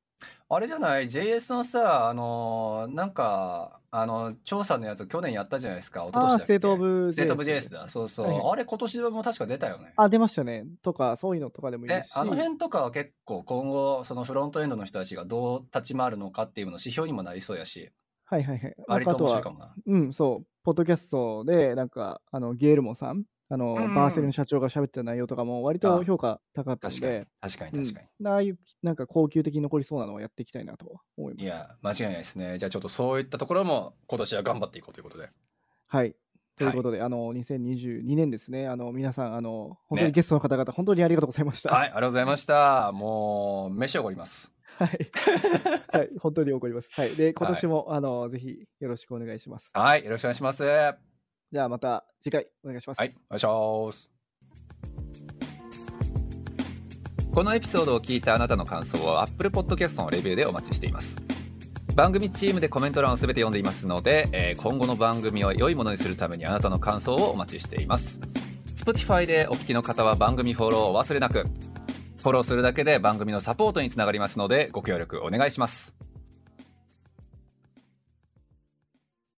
あれじゃない ?JS のさ、あのーなんか、あの、調査のやつ去年やったじゃないですか。一昨
た。
年だっ
ああー、
け
ステートオブ
ステートオブ
JS
JS だ。そうそう。
はいはい
あれ今年も確か出たよね。
あ、出ましたね。とか、そういうのとかでもいい
で
ですし、
あの辺とかは結構今後、そのフロントエンドの人たちがどう立ち回るのかっていうのの指標にもなりそうやし、
はいはいはい。なん
割
か
と
あと
面白い
は
か、もな。
うん、そう、ポッドキャストで、なんか、あの、ゲールモンさん、あの、
うんうん
バーセルの社長が喋ってた内容とかも、割
あ
と評価高かったの
確かに
で、。
確かに
うん
確かに。
ああいうなんか高級的に残りそうなのはやっていきたいなと思います。
いや、間違いないですね。じゃあちょっとそういったところも今年は頑張っていこうということで。
はい。ということで、あの、2022年ですね、あの、皆さん、あの、本
ね
当にゲストの方々、本当にありがとうございました。
はい、ありがとうございました。もう、飯をおごります。
はい。はい。本当に怒ります。はい。で、今年も、あの、ぜひよろしくお願いします。
はい、よろしくお願いします。はい、
じゃあ、また次回お願いします。
お願いします。このエピソードを聞いたあなたの感想は Apple Podcast のレビューでお待ちしています番組チームでコメント欄を全て読んでいますので、えー今後の番組を良いものにするためにあなたの感想をお待ちしています Spotify でお聞きの方は番組フォローをお忘れなくフォローするだけで番組のサポートにつながりますのでご協力お願いします